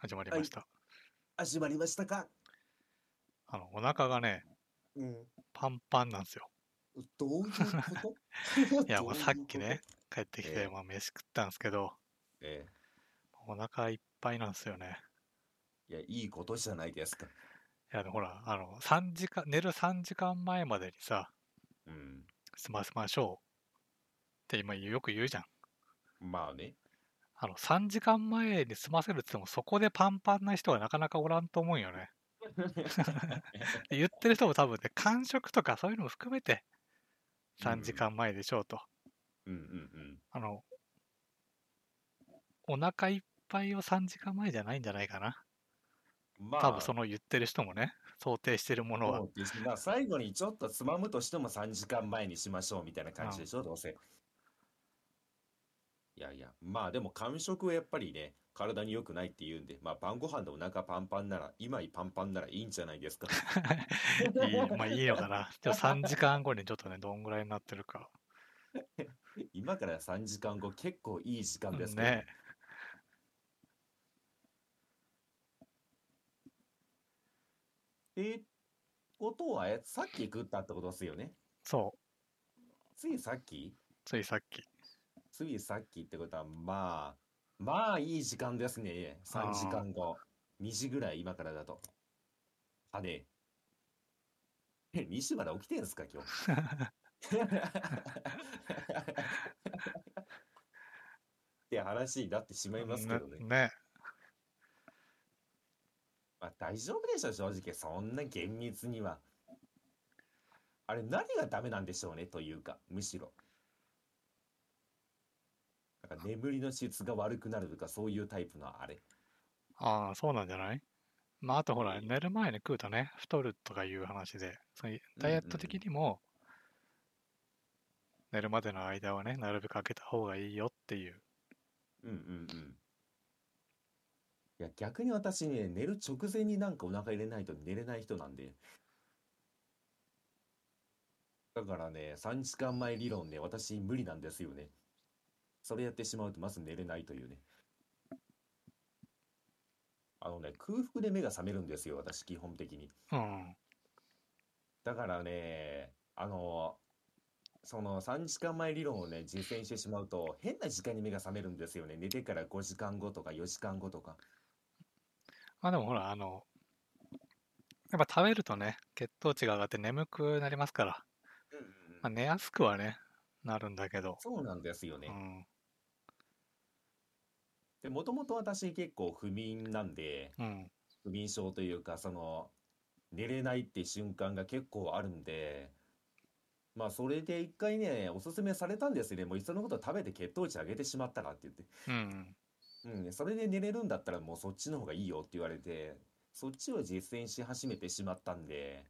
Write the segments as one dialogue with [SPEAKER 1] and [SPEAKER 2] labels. [SPEAKER 1] 始まりました。
[SPEAKER 2] 始まりましたか
[SPEAKER 1] あの、お腹がね、
[SPEAKER 2] うん。
[SPEAKER 1] パンパンなんですよ。
[SPEAKER 2] どういうこと
[SPEAKER 1] いや、もう
[SPEAKER 2] ど
[SPEAKER 1] さっきね、帰ってき
[SPEAKER 3] え
[SPEAKER 1] て、
[SPEAKER 3] え
[SPEAKER 1] まあ、飯食ったんですけど、
[SPEAKER 3] え
[SPEAKER 1] お腹いっぱいなんですよね。
[SPEAKER 3] え、いや、いいことじゃないですか。
[SPEAKER 1] いや、でもほら、あの、3時間、寝る3時間前までにさ、
[SPEAKER 3] うん。
[SPEAKER 1] 済ませましょうって今言うよく言うじゃん。
[SPEAKER 3] ま あね。
[SPEAKER 1] あの、3時間前に済ませるって言っても、そこでパンパンな人はなかなかおらんと思うんよね。で言ってる人も多分ね、間食とかそういうのも含めて、3時間前でしょうと。
[SPEAKER 3] うんうん
[SPEAKER 1] あの、お腹いっぱいを3時間前じゃないんじゃないかな。
[SPEAKER 3] うん。まあ、
[SPEAKER 1] 多分その言ってる人もね、想定してるものは
[SPEAKER 3] そ。うですねまあ最後にちょっとつまむとしても3時間前にしましょうみたいな感じでしょ、どうせ。いやいや、まあでも間食はやっぱりね、体に良くないって言うんで、まあ晩ご飯でお腹パンパンなら、今パンパンならいいんじゃないですか。
[SPEAKER 1] いいまあいいのかな。でも3時間後にちょっとね、どんぐらいになってるか。
[SPEAKER 3] 今から3時間後、結構いい時間ですけど
[SPEAKER 1] ね。
[SPEAKER 3] ってことは、えさっき食ったってことですよね。
[SPEAKER 1] そう、
[SPEAKER 3] ついさっき
[SPEAKER 1] ついさっき。
[SPEAKER 3] ついさっきってことは、まあ、まあいい時間ですね。3時間後。2時ぐらい今からだと。あねえ。2時まで起きてんすか、今日。って話になってしまいますけどね。
[SPEAKER 1] ね
[SPEAKER 3] まあ大丈夫でしょ、正直。そんな厳密には。あれ、何がダメなんでしょうね、というか、むしろ。なんか眠りの質が悪くなるとか、そういうタイプのあれ。
[SPEAKER 1] ああ、そうなんじゃないまああとほら、寝る前に食うとね、太るとかいう話で、そういうダイエット的にも、寝るまでの間はね、なるべく空けた方がいいよっていう。
[SPEAKER 3] うんうんうん。いや、逆に私ね、寝る直前になんかお腹入れないと寝れない人なんで。だからね、3時間前理論ね、私無理なんですよね。それやってしまうとまず寝れないというね。あのね、空腹で目が覚めるんですよ、私基本的に。
[SPEAKER 1] うん。
[SPEAKER 3] だからね、あの、その3時間前理論をね、実践してしまうと、変な時間に目が覚めるんですよね。寝てから5時間後とか4時間後とか。
[SPEAKER 1] まあでもほら、あの、やっぱ食べるとね、血糖値が上がって眠くなりますから、まあ、寝やすくはね、なるんだけど、
[SPEAKER 3] そうなんですよね
[SPEAKER 1] う。ん、
[SPEAKER 3] で、もともと私結構不眠なんで、
[SPEAKER 1] うん、
[SPEAKER 3] 不眠症というか、その、寝れないって瞬間が結構あるんで、まあ、それで一回ね、おすすめされたんですよね。もういっそのこと食べて血糖値上げてしまったらって言って。
[SPEAKER 1] うん、
[SPEAKER 3] うん、それで寝れるんだったらもうそっちの方がいいよって言われて、そっちを実践し始めてしまったんで、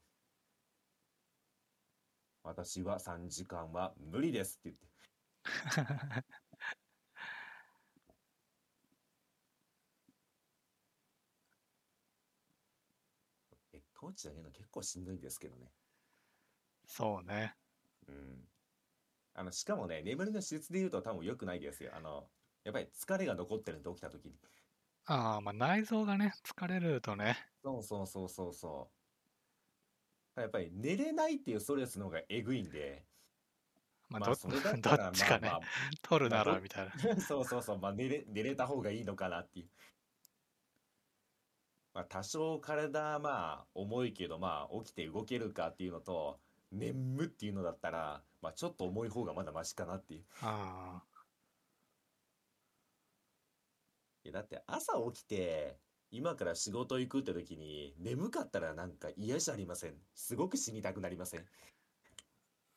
[SPEAKER 3] 私は3時間は無理ですって言って。血糖値上げるの結構しんどいんですけどね。
[SPEAKER 1] そうね。
[SPEAKER 3] うん。あの、しかもね、眠りの質で言うと多分良くないですよ。あの、やっぱり疲れが残ってるんで起きた時に。
[SPEAKER 1] ああ、まあ内臓がね、疲れるとね、
[SPEAKER 3] そうそうそうそうそう。やっぱり寝れないっていうストレスの方がえぐいんで、
[SPEAKER 1] まあ
[SPEAKER 3] ま
[SPEAKER 1] ど
[SPEAKER 3] あそれだっ
[SPEAKER 1] ど
[SPEAKER 3] たら
[SPEAKER 1] っちかね、
[SPEAKER 3] まあ
[SPEAKER 1] 取るな
[SPEAKER 3] まあ
[SPEAKER 1] ら
[SPEAKER 3] ど
[SPEAKER 1] みたいな。
[SPEAKER 3] まあ、 そうそうそう、まあ寝れ、寝れた方がいいのかなっていう。まあ多少体まあ重いけどまあ起きて動けるかっていうのと、眠っていうのだったら、まあちょっと重い方がまだマシかなっていう。
[SPEAKER 1] あ
[SPEAKER 3] いやだって朝起きて、今から仕事行くって時に眠かったらなんか嫌じゃありません。すごく死にたくなりません。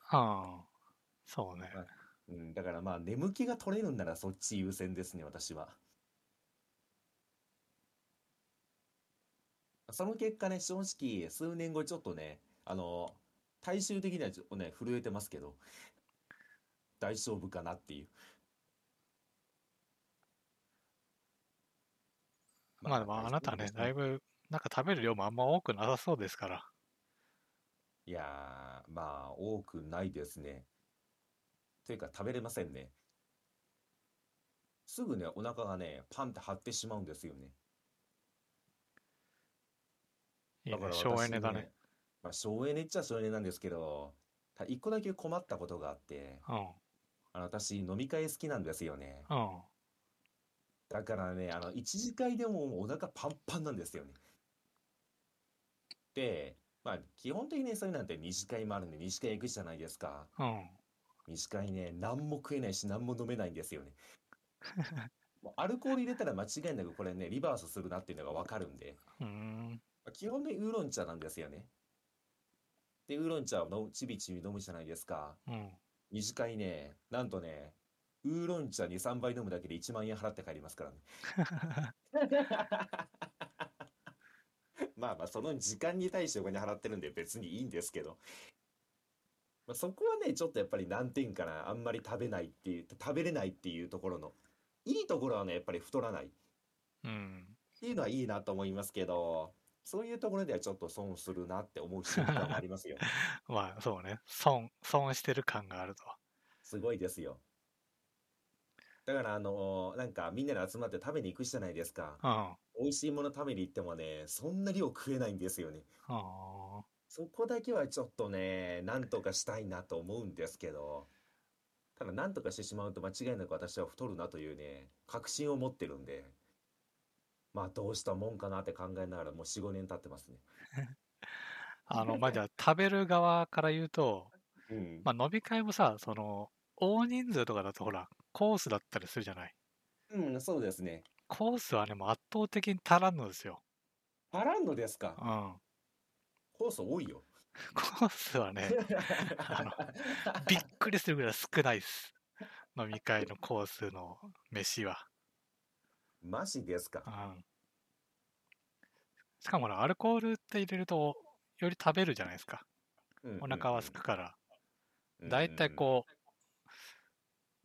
[SPEAKER 1] あ、ああ、そうね。
[SPEAKER 3] うん、だからまあ眠気が取れるんならそっち優先ですね、私は。その結果ね、正直数年後ちょっとね、あの、大衆的にはちょっとね、震えてますけど、大丈夫かなっていう。
[SPEAKER 1] まあでもあなたね、だい
[SPEAKER 3] ぶ。
[SPEAKER 1] ぶ、なんか食べる量もあんま多くなさそうですから。
[SPEAKER 3] いやー、まあ多くないですね。というか食べれませんね。すぐね、お腹がね、パンって張ってしまうんですよね。
[SPEAKER 1] いい
[SPEAKER 3] だ
[SPEAKER 1] ね
[SPEAKER 3] から、私
[SPEAKER 1] 省エネだね。。
[SPEAKER 3] まあ、省エネっちゃ省エネなんですけど、た一個だけ困ったことがあって、
[SPEAKER 1] うん。
[SPEAKER 3] あの、私、飲み会好きなんですよね。
[SPEAKER 1] うん。
[SPEAKER 3] だからね、あの、一次会でもお腹パンパンなんですよね。で、まあ、基本的にそれなんて二次会もあるんで、二次会行くじゃないですか。
[SPEAKER 1] うん。
[SPEAKER 3] 二次会ね、何も食えないし、何も飲めないんですよね。もうアルコール入れたら間違いなくこれね、リバースするなっていうのがわかるんで、
[SPEAKER 1] うーん。
[SPEAKER 3] まあ基本的にウーロン茶なんですよね。で、ウーロン茶を飲むちびちび飲むじゃないですか。
[SPEAKER 1] うん。
[SPEAKER 3] 二次会ね、なんとね、ウーロン茶2、3杯飲むだけで1万円払って帰りますからね。 まあまあ、その時間に対してお金払ってるんで別にいいんですけど。まあ、そこはね、ちょっとやっぱり難点かな。あんまり食べないっていう、食べれないっていうところの。いいところはね、やっぱり太らないっ
[SPEAKER 1] うん。
[SPEAKER 3] ていうのはいいなと思いますけど、そういうところではちょっと損するなって思う瞬間もありますよ。
[SPEAKER 1] まあ、そうね。損、損してる感があると。
[SPEAKER 3] すごいですよ。だからあのーなんかみんなで集まって食べに行くじゃないですか。
[SPEAKER 1] うん。あ
[SPEAKER 3] 美味しいもの食べに行ってもね、そんな量食えないんですよね。
[SPEAKER 1] あ。
[SPEAKER 3] そこだけはちょっとね、なんとかしたいなと思うんですけど、ただなんとかしてしまうと間違いなく私は太るなというね、確信を持ってるんで、まあどうしたもんかなって考えながらもう4、5年経ってますね。
[SPEAKER 1] あの、まあ、じゃあ、食べる側から言うと、
[SPEAKER 3] うん。
[SPEAKER 1] まあ、飲み会もさ、その、大人数とかだとほら、コースだったりするじゃない。
[SPEAKER 3] うん、そうですね。
[SPEAKER 1] コースはね、もう圧倒的に足らんのですよ。
[SPEAKER 3] パランドですか
[SPEAKER 1] う。ん。
[SPEAKER 3] コース多いよ。
[SPEAKER 1] コースはね、 あのびっくりするぐらい少ないです。飲み会のコースの飯は。
[SPEAKER 3] マジですか
[SPEAKER 1] う。ん。しかもほら、アルコールって入れると、より食べるじゃないですか。
[SPEAKER 3] うん
[SPEAKER 1] お腹は空くから。だいたいこう、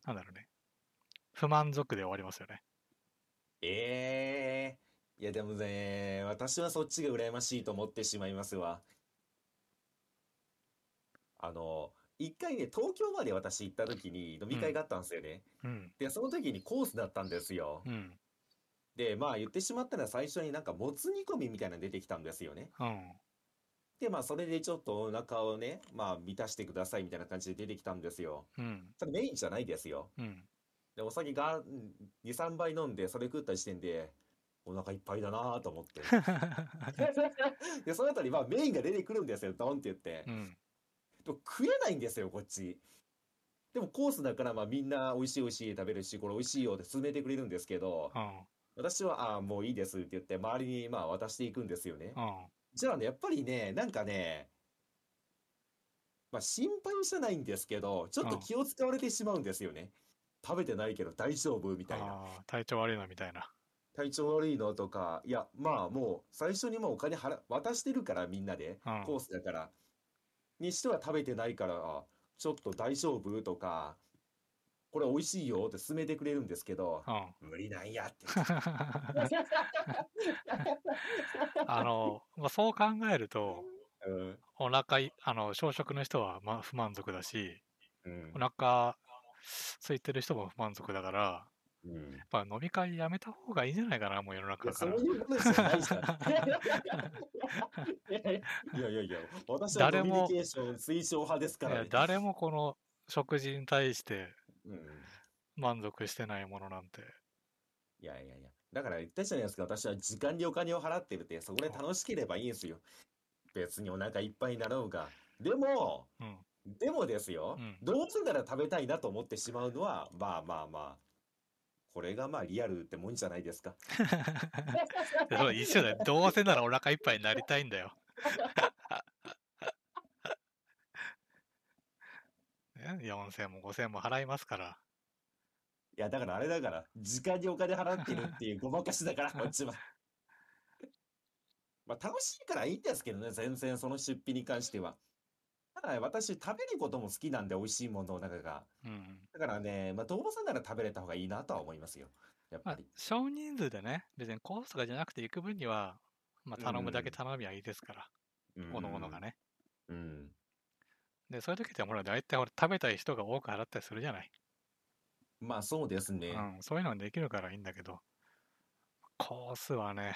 [SPEAKER 1] なんだろうね。不満足で終わりますよね。
[SPEAKER 3] うん。ええいやでもね、私はそっちが羨ましいと思ってしまいますわ。あの、一回ね、東京まで私行った時に飲み会があったんですよね。
[SPEAKER 1] うん。
[SPEAKER 3] で、その時にコースだったんですよ
[SPEAKER 1] う。ん。
[SPEAKER 3] で、まあ言ってしまったら最初になんかもつ煮込みみたいなの出てきたんですよね。
[SPEAKER 1] うん。
[SPEAKER 3] で、まあそれでちょっとお腹をね、まあ満たしてくださいみたいな感じで出てきたんですよ。
[SPEAKER 1] うん。
[SPEAKER 3] それメインじゃないですよ。
[SPEAKER 1] うん。
[SPEAKER 3] で、お酒がうん2、3杯飲んで、それ食った時点で、お腹いっぱいだなぁと思って。で、その後に、まあ、メインが出てくるんですよ、ドンって言って
[SPEAKER 1] う。ん。
[SPEAKER 3] でも食えないんですよ、こっち。でもコースだから、まあ、みんな美味しい美味しい食べるし、これ美味しいよって勧めてくれるんですけど、
[SPEAKER 1] うん。
[SPEAKER 3] 私は、ああ、もういいですって言って、周りに、まあ、渡していくんですよね。
[SPEAKER 1] うん。
[SPEAKER 3] じゃあね、やっぱりね、なんかね、まあ、心配じゃないんですけど、ちょっと
[SPEAKER 1] うん
[SPEAKER 3] 気を使われてしまうんですよね。食べてないけど大丈夫みたいな。
[SPEAKER 1] ああ、体調悪いなみたいな。
[SPEAKER 3] 体調悪いのとか、いや、まあもう最初にもうお金払、渡してるからみんなで、
[SPEAKER 1] うん
[SPEAKER 3] コースだから。にしては食べてないから、あちょっと大丈夫とか、これ美味しいよって勧めてくれるんですけど、
[SPEAKER 1] うん
[SPEAKER 3] 無理なんやって。
[SPEAKER 1] あの、まあ、そう考えると、
[SPEAKER 3] うん。
[SPEAKER 1] お腹い、あの、小食の人はまあ不満足だし、
[SPEAKER 3] うん
[SPEAKER 1] お。腹空いてる人も不満足だから、や
[SPEAKER 3] うん
[SPEAKER 1] っぱ飲み会やめた方がいいんじゃないかな、もう世の
[SPEAKER 3] い
[SPEAKER 1] 中だか
[SPEAKER 3] や、そう
[SPEAKER 1] ら。
[SPEAKER 3] いうことじゃないじゃん。 いやいやいや、私は
[SPEAKER 1] 誰
[SPEAKER 3] コミュ
[SPEAKER 1] も
[SPEAKER 3] ニケーション推奨派ですか
[SPEAKER 1] い
[SPEAKER 3] ら
[SPEAKER 1] や
[SPEAKER 3] ね。
[SPEAKER 1] 誰もこの食事に対して
[SPEAKER 3] うん。
[SPEAKER 1] 満足してないものなんて。
[SPEAKER 3] いやいやいや。だから言ったじゃないですか。私は時間にお金を払ってるって、そこで楽しければいいんですよ。別にお腹いっぱいになろうが。でも、
[SPEAKER 1] うん。
[SPEAKER 3] でもですよ
[SPEAKER 1] うん。
[SPEAKER 3] どうせなら食べたいなと思ってしまうのは、まあまあまあ。これがまあリアルってもんじゃないですか。
[SPEAKER 1] でそれ一緒だよ。どうせならお腹いっぱいになりたいんだよ。 ね、4000も5000も払いますから。
[SPEAKER 3] いや、だからあれだから、時間にお金払ってるっていうごまかし だから、こっちは。まあ、楽しいからいいんですけどね、全然その出費に関しては。ただ、私、食べることも好きなんで、美味しいものの中が。
[SPEAKER 1] うん。
[SPEAKER 3] だからね、まあ、どうせなら食べれた方がいいなとは思いますよ。やっ
[SPEAKER 1] ま
[SPEAKER 3] ぱ
[SPEAKER 1] あ
[SPEAKER 3] り。、
[SPEAKER 1] 少人数でね、別にコースとかじゃなくて行く分には、まあ、頼むだけ頼みはいいですから、おのおのが
[SPEAKER 3] ね。
[SPEAKER 1] ね。
[SPEAKER 3] うん。
[SPEAKER 1] で、そういう時ってほら、大体ほら、食べたい人が多く払ったりするじゃない。
[SPEAKER 3] まあ、そうですね。
[SPEAKER 1] うん、そういうのができるからいいんだけど、コースはね、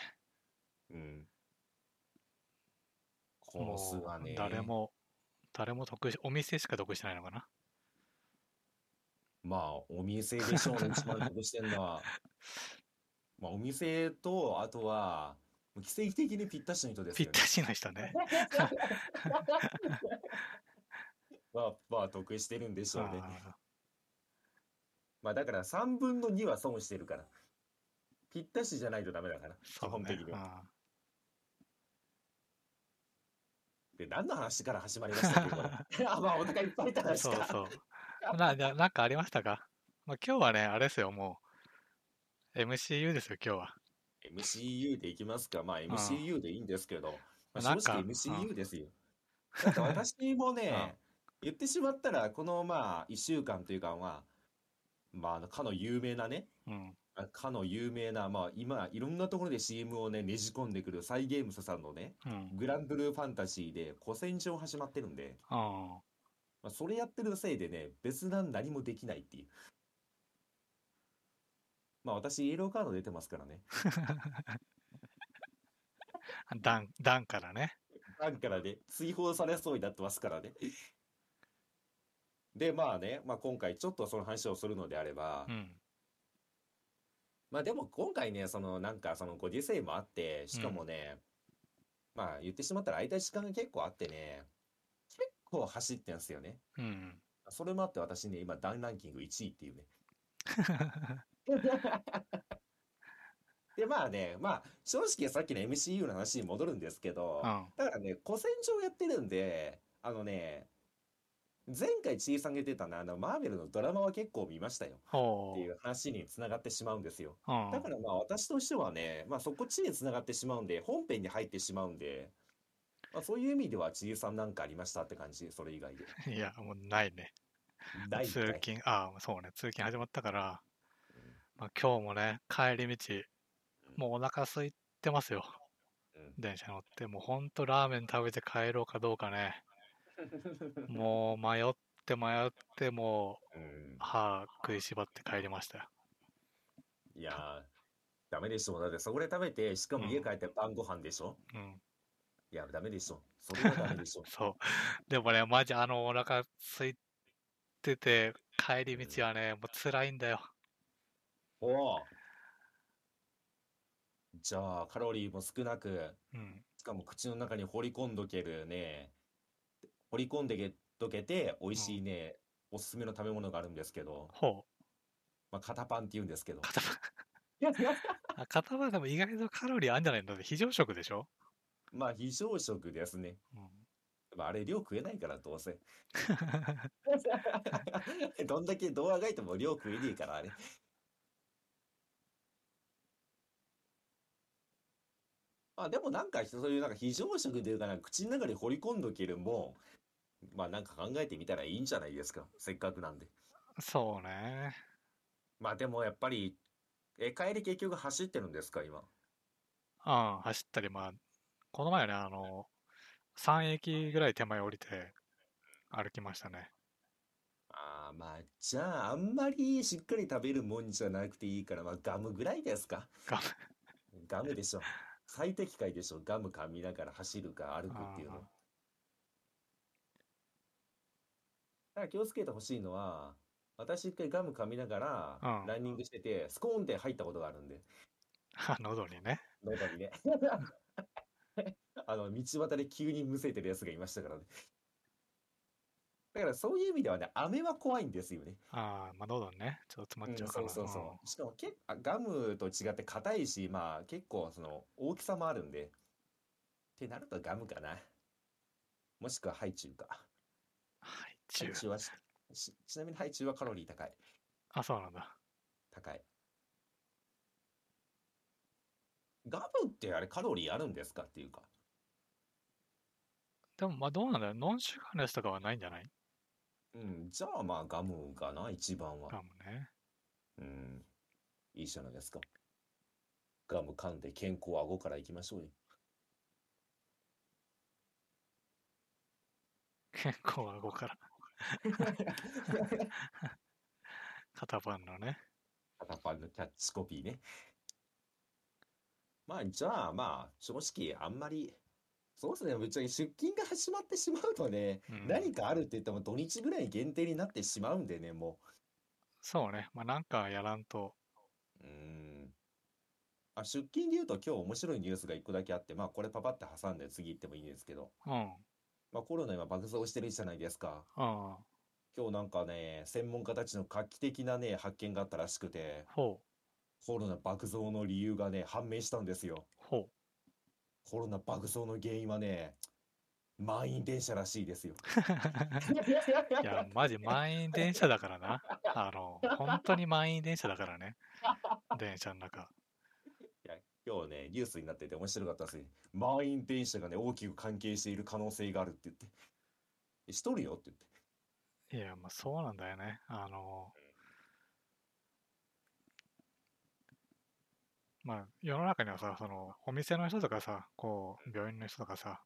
[SPEAKER 3] うん。コースがね。
[SPEAKER 1] 誰。も、誰も得し、お店しか得してないのかな。
[SPEAKER 3] まあ、お店でしょうね、一番得してる のは。まあ、お店と、あとは、もう奇跡的にぴったしの人です
[SPEAKER 1] ぴっ
[SPEAKER 3] よね。
[SPEAKER 1] たしの人 ね。
[SPEAKER 3] まあ、まあ、得してるんでしょうね。
[SPEAKER 1] あ
[SPEAKER 3] まあ、だから3分の2は損してるから。ぴったしじゃないとダメだから、
[SPEAKER 1] ー
[SPEAKER 3] 基
[SPEAKER 1] そう
[SPEAKER 3] 本
[SPEAKER 1] ね
[SPEAKER 3] 的に
[SPEAKER 1] う
[SPEAKER 3] は。
[SPEAKER 1] ん
[SPEAKER 3] で、何の話から始まりましたっけ、こ れ。あ、まあ、お互いいっぱいいた話
[SPEAKER 1] そう
[SPEAKER 3] か。
[SPEAKER 1] そう。な、ななんかありましたかまあ今日はね、あれですよ、もう。MCU ですよ、今日は。
[SPEAKER 3] MCU でいきますか。まあ、MCU でいいんですけど、ま
[SPEAKER 1] な
[SPEAKER 3] あ正
[SPEAKER 1] んか
[SPEAKER 3] 直
[SPEAKER 1] うん
[SPEAKER 3] MCU ですよ。なんか私もね、言ってしまったら、このまあ、1週間というか、まあ、まああの、かの有名なね、
[SPEAKER 1] うん。
[SPEAKER 3] あかの有名な、まあ、今、いろんなところで CM をね、ねじ込んでくるサイ・ゲームスさんのね、
[SPEAKER 1] うん。
[SPEAKER 3] グランブルーファンタジーで古戦場始まってるんで、
[SPEAKER 1] あ
[SPEAKER 3] まあ、それやってるせいでね、別段何もできないっていう。まあ私、イエローカード出てますからね。
[SPEAKER 1] あ。ダン、ダンからね。
[SPEAKER 3] なんからね、追放されそうになってますからね。で、まあね、まあ今回ちょっとその話をするのであれば、
[SPEAKER 1] うん。
[SPEAKER 3] まあでも今回ね、そのなんかそのご時世もあって、しかもね、まあ言ってしまったら空いた時間が結構あってね、結構走ってんすよね。
[SPEAKER 1] うん。
[SPEAKER 3] それもあって私ね、今、ダンランキング1位っていうね。で、まあね、まあ、正直さっきの MCU の話に戻るんですけど、
[SPEAKER 1] うん。
[SPEAKER 3] だからね、古戦場やってるんで、あのね、前回小さんが言ってたな、あの、マーベルのドラマは結構見ましたよっ
[SPEAKER 1] ほ
[SPEAKER 3] ていう話につながってしまうんですよ。
[SPEAKER 1] う。うん
[SPEAKER 3] だからまあ私としてはね、まあそこっちにつながってしまうんで、本編に入ってしまうんで、まあそういう意味では小さんなんかありましたって感じ、それ以 外で。
[SPEAKER 1] いや、もうないね。
[SPEAKER 3] 第一回
[SPEAKER 1] 通勤、ああ、そうね、通勤始まったから、まあ、今日もね、帰り道、もうお腹空いてますよ。
[SPEAKER 3] うん
[SPEAKER 1] 電車乗って、もうほんとラーメン食べて帰ろうかどうかね。もう迷って迷って、もう
[SPEAKER 3] うん
[SPEAKER 1] 歯食いしばって帰りましたよ。
[SPEAKER 3] いやー、ダメでしょ。だってそこで食べて、しかも
[SPEAKER 1] うん
[SPEAKER 3] 家帰って晩ご飯でしょ。
[SPEAKER 1] うん、。
[SPEAKER 3] いや、ダメでしょ。それはダメでしょ
[SPEAKER 1] そう。でもね、マジあのお腹空いてて、帰り道はね、もう辛いんだよ。
[SPEAKER 3] おお。じゃあ、カロリーも少なく、
[SPEAKER 1] うん。
[SPEAKER 3] しかも口の中に放り込んどけるね、放り込んでけどけて、美味しいね、おすすめの食べ物があるんですけど、
[SPEAKER 1] ほう。
[SPEAKER 3] まあ、肩パンって言うんですけど。
[SPEAKER 1] 片場。あ片場でも意外とカロリーあるんじゃないのだって非常食でしょ、
[SPEAKER 3] まあ、非常食ですね。
[SPEAKER 1] うん
[SPEAKER 3] まあ、あれ、量食えないから、どうせ。 どんだけどうあがいても量食えねえから、あれ。まあでもなんかそういうなんか非常食というかなんか口の中に放り込んどけるもんまあなんか考えてみたらいいんじゃないですかせっかくなんで
[SPEAKER 1] そうね。
[SPEAKER 3] まあでもやっぱりえ帰り結局走ってるんですか今
[SPEAKER 1] うん、走ったり、まあ、この前はね、あの、3駅ぐらい手前降りて歩きましたね。
[SPEAKER 3] ああまあじゃああんまりしっかり食べるもんじゃなくていいからまあガムぐらいですか
[SPEAKER 1] ガム
[SPEAKER 3] ガムでしょ最適解でしょガム噛みながら走るか歩くっていうの
[SPEAKER 1] あー
[SPEAKER 3] はだから気をつけてほしいのは私一回ガム噛みなが
[SPEAKER 1] う
[SPEAKER 3] ら
[SPEAKER 1] ん
[SPEAKER 3] ランニングしててスコーンって入ったことがあるんで
[SPEAKER 1] あ喉にね。
[SPEAKER 3] 喉にね あの道端で急にむせてるやつがいましたからねだからそういう意味ではね飴は怖いんですよね
[SPEAKER 1] ああ、まあ喉にね、ちょっと詰まっちゃうから。
[SPEAKER 3] うんそうそうそう、
[SPEAKER 1] うん
[SPEAKER 3] しかもけあガムと違って硬いしまあ結構その大きさもあるんでってなるとガムかなもしくはハイチュウか
[SPEAKER 1] はい、
[SPEAKER 3] ハイ
[SPEAKER 1] 中。
[SPEAKER 3] チュウはししちなみにハイチュウはカロリー高い
[SPEAKER 1] あ、そうなんだ。
[SPEAKER 3] 高いガムってあれカロリーあるんですかっていうか
[SPEAKER 1] でも、まあどうなんだよ。ノンシュガーのやつとかはないんじゃない
[SPEAKER 3] うんじゃあまあガムかな一番は
[SPEAKER 1] ガムね。
[SPEAKER 3] うんいいじゃないですかガム噛んで健康顎からいきましょうよ
[SPEAKER 1] 結構顎から。肩パンのね。
[SPEAKER 3] 片パンのキャッチコピ ーね。まあ、じゃあまあ、正直あんまり、そうですね、ぶっちゃけ出勤が始まってしまうとね、
[SPEAKER 1] うん
[SPEAKER 3] 何かあるって言っても土日ぐらい限定になってしまうんでね、も
[SPEAKER 1] そうね。まあ、なんかやらんと。
[SPEAKER 3] う。うーん。あ、出勤で言うと今日面白いニュースが一個だけあって、まあこれパパって挟んで次行ってもいいんですけど、
[SPEAKER 1] うん。
[SPEAKER 3] まあコロナ今爆増してるじゃないですか。
[SPEAKER 1] うん。
[SPEAKER 3] 今日なんかね、専門家たちの画期的なね、発見があったらしくて、
[SPEAKER 1] ほう。
[SPEAKER 3] コロナ爆増の理由がね、判明したんですよ。
[SPEAKER 1] ほ
[SPEAKER 3] コロナ爆増の原因はね、満員電車らしいですよ。
[SPEAKER 1] う。いや、マジ満員電車だからな。あの、本当に満員電車だからね。電車の中。
[SPEAKER 3] いや、今日ね、ニュースになってて面白かったですね。満員電車がね、大きく関係している可能性があるって言って。えしとるよって言って。
[SPEAKER 1] いや、まあ、そうなんだよね。あの、まあ、世の中にはさ、その、お店の人とかさ、こう、病院の人とかさ、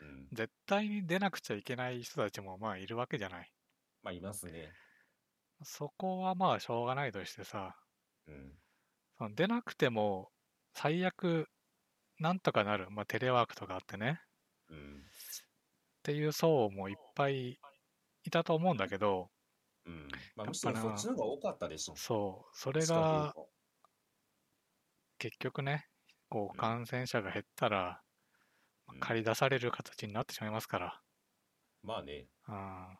[SPEAKER 3] うん。
[SPEAKER 1] 絶対に出なくちゃいけない人たちも、まあ、いるわけじゃない。
[SPEAKER 3] まあ、いますね。
[SPEAKER 1] そこは、まあ、しょうがないとしてさ、
[SPEAKER 3] うん。
[SPEAKER 1] その出なくても、最悪、なんとかなる。まあ、テレワークとかあってね。
[SPEAKER 3] うん。
[SPEAKER 1] っていう層もいっぱいいたと思うんだけど、
[SPEAKER 3] うん。
[SPEAKER 1] や
[SPEAKER 3] まあ、
[SPEAKER 1] っ
[SPEAKER 3] むし
[SPEAKER 1] ぱ
[SPEAKER 3] ろ
[SPEAKER 1] な
[SPEAKER 3] そっちの方が多かったでしょ。
[SPEAKER 1] そう、それ
[SPEAKER 3] どっちかという
[SPEAKER 1] が
[SPEAKER 3] と
[SPEAKER 1] 結局ね、こ
[SPEAKER 3] う
[SPEAKER 1] うん感染者が減ったら、まあ
[SPEAKER 3] うん
[SPEAKER 1] 借り出される形になってしまいますから、
[SPEAKER 3] まあね。
[SPEAKER 1] うん。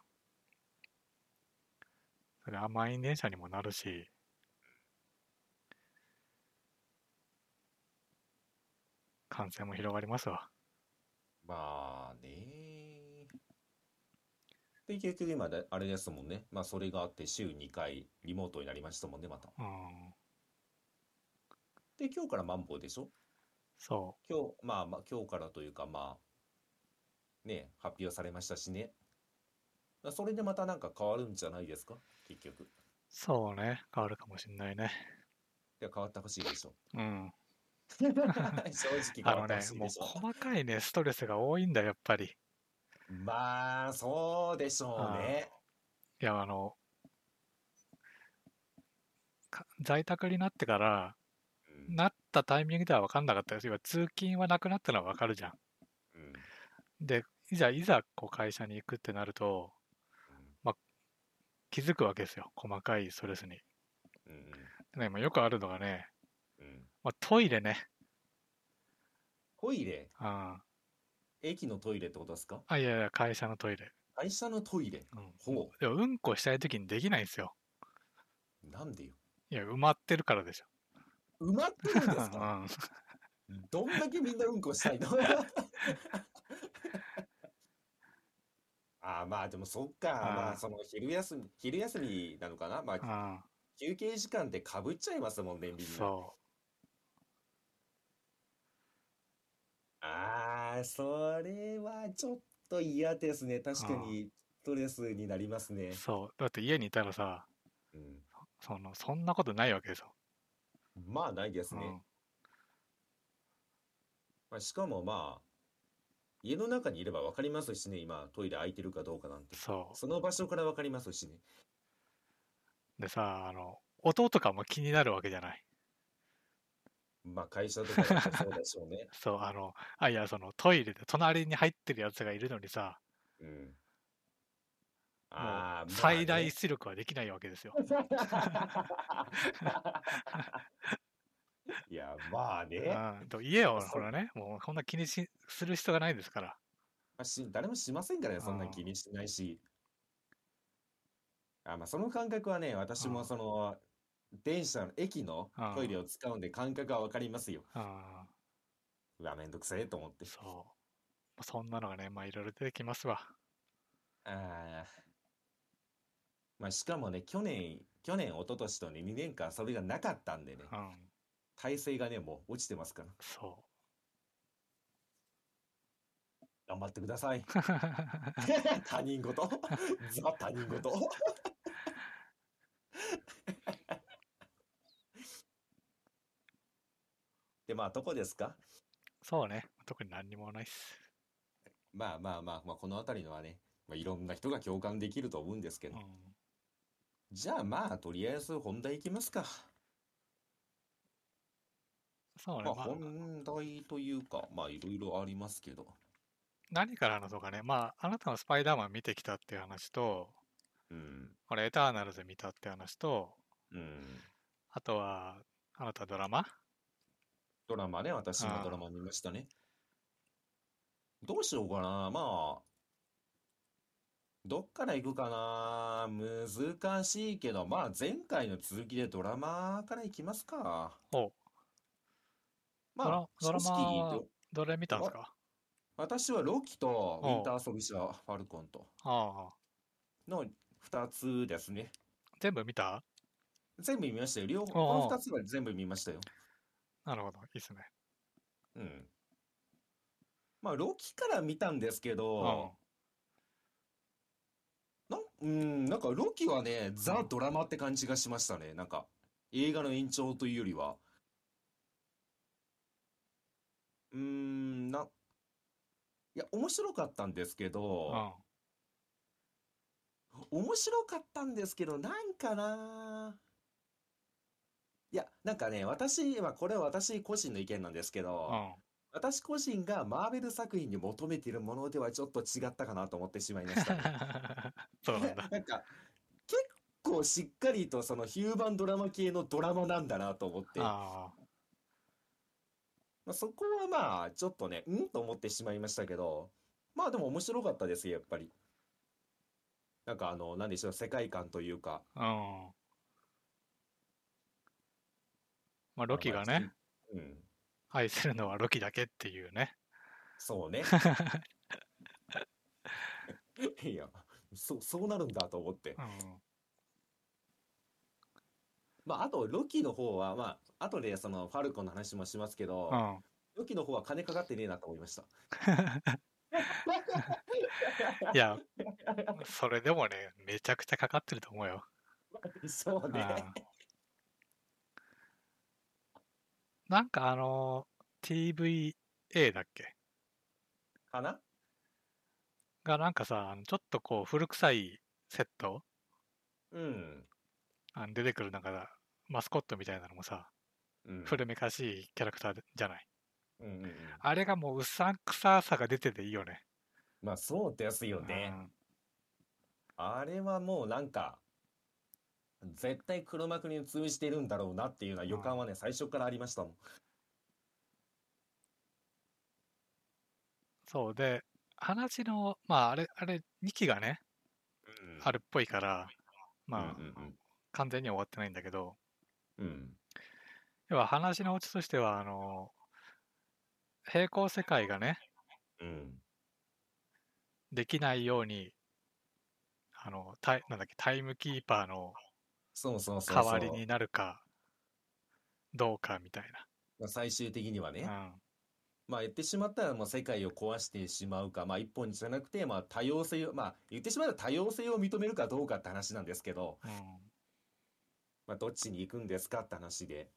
[SPEAKER 1] それは満員電車にもなるし、感染も広がりますわ。
[SPEAKER 3] まあね。で、結局今で、あれですもんね。まあ、それがあって、週2回、リモートになりましたもんね、また。
[SPEAKER 1] うん。
[SPEAKER 3] で、今日からマンボウでしょ
[SPEAKER 1] そ
[SPEAKER 3] 今日、まあ、まあ、今日からというか、まあ、ね、発表されましたしね。まあそれでまたなんか変わるんじゃないですか結局。
[SPEAKER 1] う、そうね、変わるかもしんないね。
[SPEAKER 3] いや、変わってほしいで しょ。
[SPEAKER 1] うん。
[SPEAKER 3] 正直変
[SPEAKER 1] あの
[SPEAKER 3] わって
[SPEAKER 1] ね
[SPEAKER 3] ほし、い
[SPEAKER 1] もう
[SPEAKER 3] でしょ。
[SPEAKER 1] 細かいね、ストレスが多いんだよ、やっぱり。
[SPEAKER 3] まあ、そうでしょうね。
[SPEAKER 1] いや、あの、か在宅になってから、
[SPEAKER 3] うん
[SPEAKER 1] なったタイミングでは分かんなかったです。今、通勤はなくなったのは分かるじゃん。
[SPEAKER 3] うんうん
[SPEAKER 1] で、いざ、いざ、こう、会社に行くってなると、気づくわけですよ。細かいストレスに。
[SPEAKER 3] うん
[SPEAKER 1] でね、今、よくあるのがね、
[SPEAKER 3] うんうん
[SPEAKER 1] まあ、トイレね。
[SPEAKER 3] トイレ、
[SPEAKER 1] うん。あ、
[SPEAKER 3] 駅のトイレってことですか
[SPEAKER 1] いやいや、会社のトイレ。
[SPEAKER 3] 会社のトイレ。
[SPEAKER 1] うん。
[SPEAKER 3] ほ
[SPEAKER 1] でも、うんこしたい時にできないんですよ。
[SPEAKER 3] う、なんでよ。
[SPEAKER 1] いや、埋まってるからでしょ。
[SPEAKER 3] 埋まってるんで
[SPEAKER 1] う
[SPEAKER 3] す か
[SPEAKER 1] ん。
[SPEAKER 3] どんだけみんなうんこしたいの ああまあでもそっか、
[SPEAKER 1] あー
[SPEAKER 3] まあその昼休み、昼休みなのかな、まあ
[SPEAKER 1] うん。
[SPEAKER 3] 休憩時間ってかぶっちゃいますもんね、みんな。
[SPEAKER 1] そ
[SPEAKER 3] ああ、それはちょっと嫌ですね。確か
[SPEAKER 1] あー
[SPEAKER 3] にストレスになりますね
[SPEAKER 1] う。。そう。だって、家にいたらさ、
[SPEAKER 3] うん、
[SPEAKER 1] その、そんなことないわけですよ。
[SPEAKER 3] まあないです
[SPEAKER 1] う
[SPEAKER 3] ね。
[SPEAKER 1] ん。
[SPEAKER 3] まあ、しかもまあ、家の中にいればわかりますしね、今トイレ空いてるかどうかなんて。
[SPEAKER 1] そう。
[SPEAKER 3] その場所からわかりますしね。
[SPEAKER 1] でさ、あの、音とかも気になるわけじゃない。
[SPEAKER 3] まあ会社と かだとそうでしょうね。
[SPEAKER 1] そう、あの、あ、いや、そのトイレで隣に入ってるやつがいるのにさ、
[SPEAKER 3] う
[SPEAKER 1] も
[SPEAKER 3] ん。
[SPEAKER 1] う
[SPEAKER 3] あー
[SPEAKER 1] 最
[SPEAKER 3] まあ
[SPEAKER 1] 大
[SPEAKER 3] ね
[SPEAKER 1] 出力はできないわけですよ。
[SPEAKER 3] いや、まあね。ま
[SPEAKER 1] うん、と家は
[SPEAKER 3] そう
[SPEAKER 1] ほらね、もうこんな気にしする必要がないですから。
[SPEAKER 3] あし誰もしませんからね、そんな
[SPEAKER 1] うん
[SPEAKER 3] 気にしないし。あ、まあ、その感覚はね、私
[SPEAKER 1] う
[SPEAKER 3] も
[SPEAKER 1] ん
[SPEAKER 3] その、電車の駅の
[SPEAKER 1] うん
[SPEAKER 3] トイレを使うんで感覚はわかりますよ。
[SPEAKER 1] うん、
[SPEAKER 3] うわ、めんどくせえと思って。
[SPEAKER 1] そう。まあそんなのがね、まあいろいろ出てきますわ。
[SPEAKER 3] あーまあ、しかもね、去年、去年、一昨年とね、2年間それがなかったんでね、
[SPEAKER 1] うん、
[SPEAKER 3] 体勢がね、もう落ちてますから。
[SPEAKER 1] そ
[SPEAKER 3] 頑張ってください。
[SPEAKER 1] う。
[SPEAKER 3] 他人事ザ他人事 でまあどこですか
[SPEAKER 1] そうね、特に何にもないっす。
[SPEAKER 3] まあまあまあ、まあ、この辺りのはね、まあ、いろんな人が共感できると思うんですけ
[SPEAKER 1] うん
[SPEAKER 3] ど、、じゃあまあとりあえず本題いきますか、
[SPEAKER 1] そうね、
[SPEAKER 3] まあ、
[SPEAKER 1] まあ、
[SPEAKER 3] 本題というかまあいろいろありますけど
[SPEAKER 1] 何から話そうかね。まあ、あなたのスパイダーマン見てきたっていう話と、
[SPEAKER 3] うん。
[SPEAKER 1] 俺、エターナルズ見たって話と、
[SPEAKER 3] うん。
[SPEAKER 1] あとは、あなたドラマ
[SPEAKER 3] ドラマね、私も
[SPEAKER 1] あー
[SPEAKER 3] ドラマ見ましたね。どうしようかな。まあ、どっから行くかな。難しいけど、まあ前回の続きでドラマから行きますか。
[SPEAKER 1] お
[SPEAKER 3] まあ、
[SPEAKER 1] ドラドラマ
[SPEAKER 3] 正直
[SPEAKER 1] どれ見たんですか
[SPEAKER 3] 私はロキとウ
[SPEAKER 1] お
[SPEAKER 3] ィンターソルジャー、ファルコンと
[SPEAKER 1] ああ。
[SPEAKER 3] の2つですね。
[SPEAKER 1] 全部見た
[SPEAKER 3] 全部見ましたよ。両方、
[SPEAKER 1] おうおう
[SPEAKER 3] この2つは全部見ましたよ。
[SPEAKER 1] なるほど。いいっすね。
[SPEAKER 3] うん。まあ、ロキから見たんですけど、なん、うん、なんかロキはね、ザ・ドラマって感じがしましたね。なんか、映画の延長というよりは。うーん、な、いや、面白かったんですけ
[SPEAKER 1] う
[SPEAKER 3] ど、
[SPEAKER 1] ん。あ
[SPEAKER 3] 面白かったんですけど、なんかなぁ。いや、なんかね、私、まあ、これは私個人の意見なんですけど、
[SPEAKER 1] あ。
[SPEAKER 3] 私個人がマーベル作品に求めているものではちょっと違ったかなと思ってしまいましたね。
[SPEAKER 1] そうなん だ。
[SPEAKER 3] なんか、結構しっかりとそのヒューマンドラマ系のドラマなんだなと思って、
[SPEAKER 1] あ
[SPEAKER 3] まあ、そこはまあ、ちょっとね、うんと思ってしまいましたけど、まあでも面白かったですよ、やっぱり。なんかあの、なんでしょう、世界観というか、
[SPEAKER 1] あ。うん。まあ、ロキがね、
[SPEAKER 3] うん、
[SPEAKER 1] 愛するのはロキだけっていう ね。
[SPEAKER 3] そう ね。いや、そう、そうなるんだと思って
[SPEAKER 1] う。ん。
[SPEAKER 3] まあ、あと、ロキの方は、まあ、後でその、ファルコンの話もしますけど
[SPEAKER 1] う、ん。
[SPEAKER 3] ロキの方は金かかってねえなと思い ました。
[SPEAKER 1] いや、それでもね、めちゃくちゃかかってると思うよ。
[SPEAKER 3] そうね。
[SPEAKER 1] うんなんかあの TVA だっけ
[SPEAKER 3] かな
[SPEAKER 1] がなんかさあのちょっとこう古臭いセット
[SPEAKER 3] うん。
[SPEAKER 1] あの出てくるなんかマスコットみたいなのもさ
[SPEAKER 3] うん。
[SPEAKER 1] 古めかしいキャラクターじゃない
[SPEAKER 3] うんうんうん
[SPEAKER 1] あれがもううさんくささが出てていいよね
[SPEAKER 3] まあ、そうですよね。あれはもうなんか、絶対黒幕に通じてるんだろうなっていうような予感はね、最初からありましたもん。
[SPEAKER 1] そうで話のまああれあれ2期がね
[SPEAKER 3] うん
[SPEAKER 1] あるっぽいからまあ、
[SPEAKER 3] うんうん
[SPEAKER 1] 完全には終わってないんだけど
[SPEAKER 3] うんうん。
[SPEAKER 1] 要は話のオチとしてはあの平行世界がね
[SPEAKER 3] うん。
[SPEAKER 1] できないようにあのタイなんだっけタイムキーパーの
[SPEAKER 3] そうそうそうそ
[SPEAKER 1] 代
[SPEAKER 3] う。
[SPEAKER 1] わりになるかどうかみたい
[SPEAKER 3] まあ最終的にはね。
[SPEAKER 1] な、
[SPEAKER 3] まあ言ってしまったら、まあ世界を壊してしまうか、まあ一本じゃなくて、まあ多様性を、まあ言ってしまえば多様性を認めるかどうかって話なんですけど、
[SPEAKER 1] うんうん、
[SPEAKER 3] まあどっちに行くんですかって話で。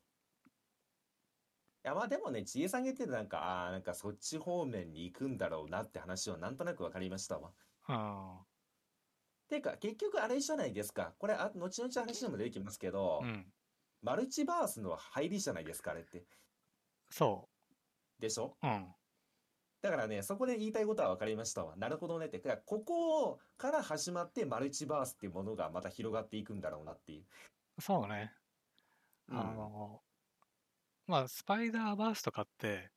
[SPEAKER 3] いやまあでもね、ちえさんげてなんか、ああ、なんかそっち方面に行くんだろうなって話はなんとなくわかりましたわ。
[SPEAKER 1] うん
[SPEAKER 3] てか、結局あれじゃないですか。これ、あ、後々話にも出てきますけど
[SPEAKER 1] う、ん、
[SPEAKER 3] マルチバースの入りじゃないですか、あれって。
[SPEAKER 1] そ
[SPEAKER 3] でしょ
[SPEAKER 1] う、うん、
[SPEAKER 3] だからね、そこで言いたいことは分かりましたわ。なるほどねって。だからここから始まってマルチバースっていうものがまた広がっていくんだろうなっていう。
[SPEAKER 1] そうね
[SPEAKER 3] うん
[SPEAKER 1] あの、まあスパイダーバースとかって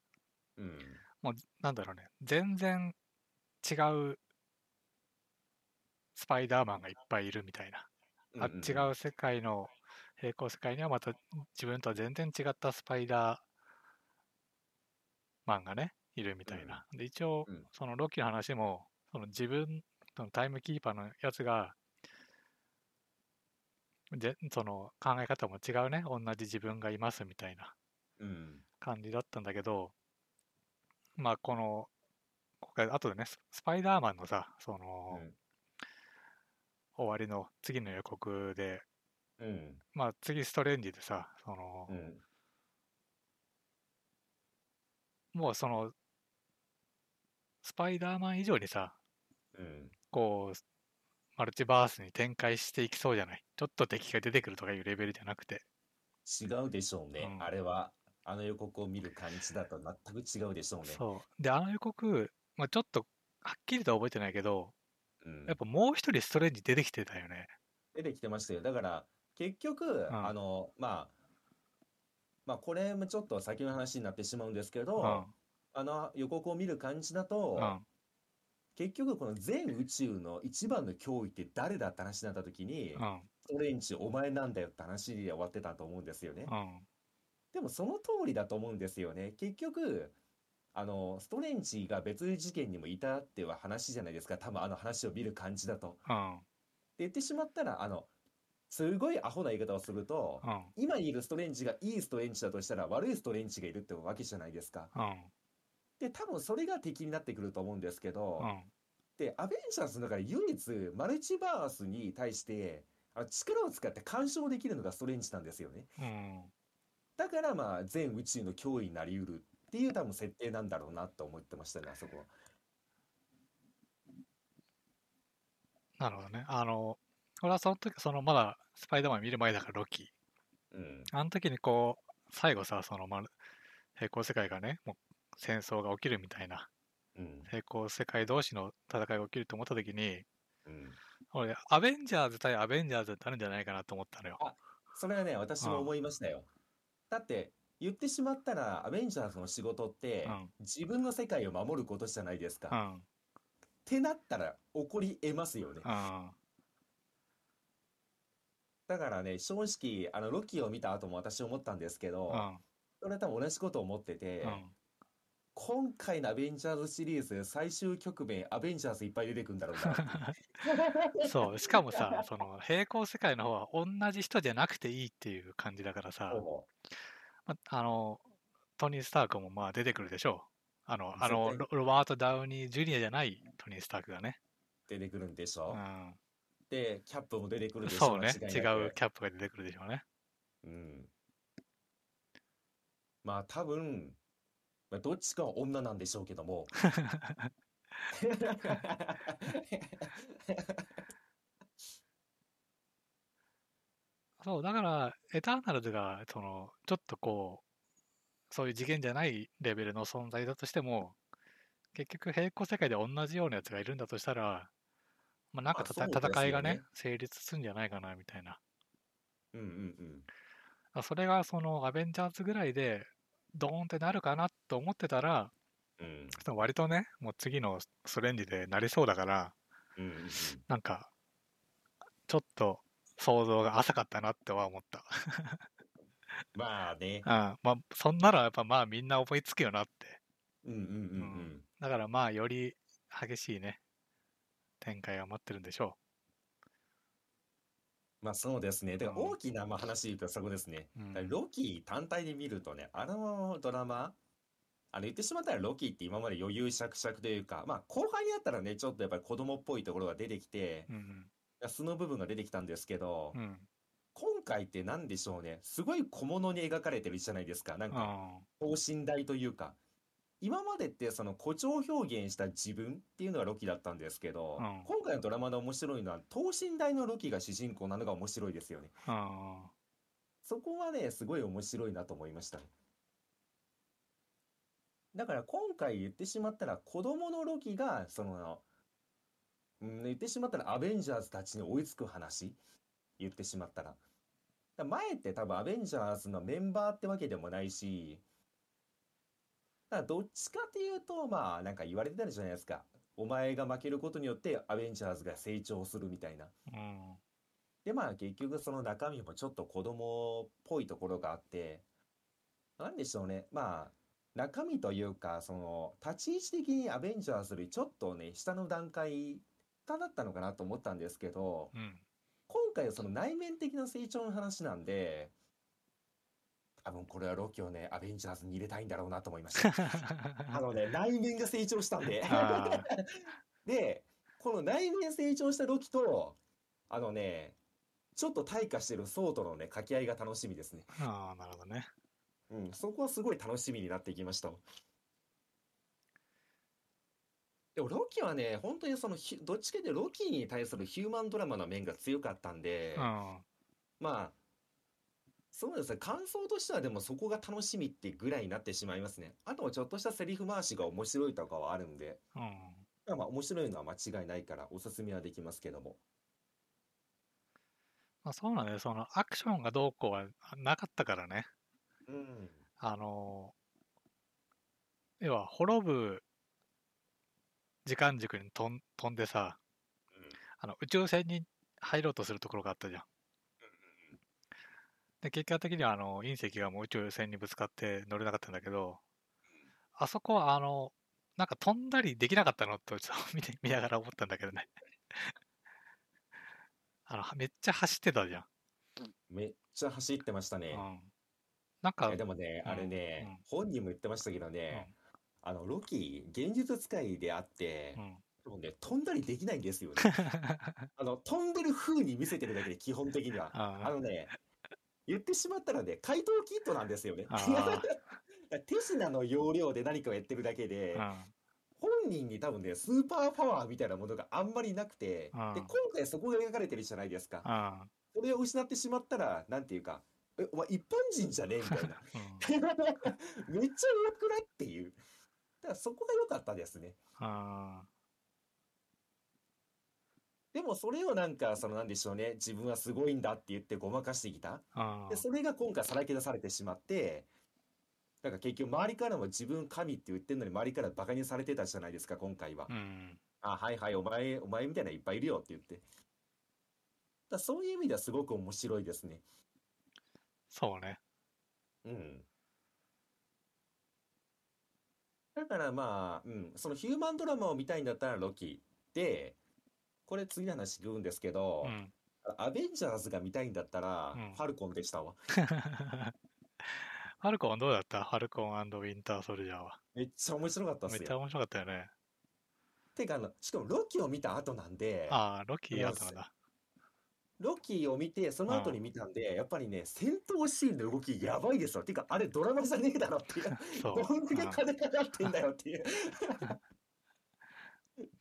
[SPEAKER 3] うん。
[SPEAKER 1] もうなんだろうね全然違うスパイダーマンがいっぱいいるみたいなあ
[SPEAKER 3] んん
[SPEAKER 1] 違う世界の平行世界にはまた自分とは全然違ったスパイダーマンがねいるみたいな。で一応
[SPEAKER 3] うん
[SPEAKER 1] そのロキの話もその自分そのタイムキーパーのやつがでその考え方も違うね同じ自分がいますみたいな
[SPEAKER 3] うん。
[SPEAKER 1] 感じだったんだけどまあこの今回後でねススパイダーマンのさその、
[SPEAKER 3] うん
[SPEAKER 1] 終わりの次の予告で
[SPEAKER 3] うん。
[SPEAKER 1] まあ次ストレンジでさその、
[SPEAKER 3] うん。
[SPEAKER 1] もうそのスパイダーマン以上にさ
[SPEAKER 3] うん。
[SPEAKER 1] こうマルチバースに展開していきそうじゃないちょっと敵が出てくるとかいうレベルじゃなくて
[SPEAKER 3] 違うでしょうね。
[SPEAKER 1] うん
[SPEAKER 3] あれは、あの予告を見る感じだと全く違うでしょうね。
[SPEAKER 1] そうであの予告、まあ、ちょっとはっきりとは覚えてないけど、
[SPEAKER 3] うん
[SPEAKER 1] やっぱもう一人ストレンジ出てきてたよね。
[SPEAKER 3] 出てきてましたよ。だから、結局、
[SPEAKER 1] ん
[SPEAKER 3] あの、まあ、まあ、これもちょっと先の話になってしまうんですけ
[SPEAKER 1] う
[SPEAKER 3] ど、
[SPEAKER 1] ん。
[SPEAKER 3] あの、予告を見る感じだ
[SPEAKER 1] う
[SPEAKER 3] と、
[SPEAKER 1] ん。
[SPEAKER 3] 結局、この全宇宙の一番の脅威って誰だって話になった時に、
[SPEAKER 1] うん。
[SPEAKER 3] ストレンジお前なんだよって話で終わってたと思うんですよね。
[SPEAKER 1] うん。
[SPEAKER 3] でも、その通りだと思うんですよね。結局、あの、ストレンジが別事件にもいたっては話じゃないですか。多分、あの話を見る感じだと。
[SPEAKER 1] うん。
[SPEAKER 3] で言ってしまったら、あの、すごいアホな言い方をすると、
[SPEAKER 1] うん。
[SPEAKER 3] 今いるストレンジがいいストレンジだとしたら悪いストレンジがいるってわけじゃないですか。
[SPEAKER 1] うん。
[SPEAKER 3] で、多分それが敵になってくると思うんですけど、
[SPEAKER 1] うん。
[SPEAKER 3] で、アベンジャーズの中で唯一マルチバースに対してあの力を使って干渉できるのがストレンジなんですよね。
[SPEAKER 1] うん。
[SPEAKER 3] だからまあ全宇宙の脅威になりうるっていう多分設定なんだろうなと思ってましたね、あそこは。
[SPEAKER 1] なるほどね。あの、俺はその時、そのまだスパイダーマン見る前だからロキ。
[SPEAKER 3] うん。
[SPEAKER 1] あの時にこう、最後さ、その、まる、平行世界がね、もう戦争が起きるみたいな、
[SPEAKER 3] うん。
[SPEAKER 1] 平行世界同士の戦いが起きると思った時に、
[SPEAKER 3] うん。
[SPEAKER 1] 俺、アベンジャーズ対アベンジャーズになるんじゃないかなと思ったのよ。
[SPEAKER 3] それはね、私
[SPEAKER 1] うん
[SPEAKER 3] も思いましたよ。だって、言ってしまったら、アベンジャーズの仕事って、
[SPEAKER 1] うん
[SPEAKER 3] 自分の世界を守ることじゃないですか。
[SPEAKER 1] う
[SPEAKER 3] っ
[SPEAKER 1] ん。
[SPEAKER 3] てなったら、起こり得ますよね。
[SPEAKER 1] うん。
[SPEAKER 3] だからね、正直、あの、ロキを見た後も私思ったんですけど、
[SPEAKER 1] うん。
[SPEAKER 3] それは多分同じことを思ってて、
[SPEAKER 1] うん。
[SPEAKER 3] 今回のアベンジャーズシリーズ、最終局面、アベンジャーズいっぱい出てくるんだろうなっ て。
[SPEAKER 1] そう、しかもさ、その平行世界の方は同じ人じゃなくていいっていう感じだからさ、
[SPEAKER 3] そ
[SPEAKER 1] まあの、トニー・スタークもまあ出てくるでしょう。あの、あの、
[SPEAKER 3] 絶
[SPEAKER 1] ロロバート・ダウニー・ジュニアじゃないトニー・スタークがね。
[SPEAKER 3] う出てくるんでし
[SPEAKER 1] う
[SPEAKER 3] ょ、
[SPEAKER 1] ん。
[SPEAKER 3] で、キャップも出てくるでしょ
[SPEAKER 1] そうね。
[SPEAKER 3] 間違
[SPEAKER 1] 違
[SPEAKER 3] いなく
[SPEAKER 1] うキャップが出てくるでしょうね。
[SPEAKER 3] うん。まあ多分、まあ、どっちかは女なんでしょうけ ども。
[SPEAKER 1] そう、だから、エターナルズが、その、ちょっとこう、そういう次元じゃないレベルの存在だとしても、結局平行世界で同じようなやつがいるんだとしたら、まあ、なんかたた
[SPEAKER 3] まあそうですよね
[SPEAKER 1] 戦いがね、成立するんじゃないかな、みたいな。
[SPEAKER 3] うんうんうん。
[SPEAKER 1] あそれがそのアベンジャーズぐらいでドーンってなるかなと思ってたら、
[SPEAKER 3] うん
[SPEAKER 1] その割とね、もう次のストレンジでなりそうだから、
[SPEAKER 3] うんうんうん。
[SPEAKER 1] なんか、ちょっと想像が浅かったなっては思った。
[SPEAKER 3] まあね。
[SPEAKER 1] あまあ、そんならやっぱまあみんな思いつくよなって。
[SPEAKER 3] うんうんうんう。
[SPEAKER 1] うんだからまあより激しいね、展開が待ってるんでしょ
[SPEAKER 3] まあそうですね。だから
[SPEAKER 1] うん
[SPEAKER 3] 大きなまあ話で言うとそこですね。
[SPEAKER 1] う。うん
[SPEAKER 3] だからロキ単体で見るとね、あのドラマ、あの言ってしまったらロキって今まで余裕しゃくしゃくというか、まあ後半になったらね、ちょっとやっぱり子供っぽいところが出てきて
[SPEAKER 1] う、ん
[SPEAKER 3] 素の部分が出てきたんですけど
[SPEAKER 1] う、ん。
[SPEAKER 3] 今回って何でしょうね。すごい小物に描かれてるじゃないですか。なん
[SPEAKER 1] う
[SPEAKER 3] か、
[SPEAKER 1] ん。
[SPEAKER 3] 等身大というか。今までってその誇張表現した自分っていうのがロキだったんですけど、
[SPEAKER 1] うん
[SPEAKER 3] 今回のドラマの面白いのは等身大のロキが主人公なのが面白いですよね。
[SPEAKER 1] うん。
[SPEAKER 3] そこはね、すごい面白いなと思いましたね。だから今回言ってしまったら子供のロキが、その、うん、言ってしまったらアベンジャーズたちに追いつく話言ってしまったら。だから前って多分アベンジャーズのメンバーってわけでもないし、だからどっちかっていうと、まあなんか言われてたじゃないですか。お前が負けることによってアベンジャーズが成長するみたいな。
[SPEAKER 1] うん。
[SPEAKER 3] で、まあ結局その中身もちょっと子供っぽいところがあって、なんでしょうね。まあ、中身というか、その、立ち位置的にアベンジャーズよりちょっとね、下の段階下だったのかなと思ったんですけど、
[SPEAKER 1] うん。
[SPEAKER 3] 今回はその内面的な成長の話なんで、多分これはロキをね、アベンジャーズに入れたいんだろうなと思いました。 あのね、内面が成長したんで。
[SPEAKER 1] あー
[SPEAKER 3] で、この内面成長したロキと、あのね、ちょっと退化してるソーとのね、掛け合いが楽しみですね。
[SPEAKER 1] ああ、なるほどね。
[SPEAKER 3] うん、そこはすごい楽しみになってきました。でもロキはね、本当にそのヒュ、どっちかでロキに対するヒューマンドラマの面が強かったんで、
[SPEAKER 1] うん。
[SPEAKER 3] まあ、そうですね、感想としてはでもそこが楽しみってぐらいになってしまいますね。あとはちょっとしたセリフ回しが面白いとかはあるんで、
[SPEAKER 1] うん。
[SPEAKER 3] まあまあ面白いのは間違いないからおすすめはできますけども。
[SPEAKER 1] まあ、そうなんだよ。そのアクションがどうこうはなかったからね。
[SPEAKER 3] うん。
[SPEAKER 1] あのー要は滅ぶ時間軸に飛ん飛んでさ、あの宇宙船に入ろうとするところがあったじゃん。で結果的にはあの隕石がもう宇宙船にぶつかって乗れなかったんだけど、あそこはあのなんか飛んだりできなかったのとち ょっと見て見ながら思ったんだけどね。 あのめっちゃ走ってたじゃん。
[SPEAKER 3] めっちゃ走ってましたね。
[SPEAKER 1] うん、なん
[SPEAKER 3] い
[SPEAKER 1] か
[SPEAKER 3] やでもね、
[SPEAKER 1] うん
[SPEAKER 3] あれね、
[SPEAKER 1] うん
[SPEAKER 3] 本人も言ってましたけどね、あの、ロキ、現実使いであって
[SPEAKER 1] う、ん、
[SPEAKER 3] でもね、飛んだりできないんですよね。あの、飛んでる風に見せてるだけで、基本的には。あ
[SPEAKER 1] あ
[SPEAKER 3] のね、言ってしまったらね、怪盗キットなんですよね
[SPEAKER 1] あー。
[SPEAKER 3] 手品の要領で何かをやってるだけで、
[SPEAKER 1] あ、
[SPEAKER 3] 本人に多分ね、スーパーパワーみたいなものがあんまりなくて、で、
[SPEAKER 1] うん
[SPEAKER 3] 今回そこが描かれてるじゃないですか
[SPEAKER 1] うん、う。ん、
[SPEAKER 3] それを失ってしまったら、なんていうか、え、お前一般人じゃねえみたいな。
[SPEAKER 1] うん
[SPEAKER 3] めっちゃ弱くないっていう。だからそこが良かったですね。
[SPEAKER 1] あ
[SPEAKER 3] でもそれをなんか、そのなんでしょうね、自分はすごいんだって言ってごまかしてきた。
[SPEAKER 1] ーあ
[SPEAKER 3] で、それが今回さらけ出されてしまって、なんか結局周りからも自分神って言ってんのに周りからバカにされてたじゃないですか、今回は
[SPEAKER 1] ー、。うん、
[SPEAKER 3] あ、はいはい、お前、お前みたいなのいっぱいいるよって言って。だからそういう意味ではすごく面白いですね。
[SPEAKER 1] そうね。
[SPEAKER 3] うん。だからまあ、うん、そのヒューマンドラマを見たいんだったらロキで、これ次の話聞くんですけど
[SPEAKER 1] う、ん。
[SPEAKER 3] アベンジャーズが見たいんだったら
[SPEAKER 1] うん、
[SPEAKER 3] ファルコンでしたわ。
[SPEAKER 1] ファルコンどうだったファルコンウィンターソルジャーは。
[SPEAKER 3] めっちゃ面白かったっ
[SPEAKER 1] めっ
[SPEAKER 3] す
[SPEAKER 1] ちゃ
[SPEAKER 3] よ。
[SPEAKER 1] 面白かったよね。
[SPEAKER 3] てかあの、しかもロキを見た後なんで、
[SPEAKER 1] ああ、ロキ
[SPEAKER 3] そ
[SPEAKER 1] ー
[SPEAKER 3] うな
[SPEAKER 1] あ
[SPEAKER 3] ん
[SPEAKER 1] っ
[SPEAKER 3] です
[SPEAKER 1] た
[SPEAKER 3] よ
[SPEAKER 1] んだ。
[SPEAKER 3] ロキを見て、その後に見たんで、やっぱりね、戦闘シーンの動きやばいですよ。てか、あれドラマじゃねえだろっていう。
[SPEAKER 1] そう。
[SPEAKER 3] どんだけ
[SPEAKER 1] うん
[SPEAKER 3] 金かかってんだよっ ていう。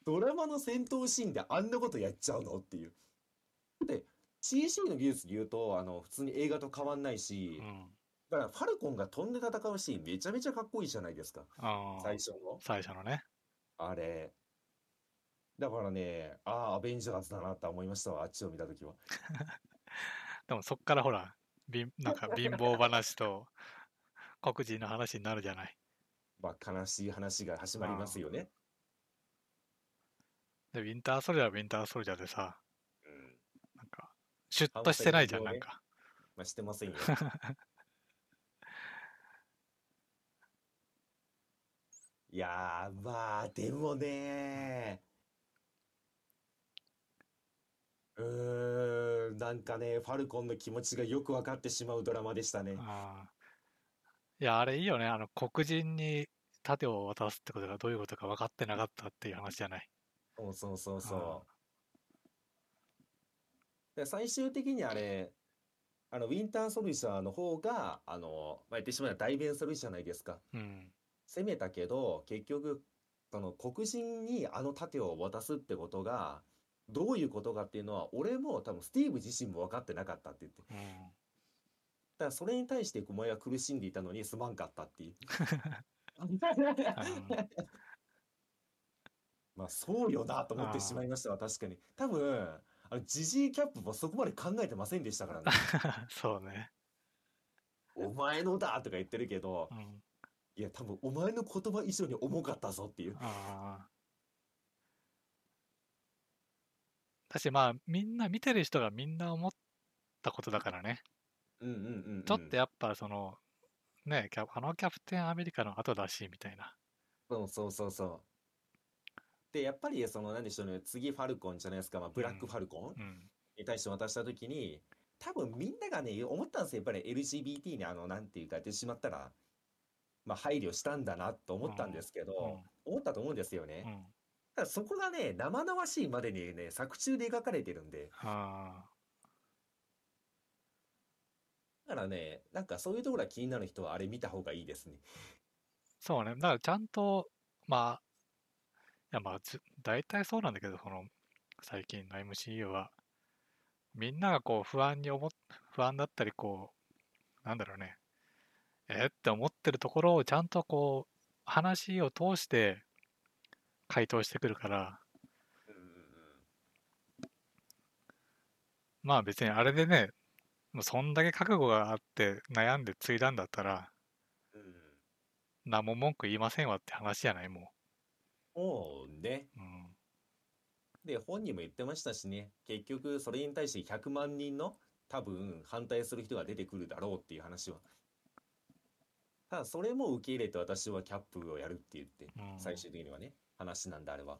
[SPEAKER 3] ドラマの戦闘シーンであんなことやっちゃうのっていう。で、CG の技術で言うと、あの、普通に映画と変わんないし、
[SPEAKER 1] うん。
[SPEAKER 3] だからファルコンが飛んで戦うシーンめちゃめちゃかっこいいじゃないですか。
[SPEAKER 1] あー
[SPEAKER 3] 最初の。
[SPEAKER 1] 最初のね。
[SPEAKER 3] あれ。だからね、ああ、アベンジャーズだなって思いましたわ、あっちを見たときは。
[SPEAKER 1] でもそっからほら、貧なんか貧乏話と黒人の話になるじゃない。
[SPEAKER 3] まあ、悲しい話が始まりますよね。
[SPEAKER 1] で、ウィンターソルジャーはウィンターソルジャーでさ、
[SPEAKER 3] うん。
[SPEAKER 1] なんか、シュッとしてないじゃん、
[SPEAKER 3] 反
[SPEAKER 1] なん
[SPEAKER 3] 対の
[SPEAKER 1] か。
[SPEAKER 3] まあ、してませんよ。いやー、まあ、でもねうーん、なんかね、ファルコンの気持ちがよく分かってしまうドラマでしたね。
[SPEAKER 1] あーいや、あれいいよね。あの、黒人に盾を渡すってことがどういうことか分かってなかったっていう話じゃない。
[SPEAKER 3] そうそうそう
[SPEAKER 1] あ
[SPEAKER 3] そう。で、最終的にあれ、あの、ウィンターソルジャーの方が、あの、まあ、言ってしまえば代弁するじゃないですか。
[SPEAKER 1] うん。
[SPEAKER 3] 攻めたけど結局その黒人にあの盾を渡すってことがどういうことかっていうのは俺も多分スティーブ自身も分かってなかったって言ってだ
[SPEAKER 1] うん。
[SPEAKER 3] からそれに対してお前は苦しんでいたのにすまんかったっていう
[SPEAKER 1] あ
[SPEAKER 3] まあそうよなと思ってしまいましたわ確かに多分あのジジイキャップもそこまで考えてませんでしたか らね
[SPEAKER 1] ーそうね。
[SPEAKER 3] お前のだとか言ってるけど
[SPEAKER 1] うん。
[SPEAKER 3] いや多分お前の言葉以上に重かったぞっていう
[SPEAKER 1] ああ。だし、まあ、みんな、見てる人がみんな思ったことだからね。
[SPEAKER 3] うんうんうんうん
[SPEAKER 1] ちょっとやっぱ、その、ねキャあのキャプテンアメリカの後だし、みたいな。
[SPEAKER 3] そうそうそうそう。で、やっぱりその、なんでしょうね、次ファルコンじゃないですか、まあ、ブラックファルコン
[SPEAKER 1] うん。
[SPEAKER 3] に対して渡したときに、多分みんながね、思ったんですよ。やっぱり LGBT にあの、なんていうか、やってしまったら、まあ、配慮したんだなと思ったんですけど、思ったと思うんですよ
[SPEAKER 1] うん。う
[SPEAKER 3] ね。
[SPEAKER 1] ん。
[SPEAKER 3] ただそこがね、生々しいまでにね、作中で描かれてるんで、
[SPEAKER 1] あ
[SPEAKER 3] だからね、なんかそういうところが気になる人はあれ見た方がいいですね。
[SPEAKER 1] ーそうね。だから、ちゃんと、まあ、いや、まあ、ず大体そうなんだけど、その、最近の MCU は、みんながこう、不安に思っ、不安だったり、こう、なんだろうね、えーって思ってるところをちゃんとこう、話を通して回答してくるから、
[SPEAKER 3] うんうんうん
[SPEAKER 1] まあ別にあれでね、もうそんだけ覚悟があって悩んで継いだんだったら、
[SPEAKER 3] うん
[SPEAKER 1] 何も文句言いませんわって話じゃない、も
[SPEAKER 3] そうね。
[SPEAKER 1] う。うん。
[SPEAKER 3] で、本人も言ってましたしね、結局それに対して100万人の多分反対する人が出てくるだろうっていう話は。ただ、それも受け入れて私はキャップをやるって言って、
[SPEAKER 1] うん
[SPEAKER 3] 最終的にはね、話なんだあれは。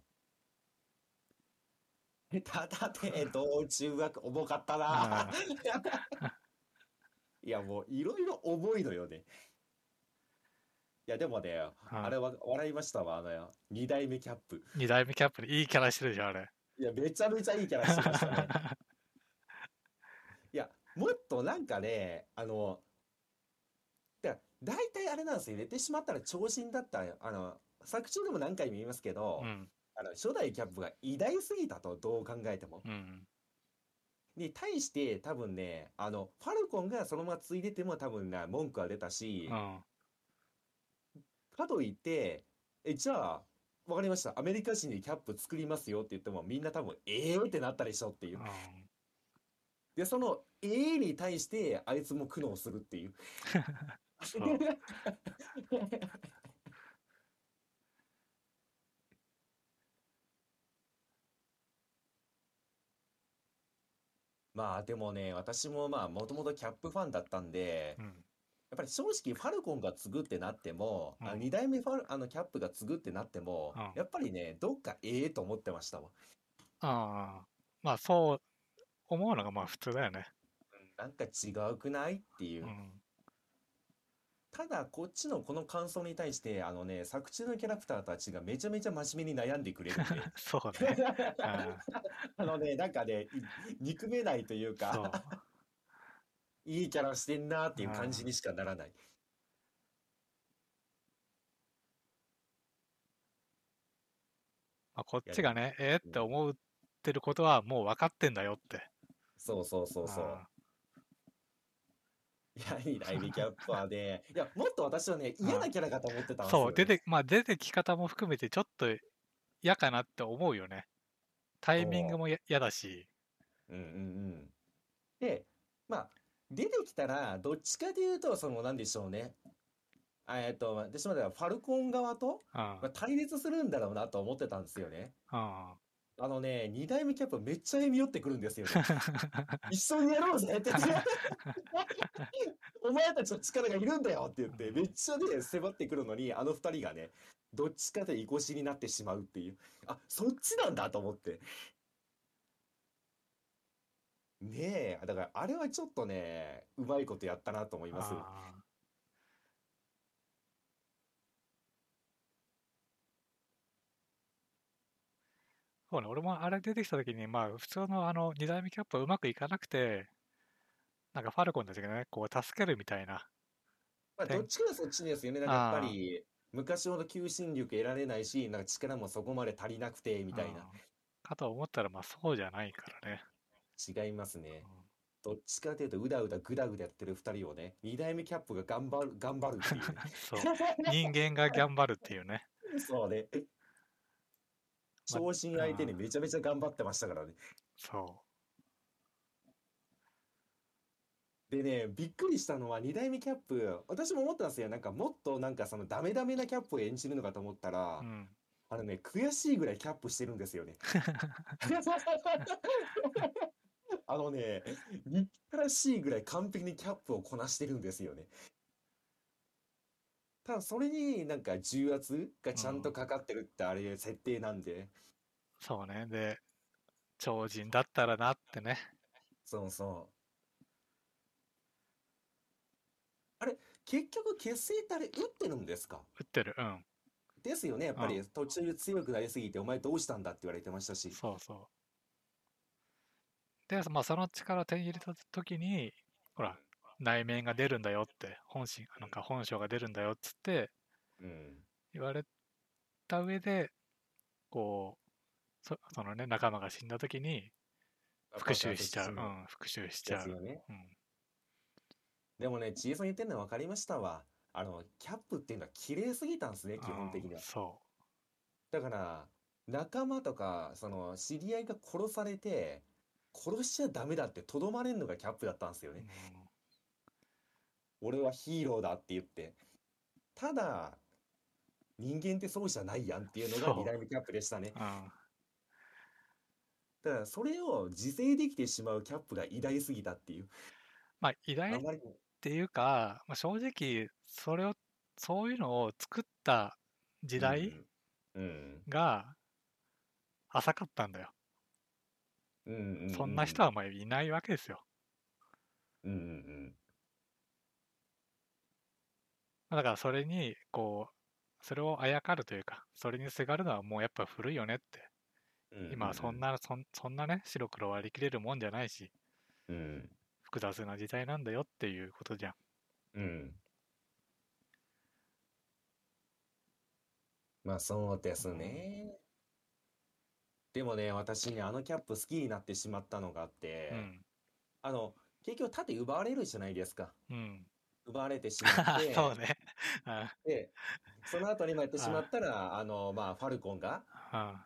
[SPEAKER 3] ただ で、道中学、重かったな。いや、もういろいろ重いのよね。いや、でもね、
[SPEAKER 1] うん
[SPEAKER 3] あれは笑いましたわ、あの、二代目キャップ。
[SPEAKER 1] 二代目キャップでいいキャラしてるでしょ、あれ。
[SPEAKER 3] いや、めちゃめちゃいいキャラしてましたね。いや、もっとなんかね、あの、だ大体あれなんですよ、寝てしまったら超人だった、あの、作中でも何回も言いますけど、
[SPEAKER 1] うん、
[SPEAKER 3] あの、初代キャップが偉大すぎたと、どう考えても。
[SPEAKER 1] うん、
[SPEAKER 3] に対して、多分ね、あの、ファルコンがそのままついでても多分な、文句は出たし
[SPEAKER 1] う、ん。
[SPEAKER 3] かといって、え、じゃあ、わかりました。アメリカ人にキャップ作りますよって言っても、みんな多分、ええー、ってなったでしょっていうう。
[SPEAKER 1] ん
[SPEAKER 3] で、その、ええに対して、あいつも苦悩するっていう。
[SPEAKER 1] そう
[SPEAKER 3] まあでもね、私もまあもともとキャップファンだったんで、
[SPEAKER 1] うん
[SPEAKER 3] やっぱり正直ファルコンが継ぐってなっても、あの
[SPEAKER 1] うん
[SPEAKER 3] 二代目ファル、あのキャップが継ぐってなっても
[SPEAKER 1] うん、
[SPEAKER 3] やっぱりね、どっかええと思ってましたわ。
[SPEAKER 1] ああ、まあそう思うのがまあ普通だよね。
[SPEAKER 3] なんか違うくないっていうう。
[SPEAKER 1] ん、
[SPEAKER 3] ただこっちのこの感想に対して、あのね、作中のキャラクターたちがめちゃめちゃ真面目に悩んでくれるんで。
[SPEAKER 1] そうね。うん
[SPEAKER 3] あのね、なんかね、い憎めないという
[SPEAKER 1] そ
[SPEAKER 3] か、
[SPEAKER 1] う。
[SPEAKER 3] いいキャラしてんなっていう感じにしかならない。
[SPEAKER 1] まあ、こっ
[SPEAKER 3] いや
[SPEAKER 1] ちがね、えー、って思ってることはもう分かってんだよって。
[SPEAKER 3] そうそうそうそう。
[SPEAKER 1] あ
[SPEAKER 3] いや、いいな、エビキャップはね。いや、もっと私はね、嫌なキャラかと思ってた
[SPEAKER 1] あ
[SPEAKER 3] んですよ、ね。
[SPEAKER 1] そう、出て、まあ出てき方も含めてちょっと嫌かなって思うよね。タイミングもや嫌だし。
[SPEAKER 3] うんうんうん。で、まあ、出てきたら、どっちかで言うと、その、なんでしょうね。あえっと、私まではファルコン側と、
[SPEAKER 1] うん。
[SPEAKER 3] まあ、対立するんだろうなと思ってたんですよね。
[SPEAKER 1] うん。
[SPEAKER 3] あのね、二代目キャップめっちゃ歩み寄ってくるんですよ ね。一緒にやろうぜって言ってお前たちの力がいるんだよって言って、めっちゃね、迫ってくるのに、あの二人がね、どっちかでいこしになってしまうっていう。あ、そっちなんだと思って。ねえ、だからあれはちょっとね、うまいことやったなと思います。
[SPEAKER 1] あーそうね、俺もあれ出てきた時に、まあ、普通のあの2代目キャップはうまくいかなくて、なんかファルコンたちがね、こう助けるみたいな、
[SPEAKER 3] まあ、
[SPEAKER 1] ね
[SPEAKER 3] どっちかはそっちですよね。なんかやっぱり、昔ほど求心力得られないし、なんか力もそこまで足りなくて、みたい
[SPEAKER 1] うんかと思ったら、まあそうじゃないからね。
[SPEAKER 3] な。違いますね。
[SPEAKER 1] うん
[SPEAKER 3] どっちかというと、うだうだぐだぐだやってる二人をね、二代目キャップが頑張る、頑張るっていうね
[SPEAKER 1] そう人間が頑張るっていうね。
[SPEAKER 3] そうね。昇進相手にめちゃめちゃ頑張ってましたからね。
[SPEAKER 1] そ
[SPEAKER 3] でね、びっくりしたのは二代目キャップ、私も思ったんですよ。なんかもっとなんかそのダメダメなキャップを演じるのかと思ったら、
[SPEAKER 1] う。うん。
[SPEAKER 3] あのね、悔しいぐらいキャップしてるんで すよね。あのね、憎らしいぐらい完璧にキャップをこなしてるんですよね。ただそれになんか重圧がちゃんとかかってるってあれ設定なんで、
[SPEAKER 1] そうね。で、超人だったらなってね。
[SPEAKER 3] そうそう。あれ、結局結成ってあれ打ってるんですか
[SPEAKER 1] 打ってる。うん。
[SPEAKER 3] ですよね、やっぱり途中強くなりすぎてお前どうしたんだって言われてましたし。
[SPEAKER 1] そうそう。で、まあ、その力を手に入れた時に、ほら、内面が出るんだよって、本心、なんか本性が出るんだよっつって
[SPEAKER 3] うん。
[SPEAKER 1] 言われた上で、こう、そそのね、仲間が死んだ時に復讐しちゃう。う
[SPEAKER 3] で
[SPEAKER 1] ん、復讐しちゃ
[SPEAKER 3] す
[SPEAKER 1] う。
[SPEAKER 3] よね。
[SPEAKER 1] うん、
[SPEAKER 3] でもね、ちえさん言ってるの分かりましたわ。あの、キャップっていうのは綺麗すぎたんですね、基本的に
[SPEAKER 1] うん
[SPEAKER 3] は。
[SPEAKER 1] そ
[SPEAKER 3] だから、仲間とか、その、知り合いが殺されて、殺しちゃダメだってとどまれんのがキャップだったんですよ
[SPEAKER 1] う
[SPEAKER 3] ね
[SPEAKER 1] ん。
[SPEAKER 3] 俺はヒーローだって言って。ただ、人間ってそうじゃないやんっていうの
[SPEAKER 1] そ
[SPEAKER 3] が
[SPEAKER 1] う
[SPEAKER 3] 二代目キャップでしたね。
[SPEAKER 1] うん
[SPEAKER 3] だから、それを自制できてしまうキャップが偉大すぎたっていう。
[SPEAKER 1] まあ偉
[SPEAKER 3] あ
[SPEAKER 1] 大っ
[SPEAKER 3] まりに、
[SPEAKER 1] ていうか、まあ、正直それをそういうのを作った時代
[SPEAKER 3] うんうん。
[SPEAKER 1] が浅かったんだよ、
[SPEAKER 3] うんうんうんうん。
[SPEAKER 1] そんな人はまあいないわけですよ
[SPEAKER 3] うんうん
[SPEAKER 1] まあだからそれにこうそれをあやかるというかそれにすがるのはもうやっぱ古いよねって
[SPEAKER 3] うん。
[SPEAKER 1] 今はそん。なそんそんなね白黒割り切れるもんじゃないし
[SPEAKER 3] うん。
[SPEAKER 1] 複雑な時代なんだよっていうことじゃん
[SPEAKER 3] うん。まあそうですね。でもね、私ね、あのキャップ好きになってしまったのがあって、
[SPEAKER 1] うん
[SPEAKER 3] あの、結局盾奪われるじゃないですか。
[SPEAKER 1] うん
[SPEAKER 3] 奪われてしまって、
[SPEAKER 1] そうねうん
[SPEAKER 3] で、その後にもやってしまったら、あの、まあ、ファルコンが
[SPEAKER 1] うん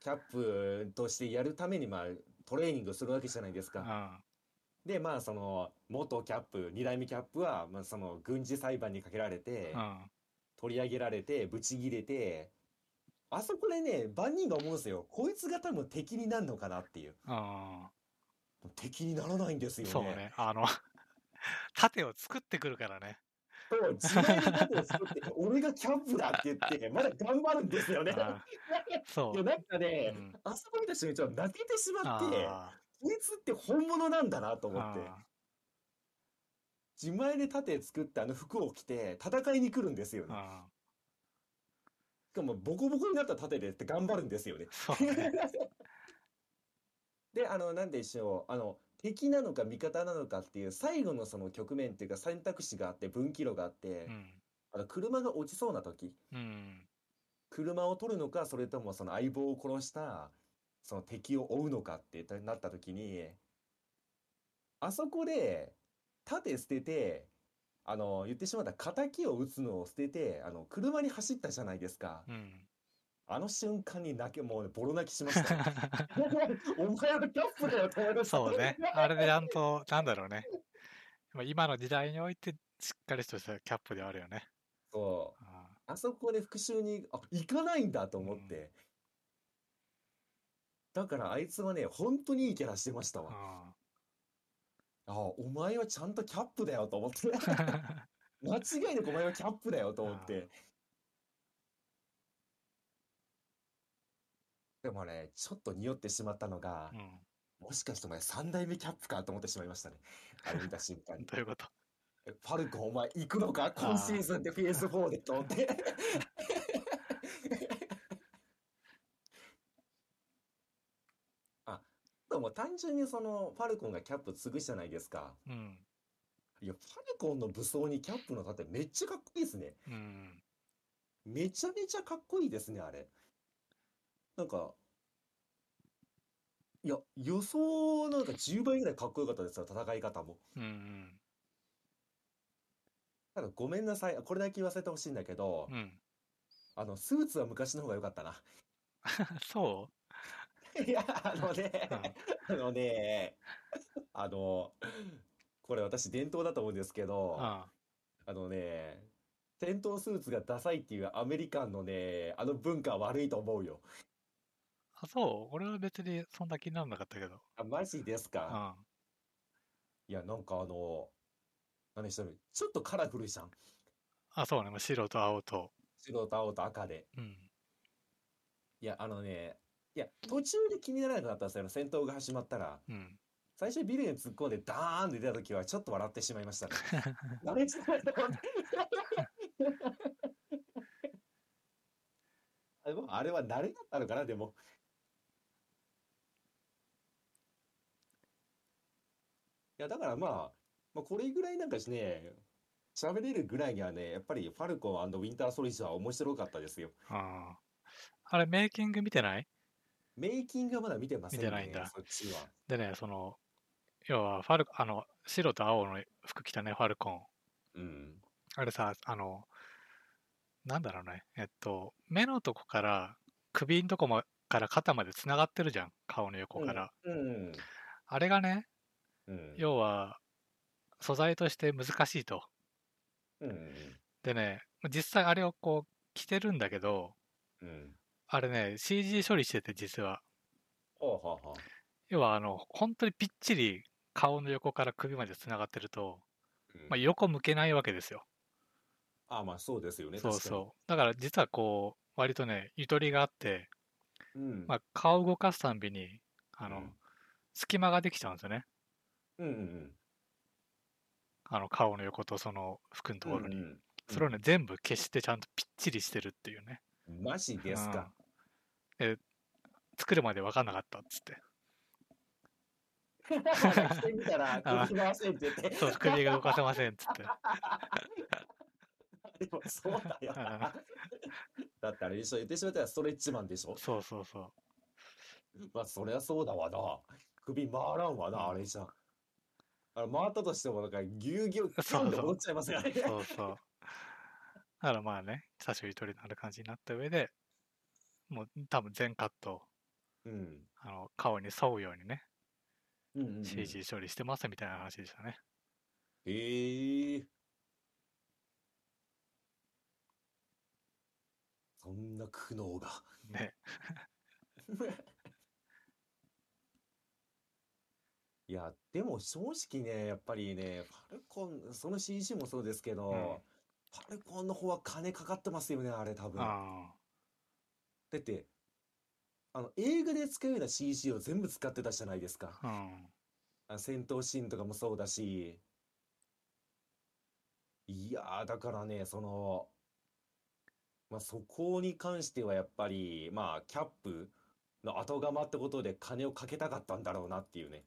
[SPEAKER 3] キャップとしてやるために、まあ、トレーニングするわけじゃないです
[SPEAKER 1] う
[SPEAKER 3] か。
[SPEAKER 1] ん
[SPEAKER 3] で、まあ、その、元キャップ、二代目キャップは、まあ、その、軍事裁判にかけられて、
[SPEAKER 1] うん
[SPEAKER 3] 取り上げられて、ブチギレて、あそこでね、万人が思うんですよ。こいつが多分敵になるのかなっていう。
[SPEAKER 1] うん
[SPEAKER 3] 敵にならないんですよね。
[SPEAKER 1] そうね、あの、 盾を作ってくるからね。
[SPEAKER 3] そう、自前の盾を作って、俺がキャンプだって言って、まだ頑張るんですよね。
[SPEAKER 1] あそ
[SPEAKER 3] いや
[SPEAKER 1] う。
[SPEAKER 3] なんか
[SPEAKER 1] う
[SPEAKER 3] ね、
[SPEAKER 1] ん、
[SPEAKER 3] あそこ見た瞬間ちょっと泣けてしまって、
[SPEAKER 1] あ
[SPEAKER 3] こいつって本物なんだな
[SPEAKER 1] ー
[SPEAKER 3] と思って、
[SPEAKER 1] あ
[SPEAKER 3] 自前で盾作ってあの服を着て戦いに来るんです
[SPEAKER 1] ー、
[SPEAKER 3] よ
[SPEAKER 1] う
[SPEAKER 3] ね。
[SPEAKER 1] ん、
[SPEAKER 3] しかもボコボコになった盾でって頑張るんですよね。
[SPEAKER 1] そうね。
[SPEAKER 3] で、あの、なんでしょう、あの、敵なのか味方なのかっていう最後のその局面っていうか選択肢があって、分岐路があって
[SPEAKER 1] う、ん、
[SPEAKER 3] あの、車が落ちそうな時、
[SPEAKER 1] うん、
[SPEAKER 3] 車を取るのか、それともその相棒を殺した、その敵を追うのかってなった時に、あそこで、盾捨てて、あの、言ってしまった敵を撃つのを捨てて、あの、車に走ったじゃないですか。
[SPEAKER 1] うん。
[SPEAKER 3] あの瞬間に泣け、もうね、ボロ泣きしました。 お前はキャップだよ、友達。
[SPEAKER 1] そう ね。あれでちゃんと、なんだろうね。まあ今の時代において、しっかりとしたキャップではあるよね。
[SPEAKER 3] そう。
[SPEAKER 1] あ
[SPEAKER 3] あそこで復讐に、あ、行かないんだと思って。だからあいつはね、本当にいいキャラしてました
[SPEAKER 1] ー
[SPEAKER 3] わ。
[SPEAKER 1] あ
[SPEAKER 3] あ、お前はちゃんとキャップだよと 思って。
[SPEAKER 1] ー
[SPEAKER 3] 間違いなくお前はキャップだよと思って。でもね、ちょっと匂ってしまったのが
[SPEAKER 1] う、ん、
[SPEAKER 3] もしかしてお前三代目キャップかと思ってしまいましたね。あれ見た 瞬 間に。
[SPEAKER 1] どういうこと
[SPEAKER 3] ファルコンお前行くのか
[SPEAKER 1] ー
[SPEAKER 3] 今シーズンでフェーズ4でと思って。 あ、でも単純にそのファルコンがキャップ継ぐじゃないですか。
[SPEAKER 1] うん、
[SPEAKER 3] いや、ファルコンの武装にキャップの盾めっちゃかっこいいですね。
[SPEAKER 1] うん、
[SPEAKER 3] めちゃめちゃかっこいいですね、あれ。なんか、いや、予想なんか10倍ぐらいかっこよかったですよ、戦い方も。
[SPEAKER 1] うん、うん
[SPEAKER 3] ただごめんなさい。これだけ言わせてほしいんだけど、
[SPEAKER 1] うん。
[SPEAKER 3] あの、スーツは昔の方が良かったな。
[SPEAKER 1] そ
[SPEAKER 3] いや、あのね、 あのね、あの、これ私伝統だと思うんですけ
[SPEAKER 1] う
[SPEAKER 3] ど、あ
[SPEAKER 1] あ
[SPEAKER 3] のね、戦闘スーツがダサいっていうアメリカンのね、あの文化は悪いと思うよ。
[SPEAKER 1] あ、そう。俺は別にそんな気にならなかったけど。
[SPEAKER 3] あ、マジです
[SPEAKER 1] う
[SPEAKER 3] か。
[SPEAKER 1] ん。
[SPEAKER 3] いや、なんかあの、何でしたっけちょっとカラフルじゃん。
[SPEAKER 1] あ、そうね。もう白と青と。
[SPEAKER 3] 白と青と赤で。
[SPEAKER 1] うん。
[SPEAKER 3] いや、あのね、いや、途中で気にならなくなったんですよ。戦闘が始まったら。
[SPEAKER 1] うん。
[SPEAKER 3] 最初ビルに突っ込んでダーンって出た時はちょっと笑ってしまい ましたね。慣れちゃったと思ってあでもあれは慣れだったのかな、でも。いや、だからまあ、まあ、これぐらいなんかしね、喋れるぐらいにはね、やっぱりファルコンウィンターソリジャーは面白かったですよ。
[SPEAKER 1] ああれ、メイキング見てない
[SPEAKER 3] メイキングはまだ見てません
[SPEAKER 1] 見てないん
[SPEAKER 3] ね、
[SPEAKER 1] だ
[SPEAKER 3] そっちは。
[SPEAKER 1] でね、その、要は、ファルコあの、白と青の服着たね、ファルコン。
[SPEAKER 3] うん。
[SPEAKER 1] あれさ、あの、なんだろうね、えっと、目のとこから首んとこもから肩までつながってるじゃん顔の横から、
[SPEAKER 3] うん。
[SPEAKER 1] あれがね
[SPEAKER 3] うん。
[SPEAKER 1] 要は素材として難しいと
[SPEAKER 3] うん。うん
[SPEAKER 1] でね実際あれをこう着てるんだけど
[SPEAKER 3] うん。
[SPEAKER 1] あれね CG 処理してて実は
[SPEAKER 3] ほうほうほう。
[SPEAKER 1] 要はあの本当にぴっちり顔の横から首までつながってると、
[SPEAKER 3] うん
[SPEAKER 1] まあ、横向けないわけですよ
[SPEAKER 3] あまあそうですよね。
[SPEAKER 1] そう
[SPEAKER 3] 確かに
[SPEAKER 1] そうだから実はこう割とねゆとりがあって、
[SPEAKER 3] うん。
[SPEAKER 1] まあ、顔を動かすたんびにあの、
[SPEAKER 3] うん
[SPEAKER 1] 隙間ができちゃうんですよね
[SPEAKER 3] うんうん
[SPEAKER 1] あの顔の横とその服のところに、
[SPEAKER 3] うんうん
[SPEAKER 1] それをね全部消してちゃんとぴっちりしてるっていうね
[SPEAKER 3] マジですか。
[SPEAKER 1] 作るまで分かんなかったっつっ て
[SPEAKER 3] 着てみた ら、
[SPEAKER 1] あ
[SPEAKER 3] 首が忘れてて。
[SPEAKER 1] そう首が動かせませんっつって
[SPEAKER 3] でもそうだよな。 だってあれでしょ、言ってしまったらストレッチマンでしょ。
[SPEAKER 1] そうそうそう
[SPEAKER 3] まあそりゃそうだわな。首回らんわな、あれじゃん。あれ回ったとしても、なんかぎゅうぎゅう、
[SPEAKER 1] そう
[SPEAKER 3] そう戻っちゃいますよね。
[SPEAKER 1] そうそう。だからまあね、久しぶりとりのある感じになった上で、もう多分全カット、
[SPEAKER 3] うん。
[SPEAKER 1] あの、顔に沿うようにね、
[SPEAKER 3] うんうんうん
[SPEAKER 1] CG 処理してますみたいな話でしたね。
[SPEAKER 3] ええそんな苦悩が。
[SPEAKER 1] ね。
[SPEAKER 3] いや、でも正直ね、やっぱりね、ファルコン、その CG もそうですけど、
[SPEAKER 1] うん
[SPEAKER 3] ファルコンの方は金かかってますよね、あれ多分。だ
[SPEAKER 1] あ
[SPEAKER 3] って、あの、映画で使うような CG を全部使ってたじゃないですか。
[SPEAKER 1] あ、うん。
[SPEAKER 3] あ戦闘シーンとかもそうだし。いやー、だからね、その、まあ、そこに関してはやっぱり、まあ、キャップの後釜ってことで金をかけたかったんだろうなっていうね。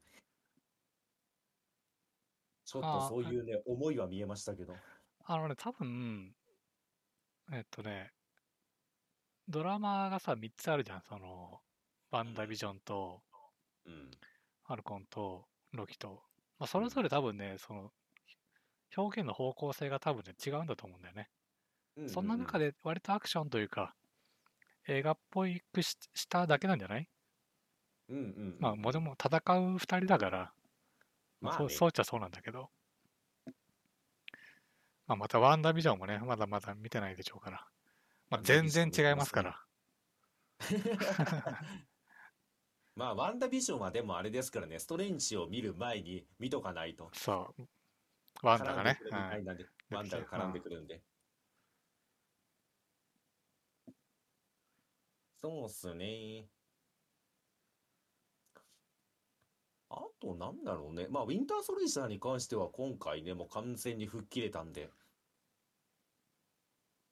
[SPEAKER 3] ちょっ
[SPEAKER 1] あ
[SPEAKER 3] と
[SPEAKER 1] ー
[SPEAKER 3] そういうね、思いは見えましたけど。
[SPEAKER 1] あのね、多分、えっとね、ドラマがさ、3つあるじゃん。その、バンダビジョンと、
[SPEAKER 3] うん。
[SPEAKER 1] ファルコンと、ロキと。まあ、それぞれ多分ね、その、表現の方向性が多分ね、違うんだと思うんだよね。
[SPEAKER 3] うん
[SPEAKER 1] そんな
[SPEAKER 3] うんうん
[SPEAKER 1] 中で割とアクションというか、映画っぽいくししただけなんじゃない
[SPEAKER 3] うんうん
[SPEAKER 1] まあ、もうでも戦う二人だから、まあ
[SPEAKER 3] まあ
[SPEAKER 1] そう
[SPEAKER 3] ね
[SPEAKER 1] そうっちゃそうなんだけど。まあ、またワンダービジョンもね、まだまだ見てないでしょうから。まあ、全然違いますから。
[SPEAKER 3] まあ、ワンダビジョンはでもあれですからね、ストレンチを見る前に見とかないと。
[SPEAKER 1] そう。ワンダがね
[SPEAKER 3] 絡んでく。るみたいなんで、ワンダが絡んでくるんで。そうっすね。あと、なんだろうね。まあ、ウィンターソルジャーに関しては、今回ね、もう完全に吹っ切れたんで。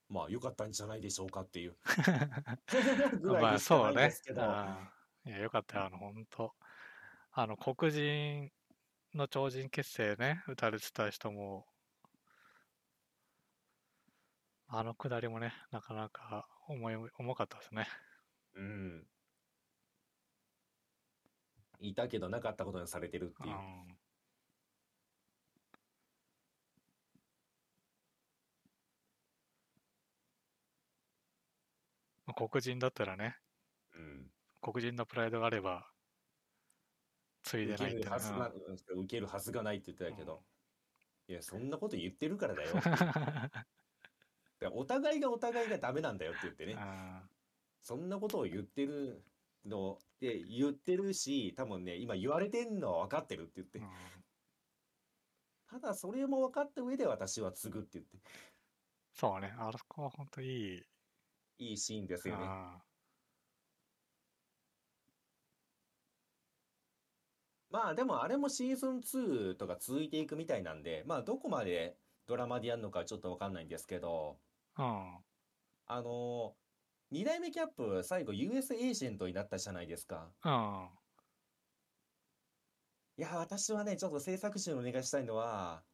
[SPEAKER 3] まあ、良かったんじゃないでしょうかって いう。
[SPEAKER 1] う
[SPEAKER 3] ぐ
[SPEAKER 1] ん、
[SPEAKER 3] らい
[SPEAKER 1] ま
[SPEAKER 3] で
[SPEAKER 1] あ
[SPEAKER 3] しか
[SPEAKER 1] そ
[SPEAKER 3] な
[SPEAKER 1] う
[SPEAKER 3] いで
[SPEAKER 1] ね
[SPEAKER 3] すけ。ど。
[SPEAKER 1] うんいや、よかったよ。あの、本当あの、黒人の超人結成ね、打たれてた人も、あのくだりもね、なかなか重い、重かったですね。
[SPEAKER 3] うん。いたけどなかったことにされてるって
[SPEAKER 1] う
[SPEAKER 3] い
[SPEAKER 1] ん
[SPEAKER 3] う。。
[SPEAKER 1] まあ黒人だったらね、
[SPEAKER 3] うん。
[SPEAKER 1] 黒人のプライドがあれば、ついで
[SPEAKER 3] 受
[SPEAKER 1] ない
[SPEAKER 3] け
[SPEAKER 1] っ
[SPEAKER 3] る
[SPEAKER 1] て
[SPEAKER 3] は
[SPEAKER 1] な
[SPEAKER 3] ずな、受けるはずがないって言ってたけど、いや、そんなこと言ってるか らだよ。でお互いがお互いがダメなんだよって言ってね、そんなことを言ってるので言ってるし、多分ね、今言われてんのは分かってるって言って
[SPEAKER 1] うん、うん
[SPEAKER 3] ただそれも分かった上で私は継ぐって言って、
[SPEAKER 1] そうね、あそこは本当いい。
[SPEAKER 3] いいシーンですよね。
[SPEAKER 1] あ
[SPEAKER 3] まあでもあれもシーズン2とか続いていくみたいなんで、まあどこまでドラマでやるのかちょっとわかんないんですけど、
[SPEAKER 1] あうん。
[SPEAKER 3] あのー、2代目キャップ最後 US エージェントになったじゃないですか。
[SPEAKER 1] うん。
[SPEAKER 3] いや、私はね、ちょっと制作陣にお願いしたいのは、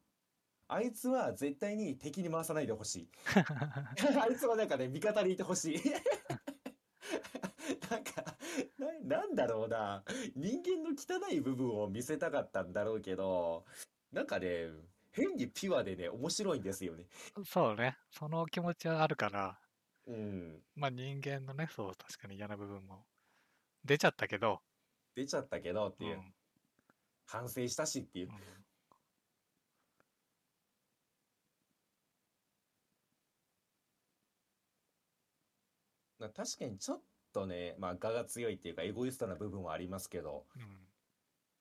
[SPEAKER 3] あいつは絶対に敵に回さないで ほしい。あいつはなんかね、味方にいてほしい。 なんかな、なんだろうな。人間の汚い部分を見せたかったんだろうけど、なんかね、変にピュアでね、面白いんですよね。
[SPEAKER 1] そうね、その気持ちはあるから、
[SPEAKER 3] うん。
[SPEAKER 1] まあ人間のね、そう、確かに嫌な部分も出ちゃったけど、
[SPEAKER 3] 出ちゃったけどって
[SPEAKER 1] う
[SPEAKER 3] いう。
[SPEAKER 1] ん
[SPEAKER 3] 反省したしっていう
[SPEAKER 1] うん。
[SPEAKER 3] まあ確かにちょっとね、まあ、我が強いっていうか、エゴイストな部分はありますけど、
[SPEAKER 1] うん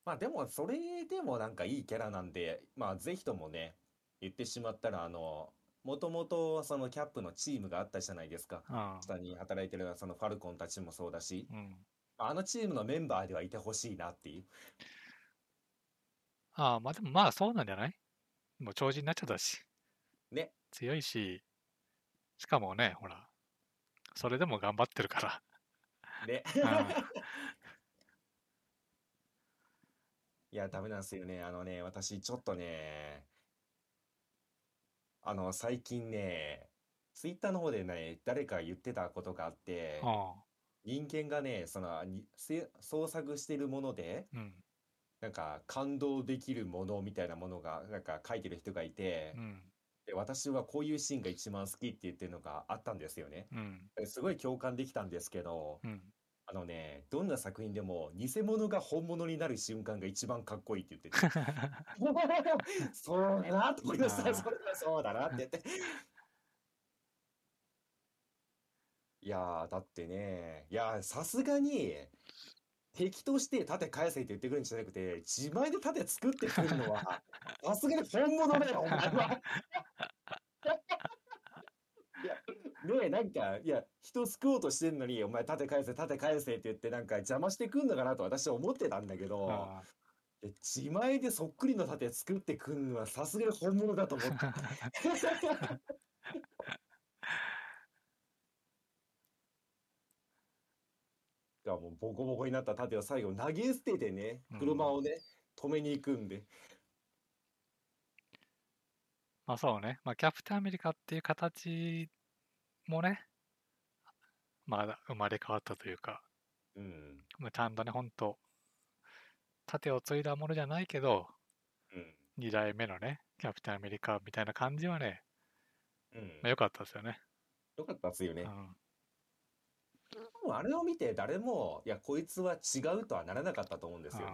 [SPEAKER 3] まあでも、それでもなんかいいキャラなんで、まあぜひともね、言ってしまったら、あの、もともとそのキャップのチームがあったじゃないですか。
[SPEAKER 1] ああ
[SPEAKER 3] 下に働いてるそのファルコンたちもそうだし、
[SPEAKER 1] うん
[SPEAKER 3] まああのチームのメンバーではいてほしいなっていう。
[SPEAKER 1] ああ、まあでもまあそうなんじゃないもう長寿になっちゃったし、
[SPEAKER 3] ね。
[SPEAKER 1] 強いし、しかもね、ほら、それでも頑張ってるか
[SPEAKER 3] で、
[SPEAKER 1] ら。うん
[SPEAKER 3] いや、ダメなんですよね。あのね、私ちょっとね、あの、最近ね、ツイッターの方でね、誰か言ってたことがあ って、人間がね、その、にせ創作してるもので、
[SPEAKER 1] うん。うん。
[SPEAKER 3] なんか感動できるものみたいなものが、なんか書いてる人がいて
[SPEAKER 1] う、ん。
[SPEAKER 3] で、私はこういうシーンが一番好きって言ってるのがあったんですよね。
[SPEAKER 1] うん。
[SPEAKER 3] ですごい共感できたんですけど、
[SPEAKER 1] うん。
[SPEAKER 3] あのね、どんな作品でも偽物が本物になる瞬間が一番かっこいいって言ってて。 そうだなと思いました。
[SPEAKER 1] あー
[SPEAKER 3] それはそうだなって言って。 いやー、だってね、いやー、さすがに、敵として盾返せって言ってくるんじゃなくて、自前で盾作ってくるの は、さすがに本物だよ、お前 は。いや、ねえ、なんか、いや、人救おうとしてんのに、お前、盾返せ、盾返せって言って、なんか邪魔してくんのかなと私は思ってたんだけど、
[SPEAKER 1] あ
[SPEAKER 3] え自前でそっくりの盾作ってくんのはさすがに本物だと 思った。がもうボコボコになった盾を最後投げ捨ててね
[SPEAKER 1] うん
[SPEAKER 3] 車をね、止めに行くんで
[SPEAKER 1] まあそうね。まあキャプテンアメリカっていう形もね、まあ生まれ変わったというか、
[SPEAKER 3] うん
[SPEAKER 1] まあ、ちゃんとね、ほんと、盾を継いだものじゃないけど、
[SPEAKER 3] うん
[SPEAKER 1] 2代目のね、キャプテンアメリカみたいな感じはね、
[SPEAKER 3] うん
[SPEAKER 1] まあ、良かったですよね。
[SPEAKER 3] よかったっすよね
[SPEAKER 1] う、ん。
[SPEAKER 3] 多分あれを見て誰もいやこいつは違うとはならなかったと思うんですよね、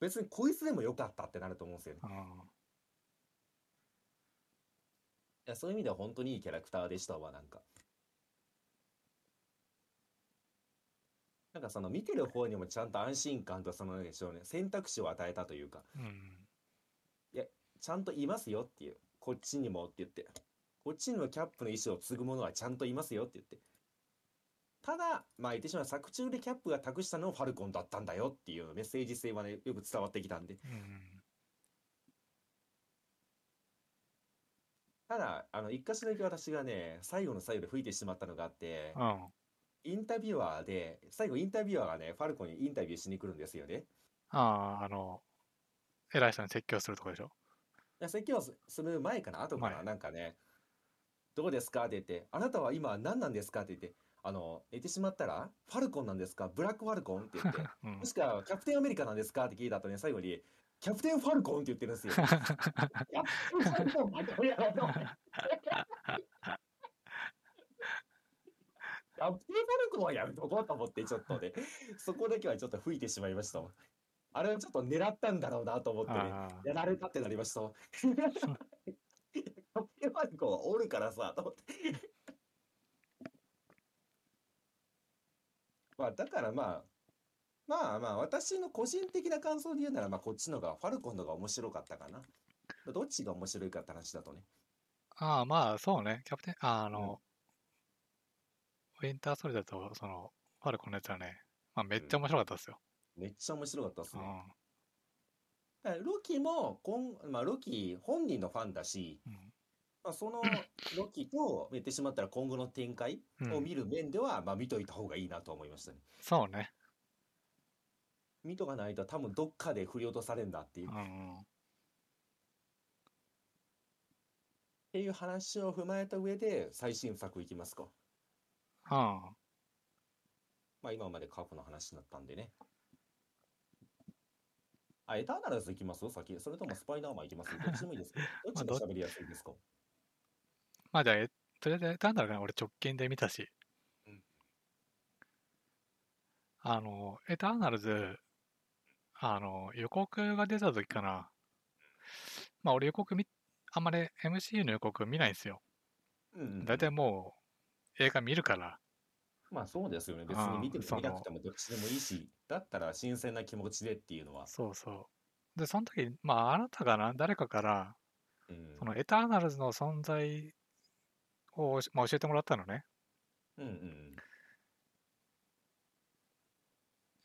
[SPEAKER 3] 別にこいつでもよかったってなると思うんですよね
[SPEAKER 1] うん。うん
[SPEAKER 3] いやそういう意味では本当にいいキャラクターでしたわなんかなんかその見てる方にもちゃんと安心感とそのなんでしょうね選択肢を与えたというか
[SPEAKER 1] うん。
[SPEAKER 3] ちゃんといますよっていうこっちにもって言ってこっちにもキャップの意思を継ぐ者はちゃんといますよって言ってただまあ言ってしまう作中でキャップが託したのをファルコンだったんだよっていうメッセージ性はねよく伝わってきたんで
[SPEAKER 1] うん
[SPEAKER 3] ただあの一箇所だけ私がね最後の最後で吹いてしまったのがあって
[SPEAKER 1] うん。
[SPEAKER 3] インタビュアーで、最後インタビュアーがね、ファルコンにインタビューしに来るんですよね。
[SPEAKER 1] ああ、あの、偉い人に説教するとこでしょ。
[SPEAKER 3] いや説教すする前かな、後かな、
[SPEAKER 1] 前
[SPEAKER 3] なんかね、どうですかって言って、あなたは今何なんですかって言って、あの、言ってしまったら、ファルコンなんですかブラックファルコンって 言って、
[SPEAKER 1] うん
[SPEAKER 3] も。しくはキャプテンアメリカなんですかって聞いた後ね、最後に、キャプテンファルコンって言ってるんですよ。いやファルコンまでやろうと思ってキャプテンファルコンはやめとこうと思って、ちょっとね、そこだけはちょっと吹いてしまいましたわ。あれはちょっと狙ったんだろうなと思ってね、
[SPEAKER 1] あ
[SPEAKER 3] やられたってなりましたわ。キャプテンファルコンはおるからさ、と思って。まあ、だからまあ、まあまあ、私の個人的な感想で言うなら、まあ、こっちのが、ファルコンのが面白かったかな。どっちが面白いかって話だとね。
[SPEAKER 1] あ、ああまあ、そうね。キャプテン、ああ
[SPEAKER 3] うん
[SPEAKER 1] の、ウィンターソルジャーと、その、ファルコンのやつはね、まあ、めっちゃ面白かったですよ。
[SPEAKER 3] めっちゃ面白かったです
[SPEAKER 1] う
[SPEAKER 3] ね。
[SPEAKER 1] ん。
[SPEAKER 3] だからロキもこん、まあ、ロキ本人のファンだし、
[SPEAKER 1] うん
[SPEAKER 3] まあ、そのロキと言ってしまったら今後の展開を見る面では、まあ、見といた方がいいなと思いましたね。
[SPEAKER 1] そうね。
[SPEAKER 3] 見とかないと多分どっかで振り落とされるんだっていうう、
[SPEAKER 1] んう
[SPEAKER 3] っ
[SPEAKER 1] ん。
[SPEAKER 3] ていう話を踏まえた上で最新作いきますか。
[SPEAKER 1] うん。
[SPEAKER 3] まあ今まで過去の話になったんでね。あ、エターナルズいきます 先。それともスパイダーマンいきますどっちでもいいですけど。どっちが喋りやすいですか
[SPEAKER 1] まあ、じゃあ、エとりあえず、なんだろうね、俺直近で見たし
[SPEAKER 3] うん。
[SPEAKER 1] あの、エターナルズ、あの、予告が出た時かな。まあ、俺予告見、あんまり MCU の予告見ないんですよ。
[SPEAKER 3] うん
[SPEAKER 1] 大体もう映画見るから。
[SPEAKER 3] まあそうですよね。別
[SPEAKER 1] あ
[SPEAKER 3] に
[SPEAKER 1] ー
[SPEAKER 3] 見ても
[SPEAKER 1] そ
[SPEAKER 3] 見な
[SPEAKER 1] の
[SPEAKER 3] くてもどっちでもいいし、だったら新鮮な気持ちでっていうのは。
[SPEAKER 1] そうそう。で、その時、まあ、あなたがな、誰かから、
[SPEAKER 3] うん
[SPEAKER 1] そのエターナルズの存在を、まあ、教えてもらったのね。
[SPEAKER 3] うんうん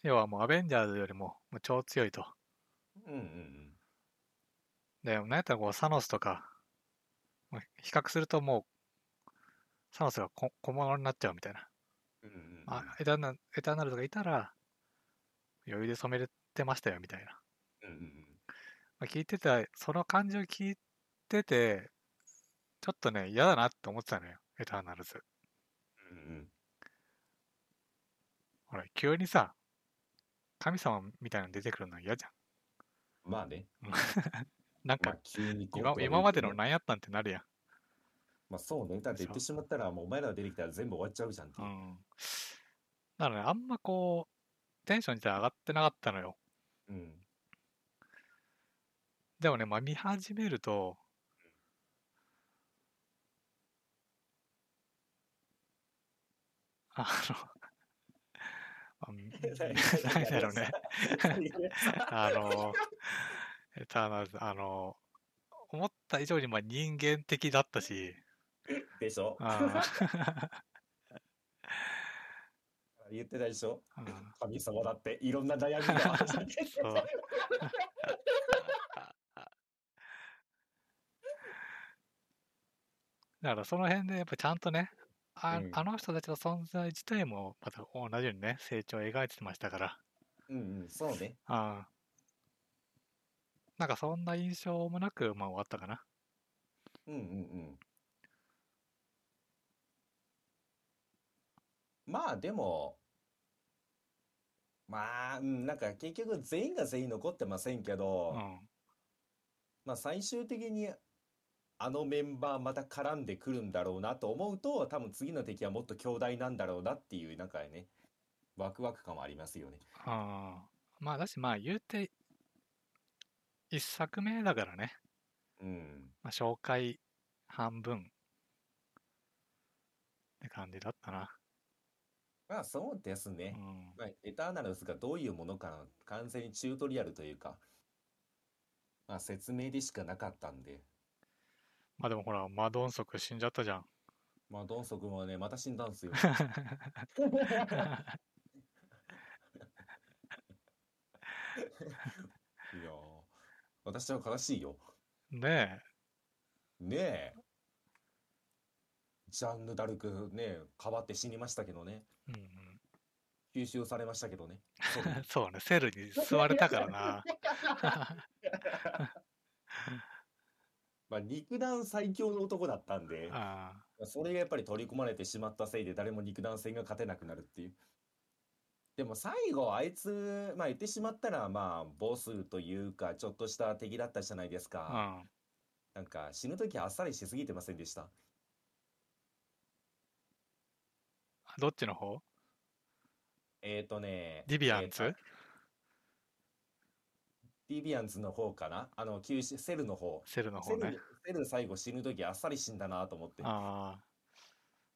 [SPEAKER 1] 要はもうアベンジャーズよりももう超強いと。
[SPEAKER 3] うんうんうん
[SPEAKER 1] で、なんやったらこう、サノスとか、まあ比較するともう、サノスがこ小物になっちゃうみたいな。
[SPEAKER 3] うんうんうん
[SPEAKER 1] まあ、エターナエターナルズがいたら、余裕で染めれてましたよみたいな。
[SPEAKER 3] うんうんうん
[SPEAKER 1] まあ、聞いてた、その感じを聞いてて、ちょっとね、嫌だなって思ってたのよ、エターナルズ。
[SPEAKER 3] うんうん
[SPEAKER 1] ほら、急にさ、神様みたいなの出てくるの嫌じゃ
[SPEAKER 3] まあね、
[SPEAKER 1] ん。なん
[SPEAKER 3] ま
[SPEAKER 1] か
[SPEAKER 3] あ、急にこう
[SPEAKER 1] 今
[SPEAKER 3] とか言う
[SPEAKER 1] 今まで
[SPEAKER 3] と
[SPEAKER 1] の
[SPEAKER 3] ね
[SPEAKER 1] 何やったんってなるやん。
[SPEAKER 3] まあそうね。だって言ってしまったら、もうお前らが出てきたら全部終わっちゃうじゃんって
[SPEAKER 1] う
[SPEAKER 3] いう。
[SPEAKER 1] ん。だからね、あんまこう、テンション自体上がってなかったのよ。
[SPEAKER 3] うん。
[SPEAKER 1] でもね、まあ見始めると、あの、うん 何だろうね。あの、エターナルズ、あの、思った以上にまあ人間的だったし、
[SPEAKER 3] でしょ
[SPEAKER 1] あ
[SPEAKER 3] 言ってたでしょ
[SPEAKER 1] ーうん
[SPEAKER 3] 神様だっていろんな悩みがあるじゃ ん
[SPEAKER 1] そうだからその辺でやっぱちゃんとね、あ,、
[SPEAKER 3] うん
[SPEAKER 1] あの人たちの存在自体もまた同じようにね、成長を描いてましたから、
[SPEAKER 3] うんうん、そうね。
[SPEAKER 1] あなんかそんな印象もなく、まあ終わったかな。
[SPEAKER 3] うんうんうん。まあでも、まあ、うん、なんか結局全員が全員残ってませんけ
[SPEAKER 1] う
[SPEAKER 3] ど、
[SPEAKER 1] ん。
[SPEAKER 3] まあ最終的にあのメンバーまた絡んでくるんだろうなと思うと、多分次の敵はもっと強大なんだろうなっていう、なんかね、ワクワク感はありますよね。
[SPEAKER 1] あまあだしまあ言うて、一作目だからね、
[SPEAKER 3] うん。
[SPEAKER 1] まあ、紹介半分って感じだったな。
[SPEAKER 3] まあそうです
[SPEAKER 1] う
[SPEAKER 3] ね。
[SPEAKER 1] ん。
[SPEAKER 3] まあ、エターナルズがどういうものかの完全にチュートリアルというか、まあ説明でしかなかったんで、
[SPEAKER 1] まあでもほら、マドンソク死んじゃったじゃん。
[SPEAKER 3] まあドンソクもね、また死んだ んですよ。いやー私は悲しいよ。
[SPEAKER 1] ね
[SPEAKER 3] ねえ。ジャンヌ・ダルクね、変わって死にましたけどね。
[SPEAKER 1] え。うん
[SPEAKER 3] 吸収されましたけどね。そう
[SPEAKER 1] う
[SPEAKER 3] ね
[SPEAKER 1] ん、 そうね、セルに吸われた からな。
[SPEAKER 3] まあ肉弾最強の男だったんで、ま
[SPEAKER 1] ああ
[SPEAKER 3] あそれがやっぱり取り込まれてしまったせいで誰も肉弾戦が勝てなくなるっていう。でも最後あいつ、まあ言ってしまったらまあボスというかちょっとした敵だったじゃないです
[SPEAKER 1] う
[SPEAKER 3] か。
[SPEAKER 1] ん、
[SPEAKER 3] なんか死ぬ時あっさりしすぎてませんでした。
[SPEAKER 1] どっちの方
[SPEAKER 3] えっとね、
[SPEAKER 1] ディビアン
[SPEAKER 3] えー
[SPEAKER 1] ツ
[SPEAKER 3] とディビアンツの方かなあの、吸収、セルの方。
[SPEAKER 1] セルの
[SPEAKER 3] セ
[SPEAKER 1] 方
[SPEAKER 3] ル
[SPEAKER 1] ね。、
[SPEAKER 3] セル最後死ぬ時あっさり死んだなと思って。
[SPEAKER 1] あ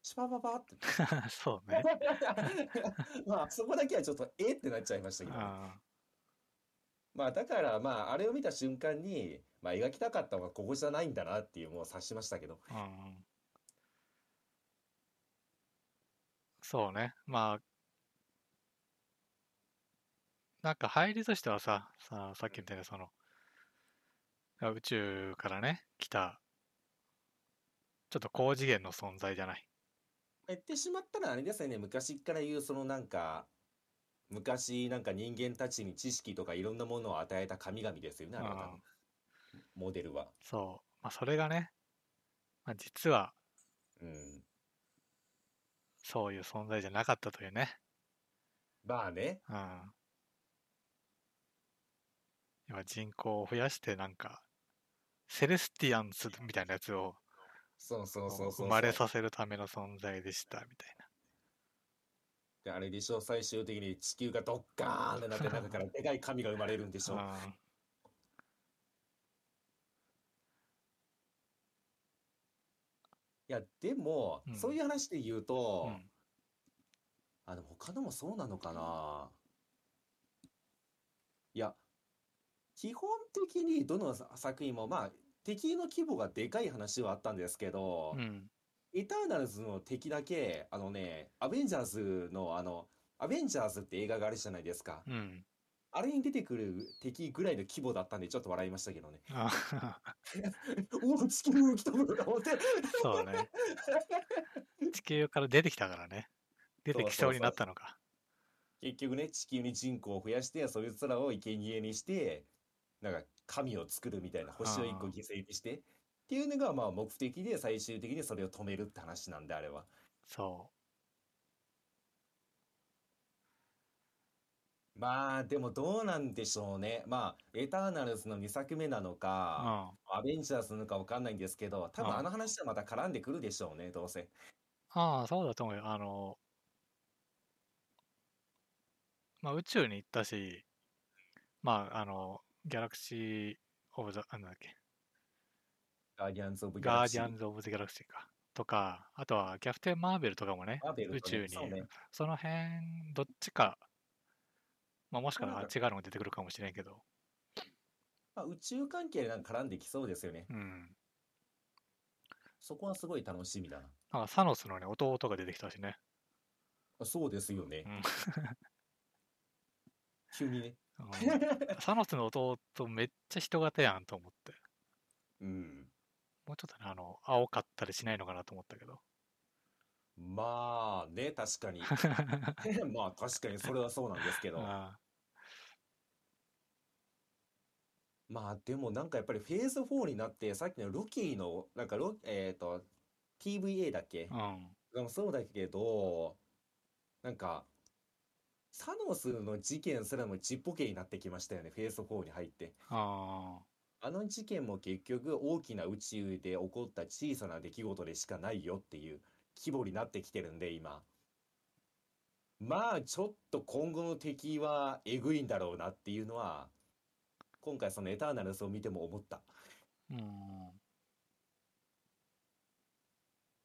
[SPEAKER 3] シュパパパ って。
[SPEAKER 1] あ、そう ね。
[SPEAKER 3] まあ、そこだけはちょっと、えってなっちゃいましたけどね。
[SPEAKER 1] あ
[SPEAKER 3] まあ、だから、まあ、あれを見た瞬間に、まあ、描きたかったのはここじゃないんだなっていう、もう察しましたけど。
[SPEAKER 1] あ、うん。そうね。まあ、なんか入りとしてはさ、ささっきみたいなその、あ宇宙からね、来た、ちょっと高次元の存在じゃない。
[SPEAKER 3] 言ってしまったらあれですよね、昔から言う、そのなんか、昔なんか人間たちに知識とかいろんなものを与えた神々ですよね、あれは多
[SPEAKER 1] うん
[SPEAKER 3] 分モデルは。
[SPEAKER 1] そう。まあ、それがね、まあ、実は
[SPEAKER 3] うん。
[SPEAKER 1] そういう存在じゃなかったというね。
[SPEAKER 3] まあね。
[SPEAKER 1] うん。今人口を増やしてなんか、セレスティアンスみたいなやつを
[SPEAKER 3] そうそうそうそうそ
[SPEAKER 1] 生
[SPEAKER 3] う。
[SPEAKER 1] まれさせるための存在でしたみたい
[SPEAKER 3] であれでしょ、最終的に地球がドッカーンってなって中からでかい神が生まれるんでしょ。
[SPEAKER 1] な。うん
[SPEAKER 3] いや、でも
[SPEAKER 1] う、ん
[SPEAKER 3] そういう話で言う
[SPEAKER 1] う
[SPEAKER 3] と、
[SPEAKER 1] ん
[SPEAKER 3] あ、でも他のもそうなのかな。いや、基本的にどの作品も、まあ、敵の規模がでかい話はあったんですけど
[SPEAKER 1] う、ん。
[SPEAKER 3] エターナルズの敵だけ、あのね、アベンジャーズの、あの、アベンジャーズって映画があるじゃないですか。
[SPEAKER 1] うん。
[SPEAKER 3] あれに出てくる敵ぐらいの規模だったんで、ちょっと笑いましたけどね。
[SPEAKER 1] あ
[SPEAKER 3] おお、地球浮き飛ぶのか思って。
[SPEAKER 1] そうね。地球から出てきたからね。出てきそうになったのか。
[SPEAKER 3] 結局ね、地球に人口を増やして、そいつらを生贄にして、なんか神を作るみたいな、星を一個
[SPEAKER 1] あー
[SPEAKER 3] 犠牲にして、っていうのがまあ目的で、最終的にそれを止めるって話なんで、あれは。
[SPEAKER 1] そ
[SPEAKER 3] まあ、でもどうなんでしょうね。まあ、エターナルズの2作目なの
[SPEAKER 1] う。う
[SPEAKER 3] か、
[SPEAKER 1] ん。
[SPEAKER 3] アベンジャーズなのかわかんないんですけど、多分
[SPEAKER 1] うん
[SPEAKER 3] あの話はまた絡んでくるでしょうね、どうせ。
[SPEAKER 1] ああ、そうだと思うよ。あの、まあ、宇宙に行ったし、まあ、あの、ギャラクシー・オブ・ザ、あなんだっけ、
[SPEAKER 3] ガーディアンズ・オブ・ギャラ
[SPEAKER 1] ガー
[SPEAKER 3] ク
[SPEAKER 1] デ
[SPEAKER 3] シ
[SPEAKER 1] ィ
[SPEAKER 3] ー
[SPEAKER 1] アンズ・オブ・ザ・ギャラクシーか、とか、あとはキャプテン・マーベルとかもね、
[SPEAKER 3] マーベル
[SPEAKER 1] 宇
[SPEAKER 3] と
[SPEAKER 1] 宙
[SPEAKER 3] ね
[SPEAKER 1] に
[SPEAKER 3] そうね。
[SPEAKER 1] その辺、どっちか、まあ、もしかした
[SPEAKER 3] まあ
[SPEAKER 1] ら
[SPEAKER 3] なんか
[SPEAKER 1] 違うのが出てくるかもしれんけど、
[SPEAKER 3] まあ、宇宙関係でなんか絡んできそうですよね。
[SPEAKER 1] うん。
[SPEAKER 3] そこはすごい楽しみだな。
[SPEAKER 1] なんかサノスのね、弟が出てきたしね。
[SPEAKER 3] あそうですよね
[SPEAKER 1] う。ん
[SPEAKER 3] 急にね。
[SPEAKER 1] うんサノスの弟めっちゃ人型やんと思って。
[SPEAKER 3] うん。
[SPEAKER 1] もうちょっとね、あの、青かったりしないのかなと思ったけど。
[SPEAKER 3] まあね、確かに。 まあ確かにそれはそうなんですけど。
[SPEAKER 1] あ
[SPEAKER 3] まあでもなんかやっぱりフェーズ4になって、さっきのロキーの、なんかロ、えっと、TVA だっけ
[SPEAKER 1] あうん。
[SPEAKER 3] でもそうだけど、なんか、サノスの事件すらもちっぽけになってきましたよね、フェーズ4に入って。
[SPEAKER 1] あ
[SPEAKER 3] あの事件も結局大きな宇宙で起こった小さな出来事でしかないよっていう規模になってきてるんで今。まあちょっと今後の敵はえぐいんだろうなっていうのは今回そのエターナルスを見ても思っ た。こ
[SPEAKER 1] あ。うん。
[SPEAKER 3] う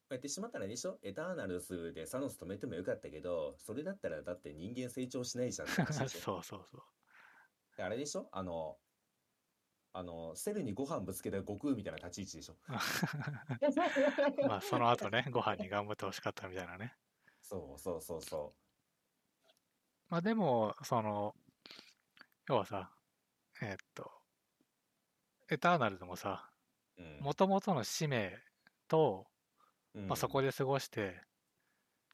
[SPEAKER 3] やってしまったらでしょエターナルスでサノス止めてもよかったけどそれだったらだって人間成長しないじゃんって話
[SPEAKER 1] そう
[SPEAKER 3] でしょ
[SPEAKER 1] そうそう。
[SPEAKER 3] であれでしょあのあのセルにご飯ぶつけた悟空みたいな立ち位置でしょ
[SPEAKER 1] まあ、その後ね、ご飯に頑張ってほしかったみたいなね。
[SPEAKER 3] そうそうそうそう。
[SPEAKER 1] まあ、でも、その、要はさ、えっと、エターナルズもさ、
[SPEAKER 3] うん
[SPEAKER 1] もともとの使命と、まあ、そこ
[SPEAKER 3] で、
[SPEAKER 1] で過ごして、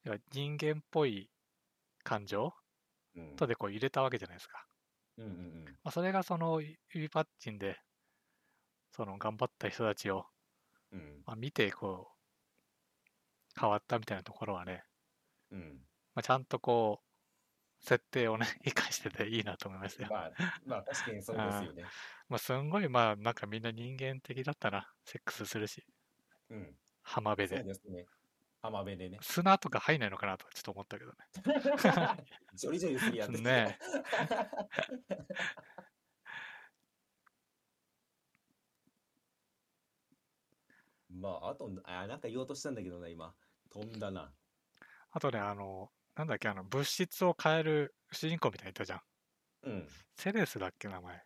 [SPEAKER 1] 要は人間っぽい感情
[SPEAKER 3] うん
[SPEAKER 1] とでこう入れたわけじゃないですか。
[SPEAKER 3] うんうんうん
[SPEAKER 1] まあ、それがその指パッチンで、その頑張った人たちを、
[SPEAKER 3] うん
[SPEAKER 1] まあ、見てこう、変わったみたいなところはね、
[SPEAKER 3] うん
[SPEAKER 1] まあ、ちゃんとこう、設定をね、 生かしてていいなと思いましたよ。
[SPEAKER 3] まあ、まあ確かにそうですよね。
[SPEAKER 1] まあ、すんごい、まあ、なんかみんな人間的だったな。セックスするし、
[SPEAKER 3] うん、
[SPEAKER 1] 浜辺
[SPEAKER 3] そう
[SPEAKER 1] で。。
[SPEAKER 3] ですね。浜辺でね
[SPEAKER 1] 砂とか入んないのかなとかちょっと思ったけど
[SPEAKER 3] ジョリジョリするやつ
[SPEAKER 1] ね。。ねえ。
[SPEAKER 3] まあ、あと、あ、なんか言おうとしたんだけどな、今。飛んだな。
[SPEAKER 1] あとね、あの、なんだっけ、あの、物質を変える主人公みたいにいたじゃん。
[SPEAKER 3] うん。
[SPEAKER 1] セレスだっけ、名前。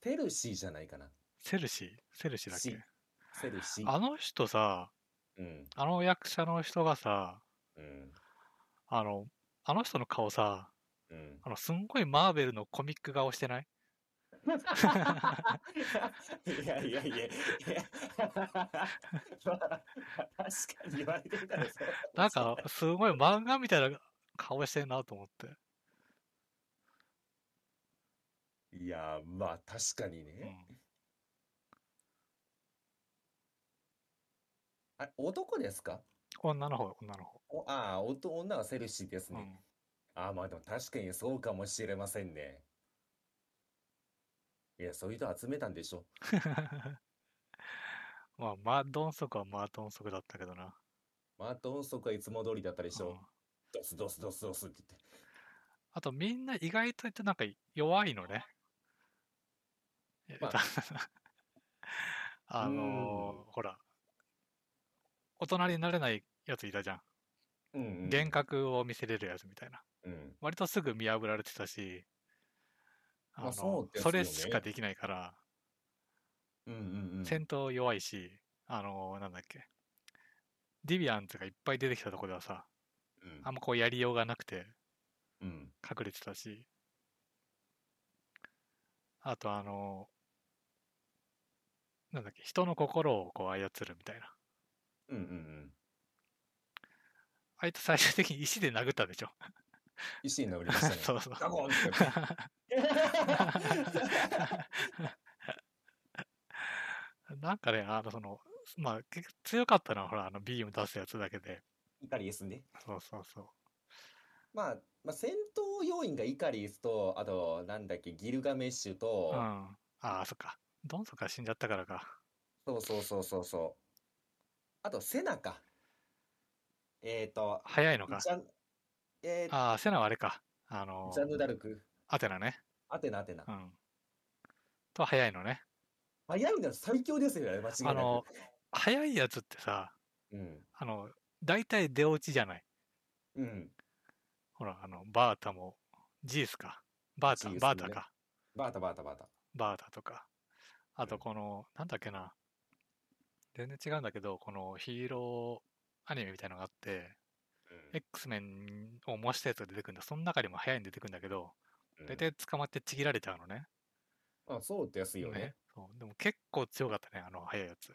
[SPEAKER 3] ペルシーじゃないかな。
[SPEAKER 1] セルシーセルシーだっけ
[SPEAKER 3] シセルシー。
[SPEAKER 1] あの人さ、
[SPEAKER 3] うん。
[SPEAKER 1] あの役者の人がさ、
[SPEAKER 3] うん。
[SPEAKER 1] あの、あの人の顔さ、
[SPEAKER 3] うん。
[SPEAKER 1] あの、すんごいマーベルのコミック顔してない
[SPEAKER 3] いやいやいやい や。まあ、確かに言われてみたらそう
[SPEAKER 1] なんか、すごい漫画みたいな顔してんなと思って。
[SPEAKER 3] いや、まあ確かに
[SPEAKER 1] う
[SPEAKER 3] ね。
[SPEAKER 1] ん、
[SPEAKER 3] あ、男ですか
[SPEAKER 1] 女の方、女の方。
[SPEAKER 3] お、ああ、おと女はセルシーです
[SPEAKER 1] う
[SPEAKER 3] ね。
[SPEAKER 1] ん、
[SPEAKER 3] ああ、まあでも確かにそうかもしれませんね。いや、そういう人集めたんでしょ。
[SPEAKER 1] まあ、マードン速はマートン速だったけどな。
[SPEAKER 3] まあ、と音速はいつも通りだったでし
[SPEAKER 1] う
[SPEAKER 3] ょ
[SPEAKER 1] ん。
[SPEAKER 3] ドスドスドスドスって言って。
[SPEAKER 1] あと、みんな意外と言ってなんか弱いのね。え
[SPEAKER 3] まあ
[SPEAKER 1] あ
[SPEAKER 3] う
[SPEAKER 1] のーほら、大人になれないやついたじゃん。
[SPEAKER 3] うんうん、
[SPEAKER 1] 幻覚を見せれるやつみたいな。
[SPEAKER 3] うん。
[SPEAKER 1] 割とすぐ見破られてたし、
[SPEAKER 3] まあそうですよ
[SPEAKER 1] そ
[SPEAKER 3] ね
[SPEAKER 1] れしかできないから、
[SPEAKER 3] うんうんうん。
[SPEAKER 1] 戦闘弱いし、あのーなんだっけ、ディビアンズがいっぱい出てきたとこではさ、
[SPEAKER 3] うん
[SPEAKER 1] あんまこうやりようがなくて
[SPEAKER 3] うん。
[SPEAKER 1] 隠れてたし、あとあのーなんだっけ、人の心をこう操るみたいな。
[SPEAKER 3] うんうんうん。
[SPEAKER 1] あいつ最終的に石で殴ったでしょ。
[SPEAKER 3] 石に殴りました ね。
[SPEAKER 1] そうそう。
[SPEAKER 3] ガゴンって。
[SPEAKER 1] なんかね、あの、その、まあ、結局強かったのは、ほら、あの、ビーム出すやつだけで。
[SPEAKER 3] イカリエスね。
[SPEAKER 1] そうそうそう。
[SPEAKER 3] まあ、まあ、戦闘要員がイカリスと、あと、なんだっけ、ギルガメッシュと
[SPEAKER 1] うん。、ああ、そっか。ドンソクが死んじゃったからか。
[SPEAKER 3] そうそうそうそうそう。あと、セナか。えっと、
[SPEAKER 1] 早いのか。
[SPEAKER 3] ジャン、えー
[SPEAKER 1] ああ、セナはあれか。あの
[SPEAKER 3] ジ、ャンヌダルク。
[SPEAKER 1] アテナね。
[SPEAKER 3] アテナ、アテナ
[SPEAKER 1] う。ん。と、早いのね。
[SPEAKER 3] 早いんだよ、最強ですよね、間違い
[SPEAKER 1] あ
[SPEAKER 3] な
[SPEAKER 1] の
[SPEAKER 3] く。、
[SPEAKER 1] 早いやつってさ、
[SPEAKER 3] うん。
[SPEAKER 1] あの、大体出落ちじゃない。
[SPEAKER 3] うん。
[SPEAKER 1] ほら、あの、バータも、ジースか。バータ、
[SPEAKER 3] ジースも
[SPEAKER 1] バ
[SPEAKER 3] ね
[SPEAKER 1] ータか。
[SPEAKER 3] バータ、バータ、バータ。
[SPEAKER 1] バータとか。あ
[SPEAKER 3] う
[SPEAKER 1] と、
[SPEAKER 3] ん
[SPEAKER 1] この、なんだっけな。全然違うんだけど、このヒーローアニメみたいのがあって、X メンを模したやつが出てくるんだ。その中にも早いに出てくるんだけど、
[SPEAKER 3] うん
[SPEAKER 1] 大体捕まってちぎられちゃうのね。
[SPEAKER 3] まあ、そうですよね。
[SPEAKER 1] そうでも結構強かったね、あの早いやつ。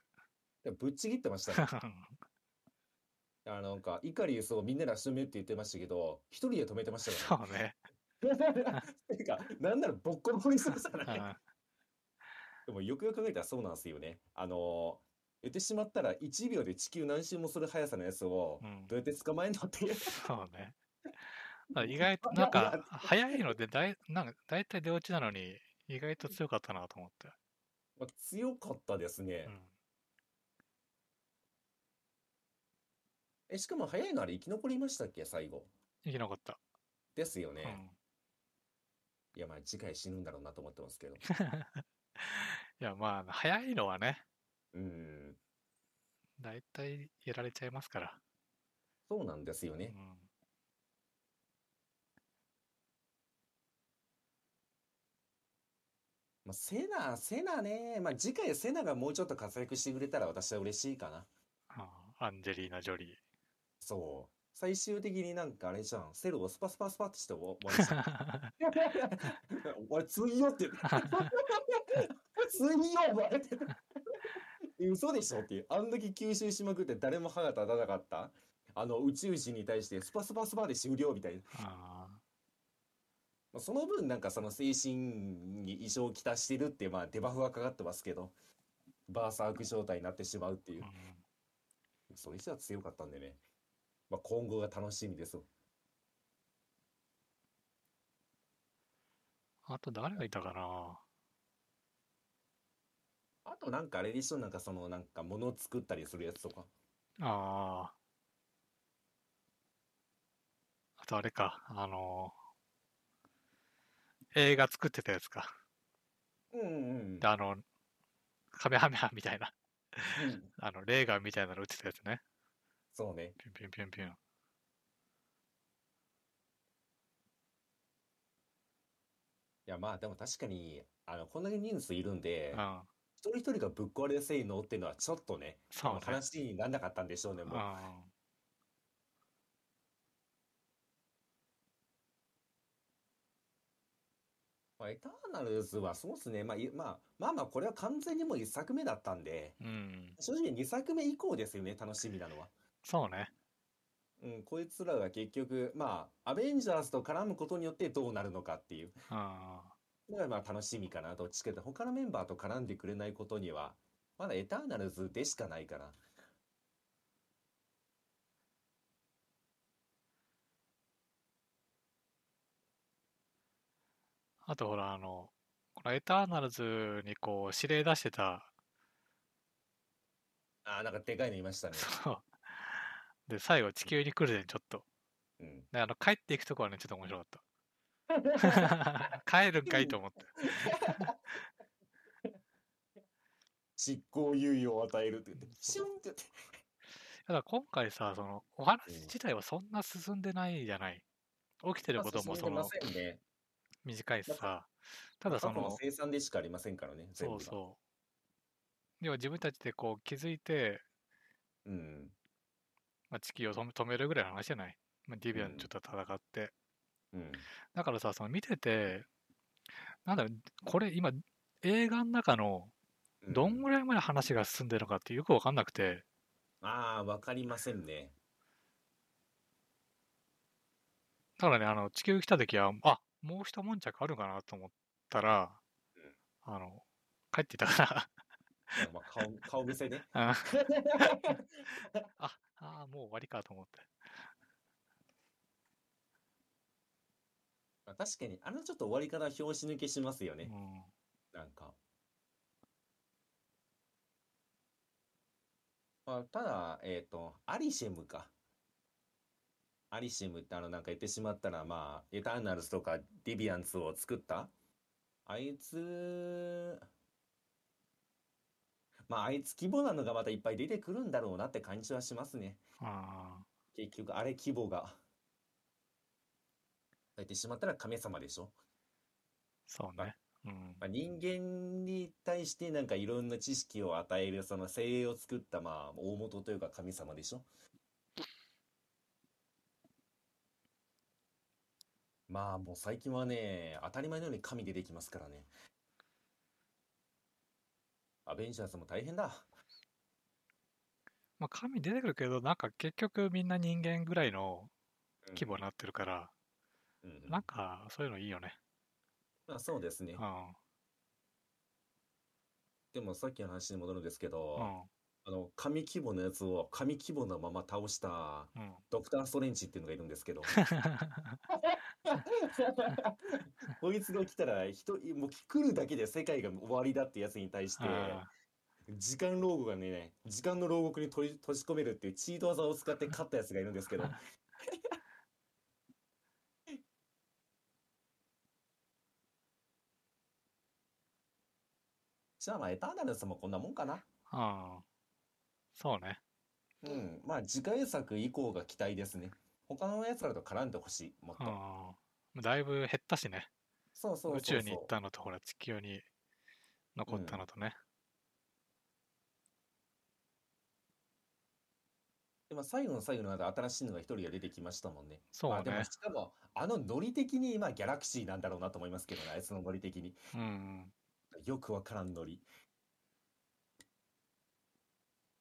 [SPEAKER 3] でもぶっちぎってま したね。あの、なんか、イカリスをみんなで足止めって言ってましたけど、一人で止めてました からね。
[SPEAKER 1] そう ね。
[SPEAKER 3] てか、なんならボッコボコにするじゃ
[SPEAKER 1] う
[SPEAKER 3] ない。
[SPEAKER 1] ん
[SPEAKER 3] でもよくよく考えたらそうなんですよね。あのー言ってしまったら1秒で地球何周もする速さのやつを
[SPEAKER 1] うん
[SPEAKER 3] どうやって捕まえんのっていう。
[SPEAKER 1] そうね。だから意外と、なん
[SPEAKER 3] いやい
[SPEAKER 1] か
[SPEAKER 3] や、
[SPEAKER 1] 早いのでだい、なんか、大体出落ちなのに、意外と強かったなと思って。
[SPEAKER 3] まあ強かったですね
[SPEAKER 1] う。ん
[SPEAKER 3] え、しかも早いのあれ生き残りましたっけ最後。
[SPEAKER 1] 生き残った。
[SPEAKER 3] ですよ
[SPEAKER 1] う
[SPEAKER 3] ね。
[SPEAKER 1] ん。
[SPEAKER 3] いや、まあ次回死ぬんだろうなと思ってま すけど。
[SPEAKER 1] いや、まあ、早いのはね、
[SPEAKER 3] うん。
[SPEAKER 1] 大体やられちゃいますから。
[SPEAKER 3] そうなんですよ
[SPEAKER 1] う
[SPEAKER 3] ね。
[SPEAKER 1] ん。
[SPEAKER 3] まあ、セナ、セナね。まあ次回セナがもうちょっと活躍してくれたら私は嬉しいかな。
[SPEAKER 1] あアンジェリーナ・ジョリー。
[SPEAKER 3] そう。最終的になんかあれじゃん。セルをスパスパスパってして終わ終わり そう俺、次よって。次よ、お前って。嘘でしょっていう。あんだけ吸収しまくって誰も歯が立たなかった。あの、宇宙人に対してスパスパスパで終了みたいな。
[SPEAKER 1] あ
[SPEAKER 3] まあその分、なんかその精神に異常をきたしてるっていう、まあデバフはかかってますけど、バーサーク状態になってしまうってい
[SPEAKER 1] ー
[SPEAKER 3] う
[SPEAKER 1] う。ん
[SPEAKER 3] それじゃ強かったんでね。まあ今後が楽しみです。
[SPEAKER 1] あと誰がいたかな
[SPEAKER 3] あとなんかあれでしょなんかその、なんか物を作ったりするやつとか。
[SPEAKER 1] ああ。あとあれか、あのー映画作ってたやつか。
[SPEAKER 3] うんうんうん。
[SPEAKER 1] であの、カメハメハみたいな、
[SPEAKER 3] うん
[SPEAKER 1] あの、レーガンみたいなの打ってたやつね。
[SPEAKER 3] そうね。
[SPEAKER 1] ピュンピュンピュンピュン。
[SPEAKER 3] いやまあでも確かにあのこんだけ人数いるんで
[SPEAKER 1] うん。
[SPEAKER 3] 一人一人がぶっ壊れ性能っていうのはちょっとね
[SPEAKER 1] そうね。
[SPEAKER 3] 話にならなかったんでしょうね
[SPEAKER 1] うん
[SPEAKER 3] もう。まあ、エターナルズはそうですね、まあ、いまあまあまあこれは完全にもう1作目だったんで
[SPEAKER 1] うん。
[SPEAKER 3] 正直2作目以降ですよね楽しみなのは。
[SPEAKER 1] そうね。
[SPEAKER 3] うん、こいつらが結局まあアベンジャーズと絡むことによってどうなるのかっていう
[SPEAKER 1] うん。
[SPEAKER 3] だからまあ楽しみかなどっちかって他のメンバーと絡んでくれないことにはまだエターナルズでしかないから。
[SPEAKER 1] あとほら、あの、このエターナルズにこう指令出してた、
[SPEAKER 3] あー、なんかでかいのいましたね。
[SPEAKER 1] そう。で、最後、地球に来るでちょっと。
[SPEAKER 3] うん。
[SPEAKER 1] であの、帰っていくとこはね、ちょっと面白かっ た。帰るんかいと思って。
[SPEAKER 3] 執行猶予を与えるって言って、シュンって言って。
[SPEAKER 1] ただ今回さ、その、お話自体はそんな進んでないじゃない。起きてることもそ
[SPEAKER 3] まあ
[SPEAKER 1] の
[SPEAKER 3] 進んでませんね。
[SPEAKER 1] 短いし
[SPEAKER 3] だから
[SPEAKER 1] さ。た だそ
[SPEAKER 3] 過去
[SPEAKER 1] の、
[SPEAKER 3] 生産でしかありませんからね、全
[SPEAKER 1] そ
[SPEAKER 3] 部
[SPEAKER 1] う
[SPEAKER 3] が
[SPEAKER 1] そう。要は自分たちでこう気づいて、
[SPEAKER 3] うん。
[SPEAKER 1] まあ、地球を止め止めるぐらいの話じゃない。まあ、ディビアンちょっと戦って。
[SPEAKER 3] うん。
[SPEAKER 1] だからさ、その見てて、なんだろう、これ今、映画の中の
[SPEAKER 3] うん
[SPEAKER 1] どんぐらいまで話が進んでるのかってよくわかんなくて、
[SPEAKER 3] ああ、わかりませんね。
[SPEAKER 1] だからね、あの、地球来た時は、あ、もう一悶着あるかなと思ったら、あの、帰っていたか
[SPEAKER 3] いやまあ、顔顔癖ね。
[SPEAKER 1] ら、ああー、もう終わりかと思って。
[SPEAKER 3] まあ確かに、あのちょっと終わり方、拍子抜けしますよ
[SPEAKER 1] う
[SPEAKER 3] ね。
[SPEAKER 1] ん、
[SPEAKER 3] なんか。まあ、ただ、えっ、と、アリシェムか。アリシェムってあの、なんか言ってしまったら、まあ、エターナルズとかディビアンツを作ったあいつ、まあ、あいつ規模なのがまたいっぱい出てくるんだろうなって感じはしますね。
[SPEAKER 1] あ
[SPEAKER 3] 結局、あれ規模が。言ってしまったら神様でしょ
[SPEAKER 1] ーそうね。うん。
[SPEAKER 3] まあ、人間に対してなんかいろんな知識を与えるその精霊を作ったまあ大元というか神様でしょまあもう最近はね当たり前のように神出てきますからねアベンジャーズも大変だ
[SPEAKER 1] まあ、神出てくるけど、なんか結局みんな人間ぐらいの規模になってるから、
[SPEAKER 3] うんうん
[SPEAKER 1] なんかそういうのいいよね。
[SPEAKER 3] まあそうですね
[SPEAKER 1] うん。
[SPEAKER 3] でもさっきの話に戻るんですけ
[SPEAKER 1] う
[SPEAKER 3] ど
[SPEAKER 1] ん。
[SPEAKER 3] あの神規模のやつを神規模のまま倒した
[SPEAKER 1] うん。
[SPEAKER 3] ドクター・ストレンジっていうのがいるんですけどこいつが来たら人もう来るだけで世界が終わりだってやつに対して
[SPEAKER 1] あ
[SPEAKER 3] 時間牢獄がね時間の牢獄に閉じ閉じ込めるっていうチート技を使って勝ったやつがいるんですけど じゃあまあエターナルズもこんなもんかな
[SPEAKER 1] ーうん。そうね。
[SPEAKER 3] うんまあ次回作以降が期待ですね他のやつらと絡んでほしいもっ
[SPEAKER 1] うん。
[SPEAKER 3] と、
[SPEAKER 1] だいぶ減ったしね。
[SPEAKER 3] そうそうそう
[SPEAKER 1] 宇宙に
[SPEAKER 3] そう
[SPEAKER 1] 行ったのと、ほら、地球に残ったのとね。
[SPEAKER 3] でも最後の最後のまで新しいのが一人が出てきましたもんね。
[SPEAKER 1] そう
[SPEAKER 3] まあでも
[SPEAKER 1] ね。
[SPEAKER 3] しかも、あのノリ的に、まあギャラクシーなんだろうなと思いますけどね、あいつのノリ的に。
[SPEAKER 1] うんうん。
[SPEAKER 3] よくわからんノリ。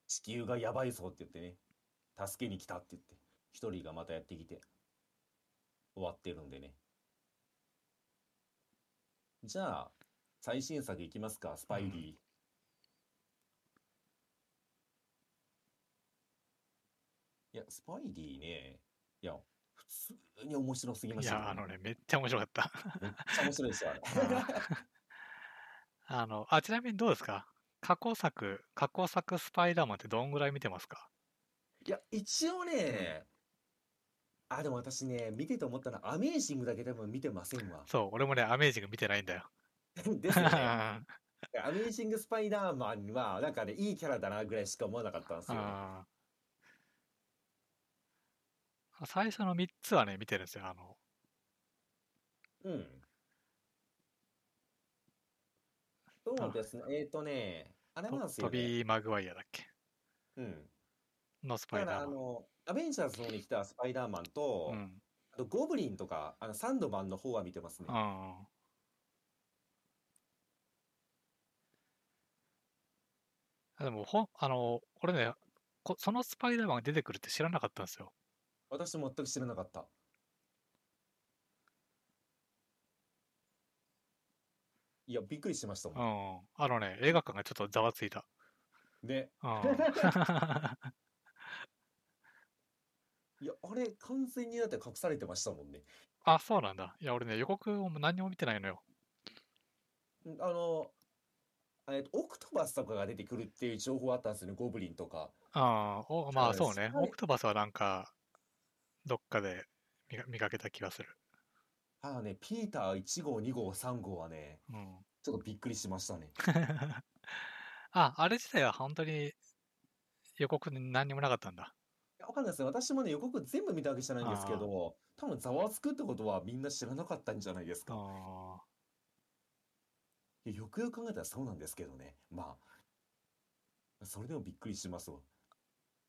[SPEAKER 3] 地球がやばいぞって言ってね、助けに来たって言って、一人がまたやってきて、終わってるんでね。じゃあ、最新作いきますか、スパイリー。いや、スパイリーね、いや、普通に面白すぎま
[SPEAKER 1] い
[SPEAKER 3] した
[SPEAKER 1] や、あのね、めっちゃ面白かっ た。
[SPEAKER 3] めっちゃ面白いですよ、 あれ
[SPEAKER 1] あの、あ、ちなみにどうですか過去作、過去作スパイダーマンってどんぐらい見てますか
[SPEAKER 3] いや、一応ね、あ、でも私ね、見てと思ったのは、アメージングだけ多分見てませんわ。
[SPEAKER 1] そう、俺もね、アメージング見てないんだよ。
[SPEAKER 3] で すよね。ア
[SPEAKER 1] あ
[SPEAKER 3] メージングスパイダーマンは、なんかね、いいキャラだなぐらいしか思わなかったんですよね。
[SPEAKER 1] あ。最初の3つはね、見てるんですよ。あの、
[SPEAKER 3] うん。そうですね。えっとね、あれ
[SPEAKER 1] と
[SPEAKER 3] なんです
[SPEAKER 1] ト
[SPEAKER 3] よね。
[SPEAKER 1] ビー・マグワイアだっけ
[SPEAKER 3] うん。
[SPEAKER 1] のスパ
[SPEAKER 3] だ
[SPEAKER 1] イ
[SPEAKER 3] から、
[SPEAKER 1] ダ
[SPEAKER 3] あ
[SPEAKER 1] ーマン。
[SPEAKER 3] の、アベンジャーズの方に来たスパイダーマンと
[SPEAKER 1] う、ん。
[SPEAKER 3] あとゴブリンとか、あの、サンドマンの方は見てますね。
[SPEAKER 1] うん。あでもほん、あの、これねこ、そのスパイダーマンが出てくるって知らなかったんですよ。
[SPEAKER 3] 私全く知らなかった。いや、びっくりしました
[SPEAKER 1] う
[SPEAKER 3] もん。
[SPEAKER 1] ん。あのね、映画館がちょっとざわついた。
[SPEAKER 3] ね。
[SPEAKER 1] うん
[SPEAKER 3] いや、あれ、完全にだって隠されてましたもんね。
[SPEAKER 1] あ、そうなんだ。いや、俺ね、予告を何にも見てないのよ。
[SPEAKER 3] んあの、えっと、オクトバスとかが出てくるっていう情報あったんですよね、ゴブリンとか。
[SPEAKER 1] ああ、おまあ
[SPEAKER 3] そう
[SPEAKER 1] そ
[SPEAKER 3] で
[SPEAKER 1] う
[SPEAKER 3] す
[SPEAKER 1] ね。
[SPEAKER 3] はい
[SPEAKER 1] オクトバスはなんか、どっかで見か見かけた気がする。
[SPEAKER 3] ただね、ピーター1号、2号、3号はね、
[SPEAKER 1] うん。
[SPEAKER 3] ちょっとびっくりしましたね。
[SPEAKER 1] あ、あれ自体は本当に予告に何にもなかったんだ。
[SPEAKER 3] いやわかんないですね。私もね、予告全部見たわけじゃないんですけ
[SPEAKER 1] あー
[SPEAKER 3] ど、多分ざわつくってことはみんな知らなかったんじゃないですか。
[SPEAKER 1] あ
[SPEAKER 3] いやよくよく考えたらそうなんですけどね。まあ、それでもびっくりしますわ。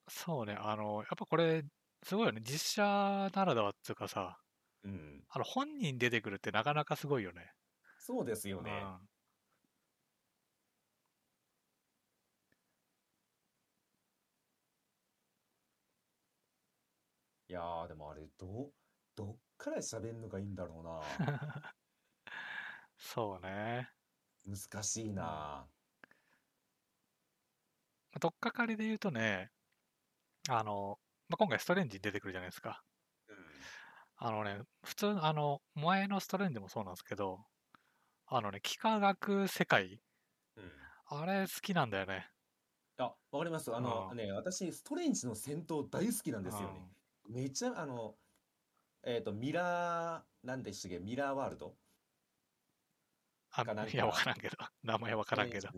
[SPEAKER 1] あ、そうね。あの、やっぱこれ、すごいよね。実写ならではっていうかさ、
[SPEAKER 3] うん。
[SPEAKER 1] あの本人出てくるってなかなかすごいよね。
[SPEAKER 3] そうですよね。
[SPEAKER 1] うん
[SPEAKER 3] いやー、でもあれ、ど、どっから喋るのがいいんだろ うな。
[SPEAKER 1] そうね。
[SPEAKER 3] 難しいな。
[SPEAKER 1] まあとっかかりで言うとね、あの、まあ、今回ストレンジ出てくるじゃないですか。あのね、普通、あの、前のストレンジもそうなんですけど、あのね、幾何学世界、
[SPEAKER 3] うん。
[SPEAKER 1] あれ好きなんだよね。
[SPEAKER 3] あ、わかります。あの
[SPEAKER 1] あー
[SPEAKER 3] ね、私、ストレンジの戦闘大好きなんですよね。めっちゃ、あの、えっと、ミラー、なんでしたっけ、ミラーワールド
[SPEAKER 1] あ
[SPEAKER 3] かなん
[SPEAKER 1] いや、
[SPEAKER 3] か
[SPEAKER 1] わからんけど。名前わからんけど。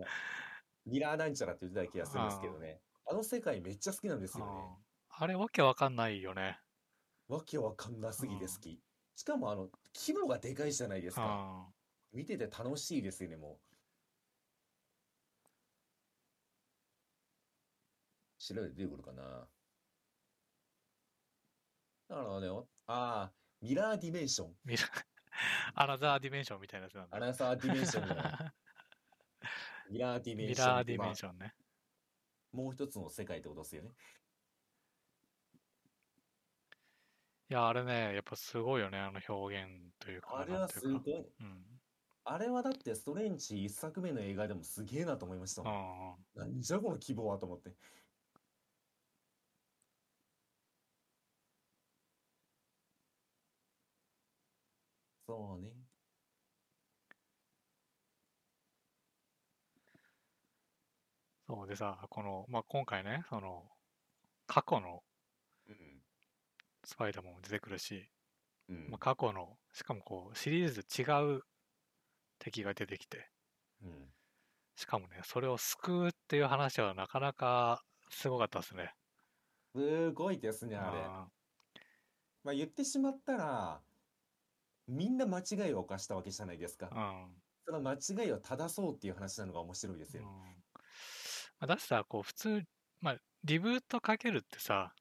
[SPEAKER 3] ミラーなんちゃらって言ってた気がするんですけどね。あの世界めっちゃ好きなんですよ
[SPEAKER 1] うん
[SPEAKER 3] ね。
[SPEAKER 1] あれ、わけわかんないよね。
[SPEAKER 3] わけわかんなすぎて好き。しかもあの、規模がでかいじゃないです
[SPEAKER 1] う
[SPEAKER 3] か。
[SPEAKER 1] ん。
[SPEAKER 3] 見てて楽しいですよね、もう。調べて出てくるかな。だからね、おああ、ミラーディメンション。
[SPEAKER 1] 見る アナザーディメンションみたいなやつなん
[SPEAKER 3] ア
[SPEAKER 1] だ。
[SPEAKER 3] ナザーディメ ンションじゃない。ミラーディメン
[SPEAKER 1] ミ
[SPEAKER 3] ション
[SPEAKER 1] ラー
[SPEAKER 3] っ
[SPEAKER 1] デ
[SPEAKER 3] て
[SPEAKER 1] ィメン
[SPEAKER 3] ま
[SPEAKER 1] ションね。
[SPEAKER 3] あもう一つの世界ってことですよね。
[SPEAKER 1] いや、あれね、やっぱすごいよね、あの表現というか。
[SPEAKER 3] あれ
[SPEAKER 1] なん
[SPEAKER 3] は
[SPEAKER 1] てい
[SPEAKER 3] す
[SPEAKER 1] うか
[SPEAKER 3] ごい。
[SPEAKER 1] うん。
[SPEAKER 3] あれはだってストレンチ一作目の映画でもすげえなと思いました
[SPEAKER 1] う
[SPEAKER 3] もん。
[SPEAKER 1] ん。
[SPEAKER 3] なんじゃこの希望はと思って。そうね。
[SPEAKER 1] そうでさ、この、まあ、今回ね、その、過去のスパイダーマンも出てくるし、
[SPEAKER 3] うん。
[SPEAKER 1] まあ、過去の、しかもこう、シリーズ違う敵が出てきて、
[SPEAKER 3] うん。
[SPEAKER 1] しかもね、それを救うっていう話はなかなかすごかったですね。
[SPEAKER 3] すごいですね、あれ。まあ言ってしまったら、みんな間違いを犯したわけじゃないですか。
[SPEAKER 1] うん。うん
[SPEAKER 3] その間違いを正そうっていう話なのが面白いです
[SPEAKER 1] うん
[SPEAKER 3] よ。
[SPEAKER 1] まあ、だしさ、こう普通、まあ、リブートかけるってさ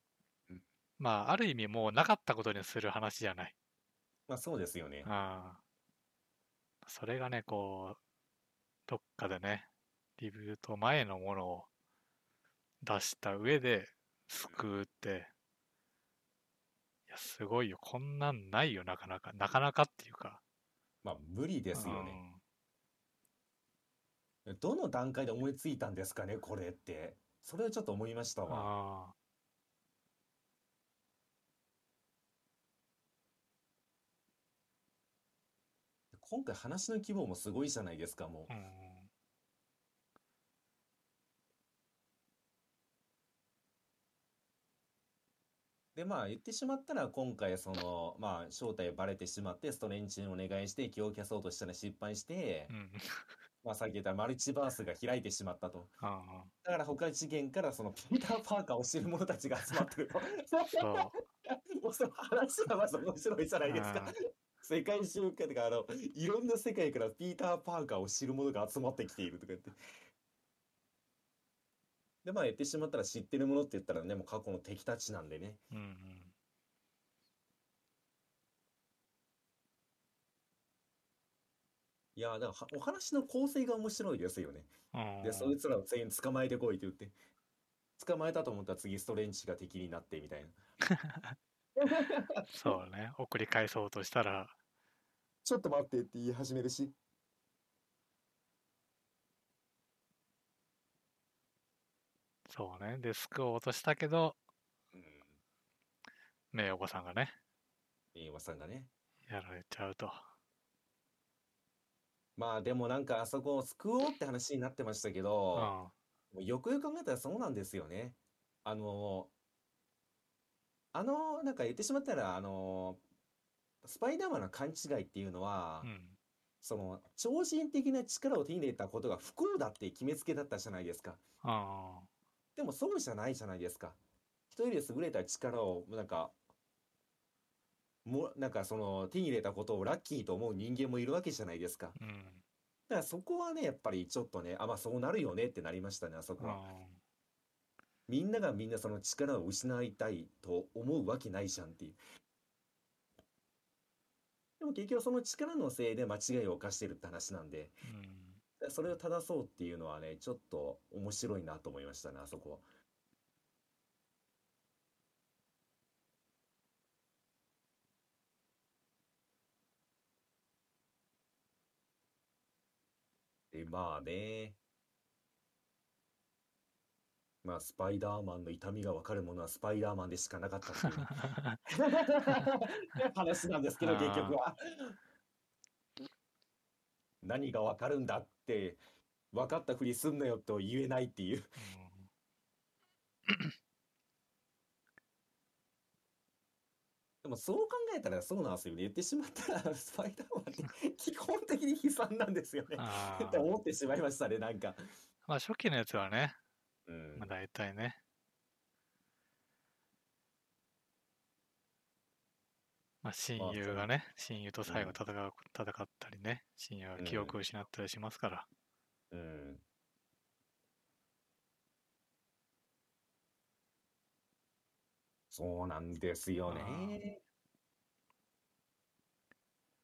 [SPEAKER 3] うん、
[SPEAKER 1] まあ、ある意味もうなかったことにする話じゃない。
[SPEAKER 3] まあそうですよね
[SPEAKER 1] う。ん。それがね、こう、どっかでね、リブート前のものを出した上で救うって、いや、すごいよ。こんなんないよ、なかなか。なかなかっていうか。
[SPEAKER 3] まあ無理ですよね。どの段階で思いついたんですかね、これって。それはちょっと思いました
[SPEAKER 1] うん。
[SPEAKER 3] わ。
[SPEAKER 1] ああ。
[SPEAKER 3] 今回話の規模もすごいじゃないですか、もう
[SPEAKER 1] う。ん。
[SPEAKER 3] で、まあ言ってしまったら今回その、まあ正体バレてしまって、ストレンチにお願いして気を消そうとしたら失敗して
[SPEAKER 1] う、ん。
[SPEAKER 3] まあさっき言ったマルチバースが開いてしまったと。
[SPEAKER 1] ああ。
[SPEAKER 3] だから他の次元からそのピーター・パーカーを知る者たちが集まってると。
[SPEAKER 1] そう。
[SPEAKER 3] もうその話がまず面白いじゃないですか
[SPEAKER 1] うん。
[SPEAKER 3] 世界中からとかあのいろんな世界からピーター・パーカーを知る者が集まってきているとか言って。でまあ言ってしまったら知ってるものって言ったらねもう過去の敵たちなんでね。
[SPEAKER 1] うんうん。
[SPEAKER 3] いやーだからはお話の構成が面白いですよね。
[SPEAKER 1] うん
[SPEAKER 3] でそいつらを全員捕まえてこいって言って捕まえたと思ったら次ストレンチが敵になってみたいな。
[SPEAKER 1] そうね。送り返そうとしたら、
[SPEAKER 3] ちょっと待ってって言い始めるし。
[SPEAKER 1] そうね。で、救おうとしたけど、名誉おばさんがね、
[SPEAKER 3] えー、和さんがね。
[SPEAKER 1] やられちゃうと。
[SPEAKER 3] まあでもなんかあそこを救おうって話になってましたけ
[SPEAKER 1] う
[SPEAKER 3] ど、
[SPEAKER 1] ん。
[SPEAKER 3] もうよくよく考えたらそうなんですよね。あの、あの、なんか言ってしまったら、あの、スパイダーマンの勘違いっていうのは
[SPEAKER 1] う、ん。
[SPEAKER 3] その超人的な力を手に入れたことが不幸だって決めつけだったじゃないですか。
[SPEAKER 1] あ
[SPEAKER 3] でもそうじゃないじゃないですか。人より優れた力を、なんか、も、なんかその手に入れたことをラッキーと思う人間もいるわけじゃないですか。
[SPEAKER 1] ーうん。
[SPEAKER 3] だからそこはね、やっぱりちょっとね、あ、まあそうなるよねってなりましたね、あそこ
[SPEAKER 1] う
[SPEAKER 3] は。
[SPEAKER 1] ん。
[SPEAKER 3] みんながみんなその力を失いたいと思うわけないじゃんっていう。でも結局その力のせいで間違いを犯してるって話なんで、
[SPEAKER 1] うん
[SPEAKER 3] それを正そうっていうのはね、ちょっと面白いなと思いましたね、あそこは。で、まあね。まあ、スパイダーマンの痛みがわかるものはスパイダーマンでしかなかったっていうね 話なんですけど、結局は。何がわかるんだって、分かったふりすんなよと言えないっていう。でもそう考えたらそうなんですよね。言ってしまったら、 スパイダーマンって基本的に悲惨なんですよね
[SPEAKER 1] うん。あ
[SPEAKER 3] って
[SPEAKER 1] ー
[SPEAKER 3] 思ってしまいましたね、なんか。
[SPEAKER 1] まあ初期のやつはね、
[SPEAKER 3] うん
[SPEAKER 1] まあ、大体ね。まあ、親
[SPEAKER 3] まあそ
[SPEAKER 1] 友
[SPEAKER 3] う
[SPEAKER 1] がね、親友と最後
[SPEAKER 3] うん
[SPEAKER 1] 戦う、戦ったりね、親友が
[SPEAKER 3] うん
[SPEAKER 1] 記憶を失ったりしますから。
[SPEAKER 3] うん。そうなんですよね。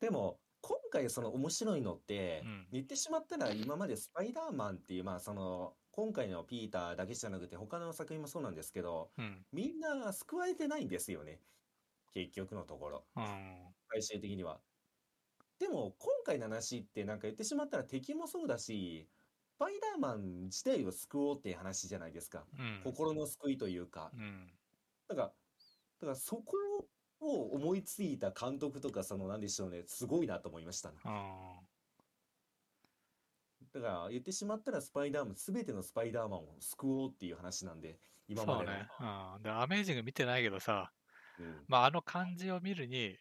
[SPEAKER 3] でも、今回その面白いのって
[SPEAKER 1] うん、
[SPEAKER 3] 言ってしまったら今までスパイダーマンっていう、まあその、今回のピーターだけじゃなくて他の作品もそうなんですけど、
[SPEAKER 1] うん。
[SPEAKER 3] みんな救われてないんですよね。結局のところ。
[SPEAKER 1] うん。
[SPEAKER 3] 最終的には。でも、今回の話ってなんか言ってしまったら敵もそうだし、スパイダーマン自体を救おうっていう話じゃないですか。
[SPEAKER 1] うん。
[SPEAKER 3] 心の救いというか。
[SPEAKER 1] うん。
[SPEAKER 3] だから、だからそこを思いついた監督とか、その、なんでしょうね、すごいなと思いましたね。
[SPEAKER 1] うん。
[SPEAKER 3] だから、言ってしまったらスパイダーマン、すべてのスパイダーマンを救おうっていう話なんで、今ま
[SPEAKER 1] そう
[SPEAKER 3] での。
[SPEAKER 1] ね。うん。で、アメージング見てないけどさ、
[SPEAKER 3] うん。
[SPEAKER 1] まあ、あの感じを見るに、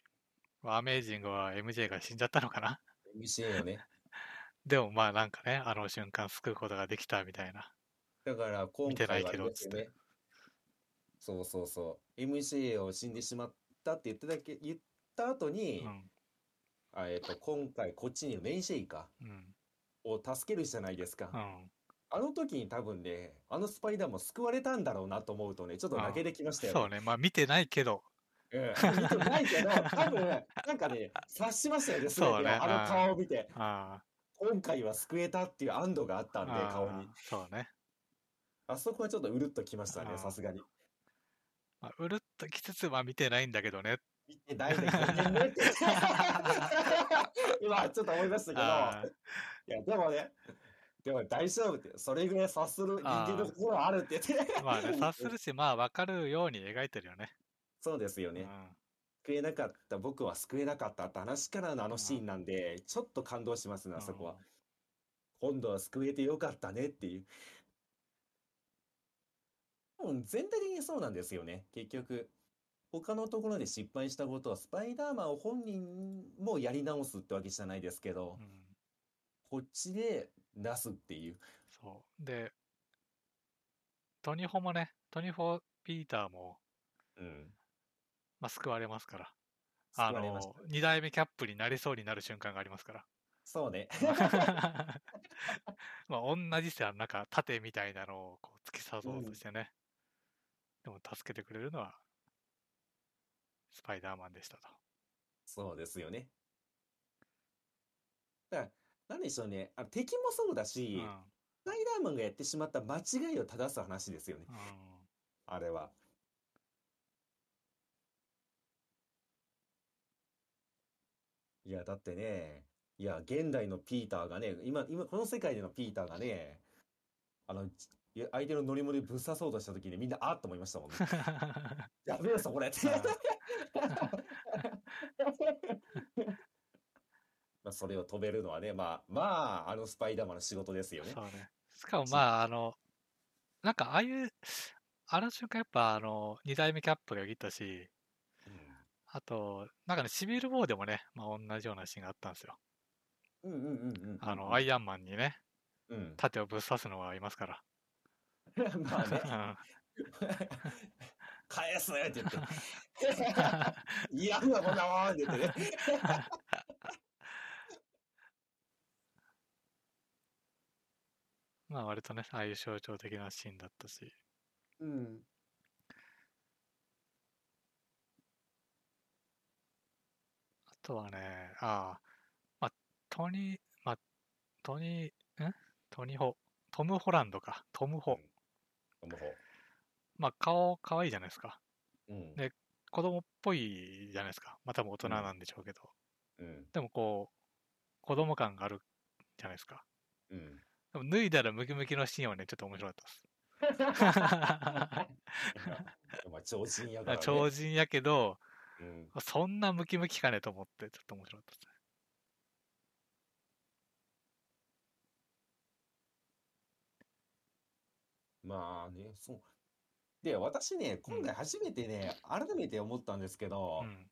[SPEAKER 1] まあアメージングは MJ が死んじゃったのかな。
[SPEAKER 3] MCA をね。
[SPEAKER 1] でもまあなんかね、あの瞬間救うことができたみたいな。
[SPEAKER 3] だから今
[SPEAKER 1] 見てな
[SPEAKER 3] 回
[SPEAKER 1] い
[SPEAKER 3] はあ
[SPEAKER 1] け
[SPEAKER 3] れ
[SPEAKER 1] ど
[SPEAKER 3] ですよね。そうそうそう。MCA を死んでしまったって言っただけ言った後
[SPEAKER 1] う
[SPEAKER 3] に、
[SPEAKER 1] ん。
[SPEAKER 3] あえっと今回こっちにメンシェイカ
[SPEAKER 1] うん。
[SPEAKER 3] を助けるじゃないですか。
[SPEAKER 1] うん。
[SPEAKER 3] あの時に多分ね、あのスパイダーも救われたんだろうなと思うとね、ちょっと泣けてきましたよ
[SPEAKER 1] そうね。まあ見てないけど、
[SPEAKER 3] ね。うん見てな いけど、多分なんかね、察しましたよね、全てを
[SPEAKER 1] そうね
[SPEAKER 3] あの顔を見て。
[SPEAKER 1] あ
[SPEAKER 3] 今回は救えたっていう安堵があった
[SPEAKER 1] あ
[SPEAKER 3] んで、顔に
[SPEAKER 1] あ。あそうね、
[SPEAKER 3] あそこはちょっとうるっときました
[SPEAKER 1] あ
[SPEAKER 3] ね、
[SPEAKER 1] あ
[SPEAKER 3] さすがに。
[SPEAKER 1] まあ、うるっときつつは見てないんだけどね
[SPEAKER 3] 見てないで ごめんねって今ちょっと思いましたけど、い
[SPEAKER 1] あ
[SPEAKER 3] やでもね、でも大丈夫って、それぐらい察する人間の心はあるって言って。
[SPEAKER 1] ーまあね察するしまあ分かるように描いてるよね
[SPEAKER 3] そうですよね。救えなかった、僕は救えなかったって話からのあのシーンなんで、ちょっと感動しますね、
[SPEAKER 1] うん、
[SPEAKER 3] あそこは。今度は救えてよかったねっていう。うん全体的にそうなんですよね、結局。他のところで失敗したことは、スパイダーマンを本人もやり直すってわけじゃないですけど
[SPEAKER 1] う、ん
[SPEAKER 3] こっちで出すっていう。
[SPEAKER 1] そうでトニホもねトニホピーターも、
[SPEAKER 3] うん。
[SPEAKER 1] まあ、救われますからあ
[SPEAKER 3] 救われました
[SPEAKER 1] の。2代目キャップになりそうになる瞬間があります から
[SPEAKER 3] そうね。
[SPEAKER 1] まあ同じさなんか盾みたいなのをこう突き刺そうとしてね、でも助けてくれるのはスパイダーマンでしたと
[SPEAKER 3] そうですよね。だから、なんでしょうね。あ敵もそうだし、
[SPEAKER 1] うん
[SPEAKER 3] スパイダーマンがやってしまった間違いを正す話ですよね。
[SPEAKER 1] うん
[SPEAKER 3] あれは。いや、だってね、いや、現代のピーターがね、今、今、この世界でのピーターがね、あの、いや相手の乗り物でぶっ刺そうとした時にみんな、あっと思いまし たもんね。やべえぞ、これって。 まあ、それれを飛べるのはね、まあ、まあ、あのスパイダーマンの仕事ですよね
[SPEAKER 1] そ。うね。しかもまあ、あの、なんかああいう、あの瞬間やっぱあの、二代目キャップがよぎったし、あと、なんかね、シビル・ウォーでもね、まあ同じようなシーンがあったんですよ。
[SPEAKER 3] うんうんうんうんうん。
[SPEAKER 1] あの、アイアンマンにね、
[SPEAKER 3] うん。
[SPEAKER 1] 盾をぶっ刺すのはいますから。
[SPEAKER 3] まあね、
[SPEAKER 1] う
[SPEAKER 3] 返すって言って。 いや、もうこんなもんって言ってね。
[SPEAKER 1] んまあ割とね、ああいう象徴的なシーンだったし。
[SPEAKER 2] うん。
[SPEAKER 1] あとはね、ああ、まあ、トニー、まあ、トニー、んトニホ、トム・ホランドか、トム・ホ。
[SPEAKER 3] トムホ
[SPEAKER 1] まあ、顔、可愛いじゃないですか。
[SPEAKER 3] うん
[SPEAKER 1] ね子供っぽいじゃないですか。まあ、多分大人
[SPEAKER 3] うん
[SPEAKER 1] なんでしょうけど。
[SPEAKER 3] うん
[SPEAKER 1] でもこう、子供感があるじゃないですか。
[SPEAKER 3] うん。
[SPEAKER 1] でも脱いだらムキムキのシーンはね、ちょっと面白か ったです。
[SPEAKER 3] まあ、超人やから、ね。
[SPEAKER 1] 超人やけど、
[SPEAKER 3] うん。
[SPEAKER 1] そんなムキムキかねと思って、ちょっと面白かったですね。
[SPEAKER 3] まあね、そう。で、私ね、今回初めてね、改めて思ったんですけど、
[SPEAKER 1] うん。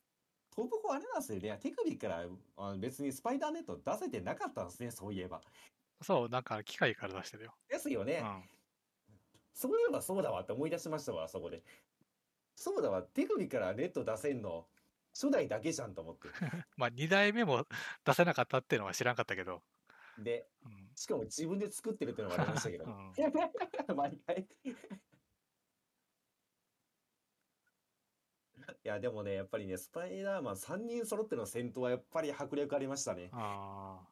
[SPEAKER 3] トムホあれなんですよね。手首からあの別にスパイダーネット出せてなかったんですね、そういえば。
[SPEAKER 1] そう、なんか機械から出してるよ。
[SPEAKER 3] ですよ
[SPEAKER 1] う
[SPEAKER 3] ね。
[SPEAKER 1] ん。
[SPEAKER 3] そういえばそうだわって思い出しましたわ、そこで。そうだわ、手首からネット出せんの、初代だけじゃんと思 って。
[SPEAKER 1] まあ、2代目も出せなかったっていうのは知らんかったけど。
[SPEAKER 3] で、
[SPEAKER 1] うん
[SPEAKER 3] しかも自分で作ってるっていうのもありましたけ ど
[SPEAKER 1] う。ん
[SPEAKER 3] 毎回。いや、でもね、やっぱりね、スパイダーマン3人揃っての戦闘はやっぱり迫力ありましたね。
[SPEAKER 1] あ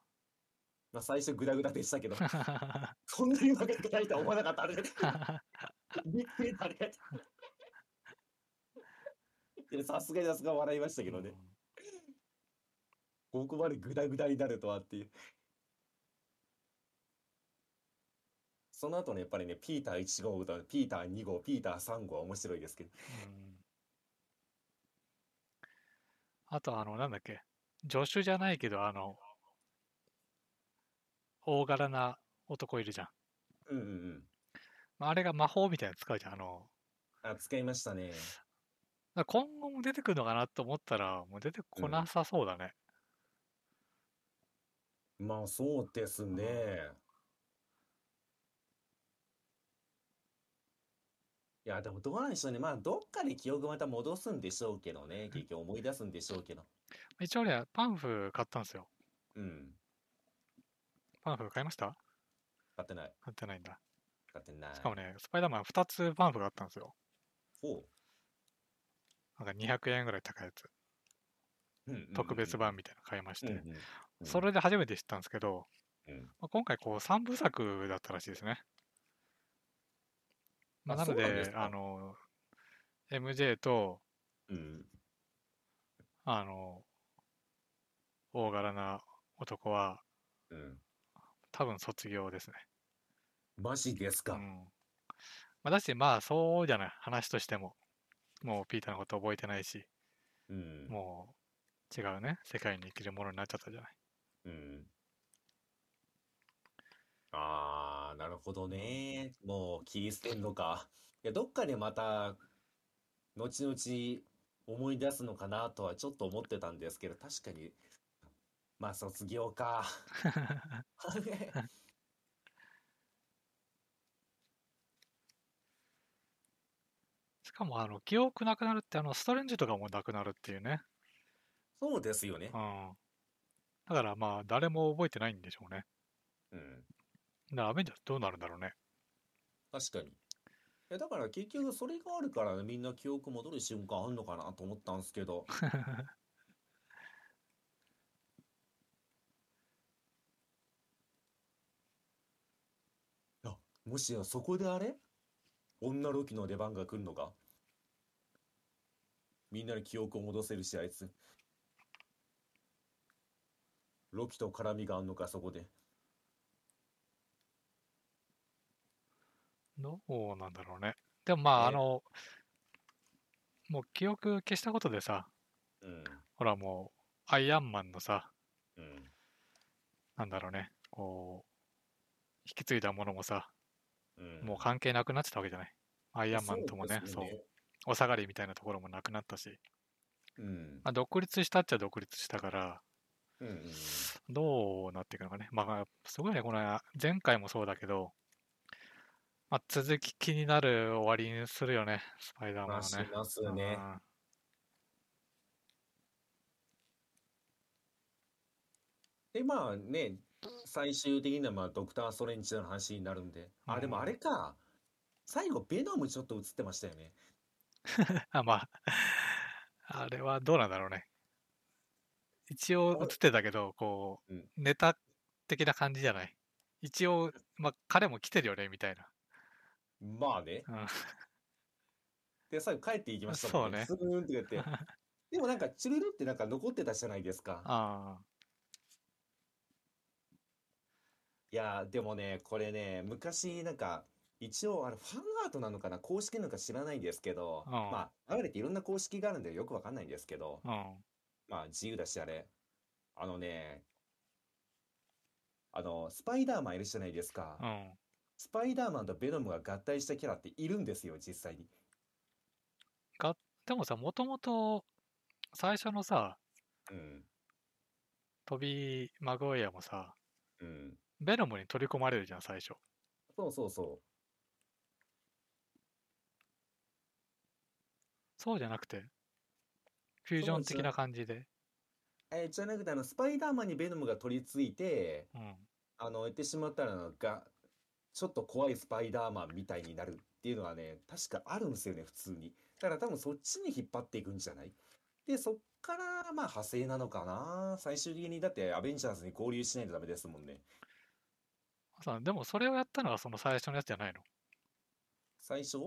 [SPEAKER 3] まあ、最初グダグダでした けど、
[SPEAKER 1] あ。
[SPEAKER 3] そんなにうまくいかないとは思わなかったね。 びっくりだね。いやさすがにさすがに笑いましたけどね。ここまでグダグダになるとはっていう。その後のやっぱりね、ピーター1号とピーター2号、ピーター3号は面白いですけど。
[SPEAKER 1] うんあとあのなんだっけ助手じゃないけどあの大柄な男いるじゃん
[SPEAKER 3] うんうんうん。
[SPEAKER 1] まああれが魔法みたいなの使うじゃんあの
[SPEAKER 3] あ、使いましたね。
[SPEAKER 1] だから今後も出てくるのかなと思ったらもう出てこなさそうだね、
[SPEAKER 3] まあそうですね。いや、でもどうなんでしょうね。まあどっかで記憶また戻すんでしょうけどね。結局思い出すんでしょうけど。
[SPEAKER 1] 一応ねパンフ買ったんですよ
[SPEAKER 3] うん。
[SPEAKER 1] パンフ買いました
[SPEAKER 3] 買ってない。
[SPEAKER 1] 買ってないんだ
[SPEAKER 3] 買ってない。
[SPEAKER 1] しかもねスパイダーマン2つパンフがあったんですよ
[SPEAKER 3] ほ
[SPEAKER 1] なんか200円ぐらい高いやつ
[SPEAKER 3] う。うんうんうん
[SPEAKER 1] 特別版みたいなの買いまして、
[SPEAKER 3] うんうんうん
[SPEAKER 1] それで初めて知ったんですけど、
[SPEAKER 3] うん
[SPEAKER 1] まあ、今回こう3部作だったらしいですね。まあ、
[SPEAKER 3] あ
[SPEAKER 1] なの
[SPEAKER 3] そうなんで
[SPEAKER 1] です
[SPEAKER 3] か
[SPEAKER 1] あの MJ と
[SPEAKER 3] うん。
[SPEAKER 1] あの大柄な男は
[SPEAKER 3] うん。
[SPEAKER 1] 多分卒業ですね。
[SPEAKER 3] マジです
[SPEAKER 1] う
[SPEAKER 3] か。
[SPEAKER 1] んまあ、だしまあそうじゃない話としてももうピーターのこと覚えてないし
[SPEAKER 3] うん。
[SPEAKER 1] もう違うね世界に生きるものになっちゃったじゃない。
[SPEAKER 3] うん。ああ、なるほどね。もう切り捨てんのか。いや、どっかでまた、後々思い出すのかなとはちょっと思ってたんですけど、確かに、まあ、卒業か。
[SPEAKER 1] しかもあの記憶なくなるってあのストレンジとかもなくなるっていうね。
[SPEAKER 3] そうですよね
[SPEAKER 1] う。ん。だからまあ、誰も覚えてないんでしょうね。
[SPEAKER 3] うん。
[SPEAKER 1] だからアベンジャーズどうなるんだろうね。
[SPEAKER 3] 確かに。いや、だから結局それがあるからねみんな記憶戻る瞬間あんのかなと思ったんですけど。 あ、もしやそこであれ女ロキの出番が来るのかみんなに記憶を戻せるし、あいつ。ロキと絡みがあんのか、そこで。
[SPEAKER 1] どうなんだろうね。でもまあ、
[SPEAKER 3] ね
[SPEAKER 1] あの、もう記憶消したことでさ、
[SPEAKER 3] うん。
[SPEAKER 1] ほらもう、アイアンマンのさ、
[SPEAKER 3] うん。
[SPEAKER 1] なんだろうね、こう、引き継いだものもさ、
[SPEAKER 3] うん
[SPEAKER 1] もう関係なくなってたわけじゃない。アイアンマンともね、
[SPEAKER 3] です
[SPEAKER 1] そう
[SPEAKER 3] よ
[SPEAKER 1] お下がりみたいなところもなくなったし、
[SPEAKER 3] うん
[SPEAKER 1] まあ、独立したっちゃ独立したから、
[SPEAKER 3] うんうん
[SPEAKER 1] どうなっていくのかね。まあ、すごいね、この前回もそうだけど、まあ、続き気になる終わりにするよね、スパイダーマン
[SPEAKER 3] ま
[SPEAKER 1] は
[SPEAKER 3] あし
[SPEAKER 1] ね。
[SPEAKER 3] ますね。
[SPEAKER 1] うん
[SPEAKER 3] で、まあね、最終的にはまあドクター・ストレンジの話になるんで。あ、でもあれか。最後、ベノムちょっと映ってましたよね。
[SPEAKER 1] あ、まあ、あれはどうなんだろうね。一応映ってたけど、こう
[SPEAKER 3] うん、
[SPEAKER 1] ネタ的な感じじゃない。一応、まあ、彼も来てるよね、みたいな。
[SPEAKER 3] まあね。
[SPEAKER 1] うん
[SPEAKER 3] で、最後帰っていきましたもんね。
[SPEAKER 1] そ
[SPEAKER 3] スーンって 言って。でもなんか、チュルルってなんか残ってたじゃないですか。
[SPEAKER 1] あ
[SPEAKER 3] いやー、でもね、これね、昔なんか、一応あれファンアートなのかな、公式なのか知らないんですけど、
[SPEAKER 1] うん
[SPEAKER 3] まあ、流れていろんな公式があるんでよくわかんないんですけど、
[SPEAKER 1] あ、うん。
[SPEAKER 3] まあ、自由だし、あれ。あのね、あの、スパイダーマンいるじゃないですか
[SPEAKER 1] う。ん。
[SPEAKER 3] スパイダーマンとベノムが合体したキャラっているんですよ、実際に。
[SPEAKER 1] でもさ、もともと、最初のさ、
[SPEAKER 3] うん、
[SPEAKER 1] 飛びマグイアもさ、
[SPEAKER 3] うん。
[SPEAKER 1] ベノムに取り込まれるじゃん、最初。
[SPEAKER 3] そうそうそ
[SPEAKER 1] そうじゃなくて、フュージョン的な感じで。
[SPEAKER 3] う。えーじゃなくて、あの、スパイダーマンにベノムが取り付いて、
[SPEAKER 1] うん。
[SPEAKER 3] あの、言ってしまったらなんか、ちょっと怖いスパイダーマンみたいになるっていうのはね、確かあるんですよね、普通に。だから多分そっちに引っ張っていくんじゃないで、そっから、まあ派生なのかな。最終的に、だってアベンジャーズに合流しないとダメですもんね。
[SPEAKER 1] さでもそれをやったのはその最初のやつじゃないの
[SPEAKER 3] 最初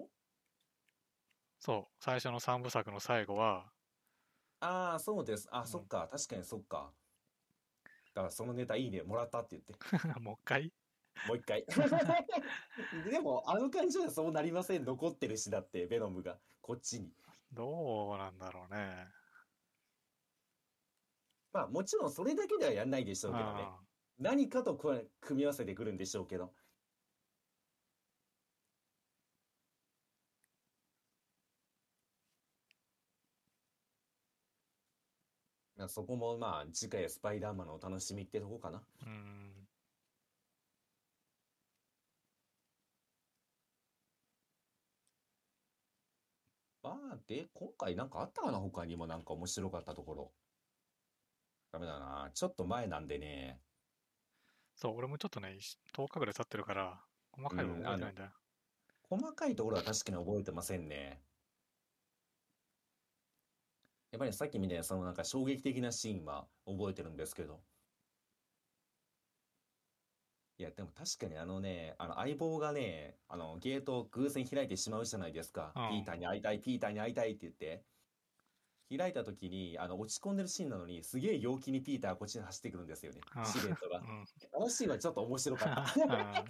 [SPEAKER 1] そう、最初の三部作の最後は、
[SPEAKER 3] ああ、そうです。
[SPEAKER 1] う
[SPEAKER 3] あ、
[SPEAKER 1] ん
[SPEAKER 3] そっか。確かにそっか。だからそのネタいいね、もらったって言って。
[SPEAKER 1] もう一回
[SPEAKER 3] もう一回。 でも、あの感じはそうなりません。残ってるし、だって、ベノムが、こっちに。
[SPEAKER 1] どうなんだろうね。
[SPEAKER 3] まあ、もちろんそれだけではやんないでしょうけどね。
[SPEAKER 1] あ
[SPEAKER 3] 何かとこれ組み合わせてくるんでしょうけど。まあそこもまあ次回スパイダーマンのお楽しみってとこかな。
[SPEAKER 1] ーうん。
[SPEAKER 3] まあで、今回なんかあったかな他にもなんか面白かったところ。ダメだな。ちょっと前なんでね。
[SPEAKER 1] そう、俺もちょっとね、いし10日ぐらい経ってるから、細かいこと
[SPEAKER 3] うん
[SPEAKER 1] 覚えてないんだよ。
[SPEAKER 3] 細かいところは確かに覚えてませんね。やっぱりさっきみたいなそのなんか衝撃的なシーンは覚えてるんですけど。いや、でも確かにあのね、あの相棒がね、あのゲートを偶然開いてしまうじゃないですか。
[SPEAKER 1] うん
[SPEAKER 3] ピーターに会いたい、ピーターに会いたいって言って。開いた時に、あの落ち込んでるシーンなのに、すげえ陽気にピーターこっちに走ってくるんですよね。
[SPEAKER 1] うん
[SPEAKER 3] シルエットが。
[SPEAKER 1] うん
[SPEAKER 3] あのシーンはちょっと面白かっ
[SPEAKER 1] うん
[SPEAKER 3] た。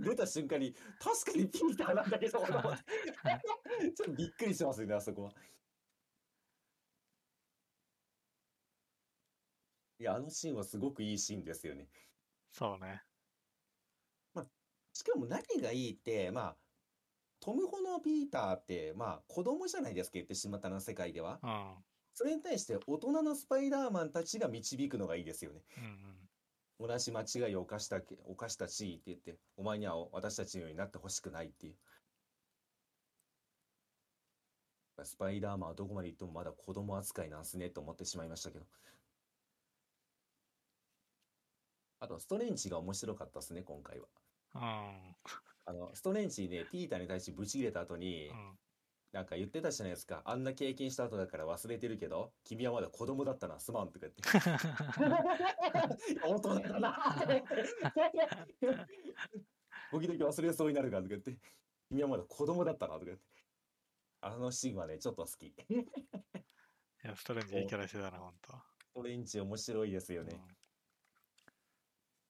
[SPEAKER 3] 出た瞬間に、確かにピーターなんだけど、と思ってちょっとびっくりしますよね、あそこは。いや、あのシーンはすごくいいシーンですよね。
[SPEAKER 1] そうね。
[SPEAKER 3] しかも何がいいって、まあ、トム・ホのピーターって、まあ、子供じゃないですか、言ってしまったな、世界では。
[SPEAKER 1] うん。うん
[SPEAKER 3] それに対して、大人のスパイダーマンたちが導くのがいいですよね。
[SPEAKER 1] うん。
[SPEAKER 3] 同じ間違いを犯したけ、犯したしって言って、お前には私たちのようになってほしくないっていう。スパイダーマンはどこまで行ってもまだ子供扱いなんすねと思ってしまいましたけど。あと、ストレンジが面白かったですね、今回は。
[SPEAKER 1] うん。
[SPEAKER 3] あの、ストレンジね、ピーターに対してブチ切れた後に
[SPEAKER 1] う、ん。
[SPEAKER 3] なんか言ってたじゃないですか。あんな経験した後だから忘れてるけど、君はまだ子供だったな、すまんとか言って。大人だな。 時々忘れそうになるからとか言って、君はまだ子供だったなとか言って。あのシーンはね、ちょっと好き。ス
[SPEAKER 1] いや、ストレンジいいキャラしてたな、ほんと。
[SPEAKER 3] トレンジ面白いですよね。
[SPEAKER 1] うん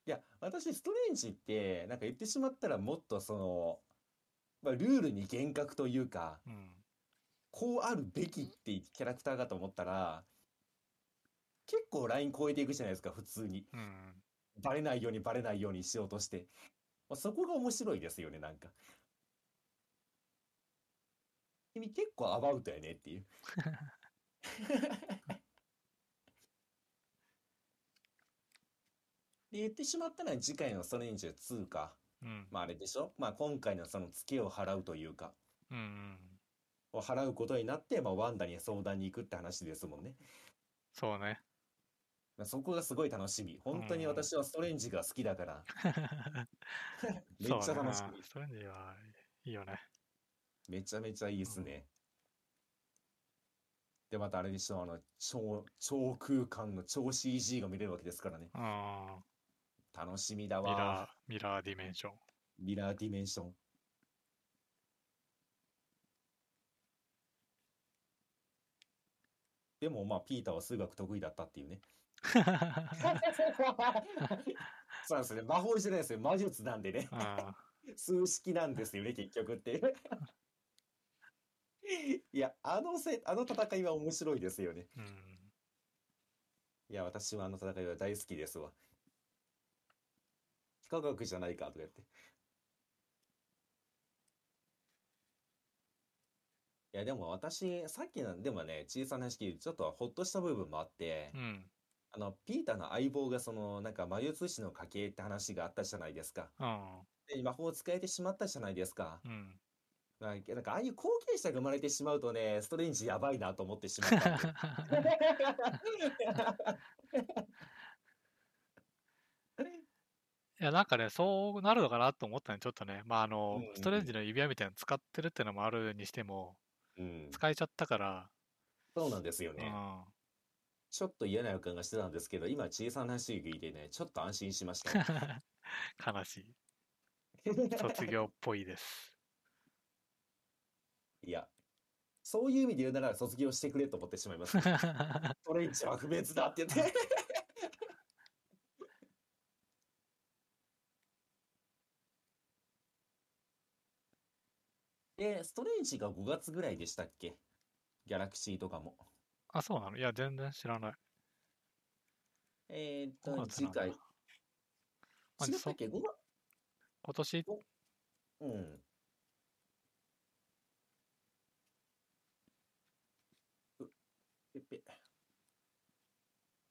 [SPEAKER 3] いや、私、ストレンジって、なんか言ってしまったらもっとその、まあ、ルールに厳格というか、
[SPEAKER 1] うん。
[SPEAKER 3] こうあるべきっていうキャラクターかと思ったら、結構ライン超えていくじゃないですか、普通に。
[SPEAKER 1] うん。
[SPEAKER 3] バレないようにバレないようにしようとして、まあ、そこが面白いですよね、なんか。君結構アバウトやねっていう。で言ってしまったのは次回のソレンジ2か。
[SPEAKER 1] うん。
[SPEAKER 3] まああれでしょまあ今回のそのツケを払うというか、
[SPEAKER 1] うんうん。
[SPEAKER 3] を払うことになって、まあワンダに相談に行くって話ですもんね。
[SPEAKER 1] そうね。
[SPEAKER 3] まあそこがすごい楽しみ。本当に
[SPEAKER 1] うん
[SPEAKER 3] 私はストレンジが好きだから、 めっ
[SPEAKER 1] そう
[SPEAKER 3] ちゃ
[SPEAKER 1] ね
[SPEAKER 3] 楽し
[SPEAKER 1] ストレンジはいいよね。
[SPEAKER 3] み。めちゃめちゃいいですね。で、またあれでしょあの、超、超空間の超 CG が見れるわけですからね。
[SPEAKER 1] うん。
[SPEAKER 3] 楽しみだ
[SPEAKER 1] ミラー
[SPEAKER 3] わ。、
[SPEAKER 1] ミラーディメン ション。
[SPEAKER 3] ミラーディメンション。でもまあ、ピーターは数学得意だったってい うね。そうなんですね。魔法じゃないですよ。魔術なんでね。
[SPEAKER 1] うん。
[SPEAKER 3] 数式なんですよね、結局っていう。いや、あのせ、あの戦いは面白いですよね。
[SPEAKER 1] うん。
[SPEAKER 3] いや、私はあの戦いは大好きですわ。非科学じゃないかとか言って。いや、でも私、さっきの、でもね、小さな式、ちょっとほっとした部分もあって
[SPEAKER 1] う、ん。
[SPEAKER 3] あの、ピーターの相棒が、その、なんか魔術師の家系って話があったじゃないですか。
[SPEAKER 1] うん。
[SPEAKER 3] で、魔法を使えてしまったじゃないですか。
[SPEAKER 1] うん。
[SPEAKER 3] まあ、なんかああいう後継者が生まれてしまうとね、ストレンジやばいなと思ってしまったん で
[SPEAKER 1] いや、なんかね、そうなるのかなと思ったね、ちょっとね。まあ、あの、
[SPEAKER 3] うん
[SPEAKER 1] ストレンジの指輪みたいなの使ってるってのもあるにしても、
[SPEAKER 3] うん、
[SPEAKER 1] 使えちゃったから、
[SPEAKER 3] そうなんですよね。
[SPEAKER 1] う
[SPEAKER 3] ちょっと嫌な予感がしてたんですけど、今小さな話聞いてね、ちょっと安心しま した。
[SPEAKER 1] ん。悲しい。卒業っぽいです。
[SPEAKER 3] いや、そういう意味で言うなら卒業してくれと思ってしまいますね。ストレンジは不滅だって言 って。で、ストレンジが5月ぐらいでしたっけギャラクシーとかも。
[SPEAKER 1] あ、そうなのいや、全然知らない。
[SPEAKER 3] えーっ
[SPEAKER 1] 5
[SPEAKER 3] と、
[SPEAKER 1] 月な
[SPEAKER 3] 次
[SPEAKER 1] んだ
[SPEAKER 3] 回。違
[SPEAKER 1] あ
[SPEAKER 3] った
[SPEAKER 1] そ
[SPEAKER 3] っけ ?5 月
[SPEAKER 1] 今年、
[SPEAKER 3] うん。うぺっぺ。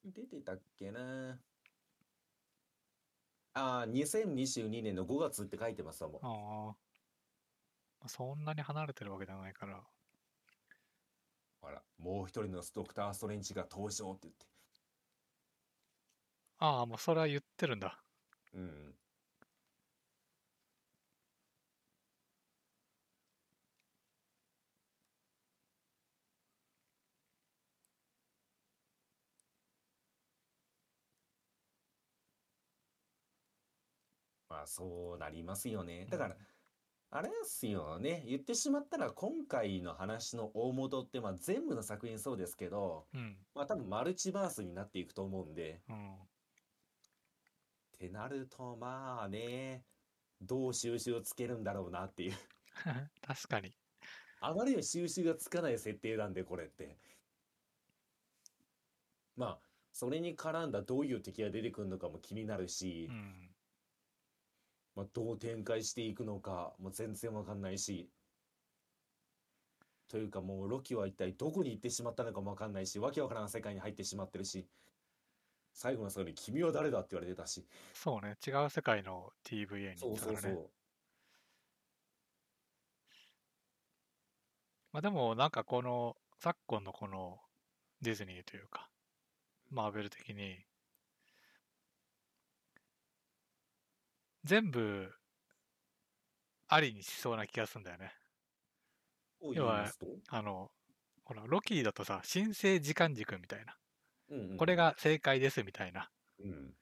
[SPEAKER 3] 出てたっけなあー、2022年の5月って書いてますわも
[SPEAKER 1] あーそんなに離れてるわけじゃないから。
[SPEAKER 3] う。あら、もう一人のドクター・ストレンジが登場って言って。
[SPEAKER 1] ああ、もうそれは言ってるんだ。
[SPEAKER 3] うん。まあそうなりますよね。だから、あれですよね。言ってしまったら今回の話の大元って、まあ全部の作品そうですけど、
[SPEAKER 1] うん、
[SPEAKER 3] まあ多分マルチバースになっていくと思うんで。
[SPEAKER 1] うん、
[SPEAKER 3] ってなるとまあねどう収集をつけるんだろうなっていう
[SPEAKER 1] 確かに。
[SPEAKER 3] あまりにも収集がつかない設定なんでこれってまあそれに絡んだどういう敵が出てくるのかも気になるし、
[SPEAKER 1] うん、
[SPEAKER 3] まあ、どう展開していくのかも全然わかんないしというかもうロキは一体どこに行ってしまったのかもわかんないしわけわからん世界に入ってしまってるし最後の最後に「君は誰だ?」って言われてたし
[SPEAKER 1] そうね、違う世界の TVA に
[SPEAKER 3] そ
[SPEAKER 1] 行っ
[SPEAKER 3] う
[SPEAKER 1] た
[SPEAKER 3] そ
[SPEAKER 1] か
[SPEAKER 3] う
[SPEAKER 1] ら
[SPEAKER 3] そ
[SPEAKER 1] ね。
[SPEAKER 3] う
[SPEAKER 1] まあでも、なんかこの、昨今のこのディズニーというか、マーベル的に、全部、ありにしそうな気がするんだよね。
[SPEAKER 3] を言いますと、
[SPEAKER 1] あの、ほら、ロキだとさ、申請時間軸みたいな。
[SPEAKER 3] うんうん
[SPEAKER 1] これが正解ですみたいな。
[SPEAKER 3] うん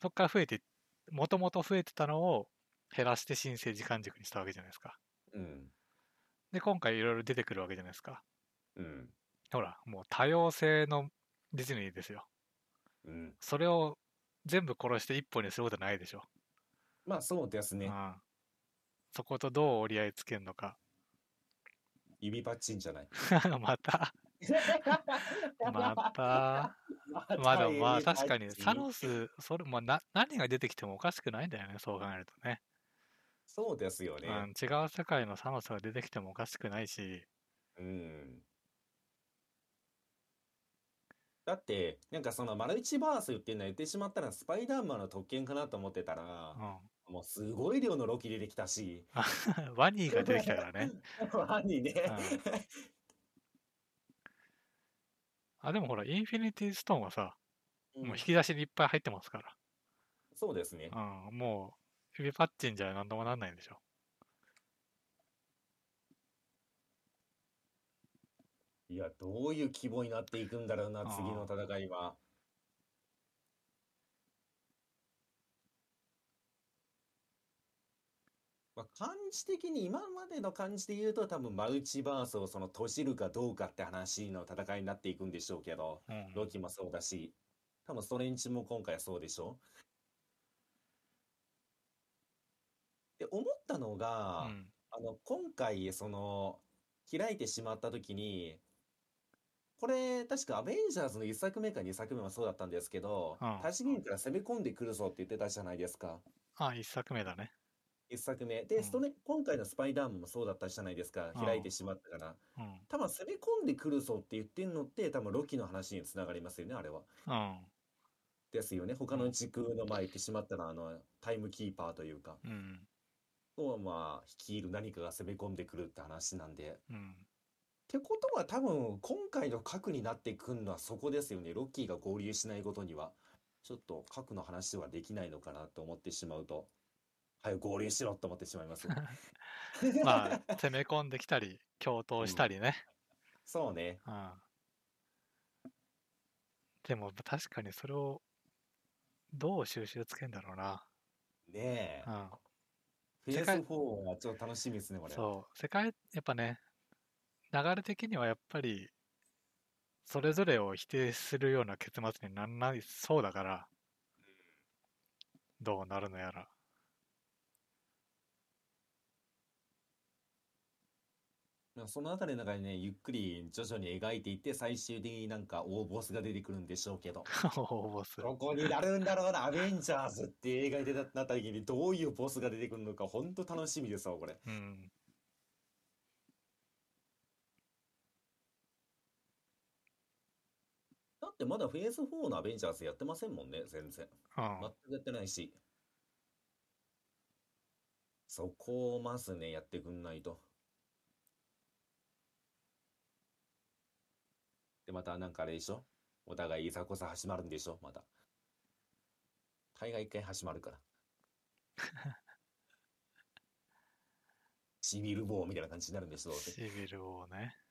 [SPEAKER 1] そっから増えて、もともと増えてたのを減らして申請時間軸にしたわけじゃないですか。
[SPEAKER 3] うん。
[SPEAKER 1] で、今回いろいろ出てくるわけじゃないですか。
[SPEAKER 3] うん。
[SPEAKER 1] ほら、もう多様性のディズニーですよ。
[SPEAKER 3] うん。
[SPEAKER 1] それを全部殺して一本にすることはないでしょ。
[SPEAKER 3] まあそうです
[SPEAKER 1] う
[SPEAKER 3] ね。
[SPEAKER 1] ん。そことどう折り合いつけるのか。
[SPEAKER 3] 指パッチンじゃない。
[SPEAKER 1] また、また、まあでもまあ確かに、
[SPEAKER 3] タイ
[SPEAKER 1] サノス、それ、まあな、何が出てきてもおかしくないんだよね、そう考えるとね。
[SPEAKER 3] そうですよね。
[SPEAKER 1] うん、違う世界のサノスが出てきてもおかしくないし、
[SPEAKER 3] うん。だって、なんかそのマルチバースっていうのは言ってしまったらスパイダーマンの特権かなと思ってたら
[SPEAKER 1] う、ん。
[SPEAKER 3] もうすごい量のロキ出てきた し、
[SPEAKER 1] ワニーが出てきたからね。
[SPEAKER 3] 犯人ね。
[SPEAKER 1] あ、でもほら、インフィニティストーンはさ、
[SPEAKER 3] うん
[SPEAKER 1] もう引き出しにいっぱい入ってますか
[SPEAKER 3] そうですね。
[SPEAKER 1] ら。うん、もう、指パッチンじゃ何ともなんないんでしょ。
[SPEAKER 3] いや、どういう規模になっていくんだろうな、次の戦いは。まあ、感じ的に、今までの感じで言うと、多分マルチバースをその閉じるかどうかって話の戦いになっていくんでしょうけど、
[SPEAKER 1] うん。
[SPEAKER 3] ロキもそうだし、多分ストレンジも今回はそうでしょで、思ったの
[SPEAKER 1] う
[SPEAKER 3] が、
[SPEAKER 1] ん。
[SPEAKER 3] あの、今回、その、開いてしまった時に、これ、確かアベンジャーズの1作目か2作目もそうだったんですけど、
[SPEAKER 1] うん
[SPEAKER 3] 多次元から攻め込んでくるぞって言ってたじゃないですか。
[SPEAKER 1] あ、一作目だね。
[SPEAKER 3] 1作目。
[SPEAKER 1] う
[SPEAKER 3] で、
[SPEAKER 1] ん
[SPEAKER 3] ストレ、今回のスパイダーマンもそうだったじゃないですか。
[SPEAKER 1] うん
[SPEAKER 3] 開いてしまったから。
[SPEAKER 1] うん。うん。
[SPEAKER 3] 多分攻め込んでくるぞって言ってんのって、多分ロキの話につながりますよね、あれは。ですよね。他の時空の前言ってしまったら、あの、タイムキーパーというか、
[SPEAKER 1] うん。
[SPEAKER 3] をまあ、率いる何かが攻め込んでくるって話なんで。
[SPEAKER 1] うん。
[SPEAKER 3] ってことは多分今回の核になってくるのはそこですよね。ロッキーが合流しないことには、ちょっと核の話はできないのかなと思ってしまうと、早く合流しろと思ってしまいます。
[SPEAKER 1] まあ、攻め込んできたり、共闘したりね。
[SPEAKER 3] そうね。
[SPEAKER 1] うん。でも、確かにそれを、どう収集つけんだろうな。
[SPEAKER 3] ね
[SPEAKER 1] う。
[SPEAKER 3] え
[SPEAKER 1] ん。
[SPEAKER 3] フェ
[SPEAKER 1] 世
[SPEAKER 3] ーズ
[SPEAKER 1] 界
[SPEAKER 3] 4はちょっと楽しみですね、これ。
[SPEAKER 1] そう、世界、やっぱね、流れ的にはやっぱり、それぞれを否定するような結末にならないそうだから、どうなるのやら。
[SPEAKER 3] なんかそのあたりの中でね、ゆっくり徐々に描いていって、最終的になんか大ボスが出てくるんでしょうけど。
[SPEAKER 1] 応募する。
[SPEAKER 3] どこになるんだろうな、アベンジャーズっていう映画に出たなった時にどういうボスが出てくるのか、ほんと楽しみですわ、これ。
[SPEAKER 1] うん。
[SPEAKER 3] だってまだフェーズ4のアベンジャーズやってませんもんね、全然。
[SPEAKER 1] うん。
[SPEAKER 3] 全くやってないし。そこをまずね、やってくんないと。で、またなんかあれでしょお互いいざこざ始まるんでしょまた。大概一回始まる から。シビル棒みたいな感じになるんでしょどうせ
[SPEAKER 1] シビルをね。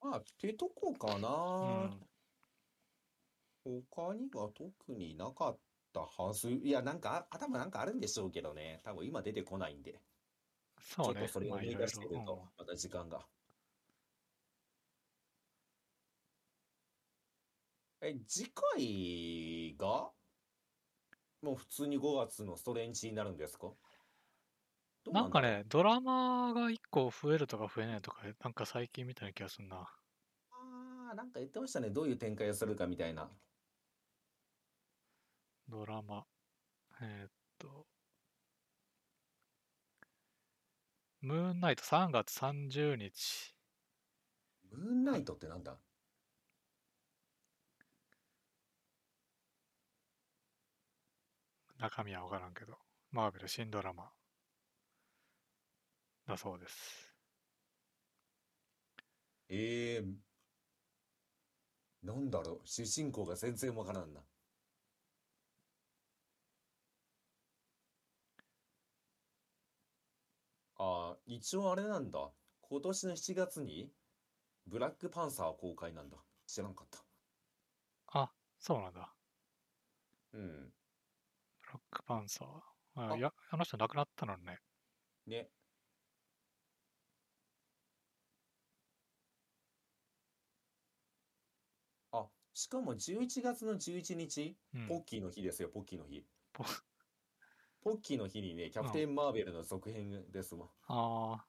[SPEAKER 3] まあ、ってとこか
[SPEAKER 1] う
[SPEAKER 3] な。
[SPEAKER 1] ん。
[SPEAKER 3] 他には特になかったはず。いや、なんか、あ頭なんかあるんでしょうけどね。多分今出てこないんで。
[SPEAKER 1] そう
[SPEAKER 3] ちょっ
[SPEAKER 1] ね
[SPEAKER 3] とそれ。を
[SPEAKER 1] まあ
[SPEAKER 3] 思
[SPEAKER 1] い
[SPEAKER 3] い
[SPEAKER 1] ろい
[SPEAKER 3] 出してると
[SPEAKER 1] ろ。、
[SPEAKER 3] また時間が。え、次回が、もう普通に5月のストレンチになるんですか
[SPEAKER 1] う
[SPEAKER 3] ど
[SPEAKER 1] ん
[SPEAKER 3] うな
[SPEAKER 1] なん
[SPEAKER 3] ん
[SPEAKER 1] か
[SPEAKER 3] だろう
[SPEAKER 1] ね、ドラマが1個増えるとか増えないとか、なんか最近みたいな気がするな。
[SPEAKER 3] あーなんか言ってましたね。どういう展開をするかみたいな。
[SPEAKER 1] ドラマ。えーっと、ムーンナイト3月30日。
[SPEAKER 3] ムーンナイトってなんだ
[SPEAKER 1] 中身は分からんけど、マーベル新ドラマだそうです。
[SPEAKER 3] ええなんだろう、主人公が全然わからんな。ああ、一応あれなんだ。今年の7月に、ブラックパンサー公開なんだ。知らんかった。
[SPEAKER 1] そうなんだ。
[SPEAKER 3] うん。
[SPEAKER 1] ブラックパンサー。あ
[SPEAKER 3] あ
[SPEAKER 1] いや、あの人亡くなったのにね。
[SPEAKER 3] ね。あ、しかも11月の11日、
[SPEAKER 1] うん
[SPEAKER 3] ポッキーの日ですよ、ポッキーの日。ポッキーの日にね、キャプテン・マーベルの続編ですわ。
[SPEAKER 1] あ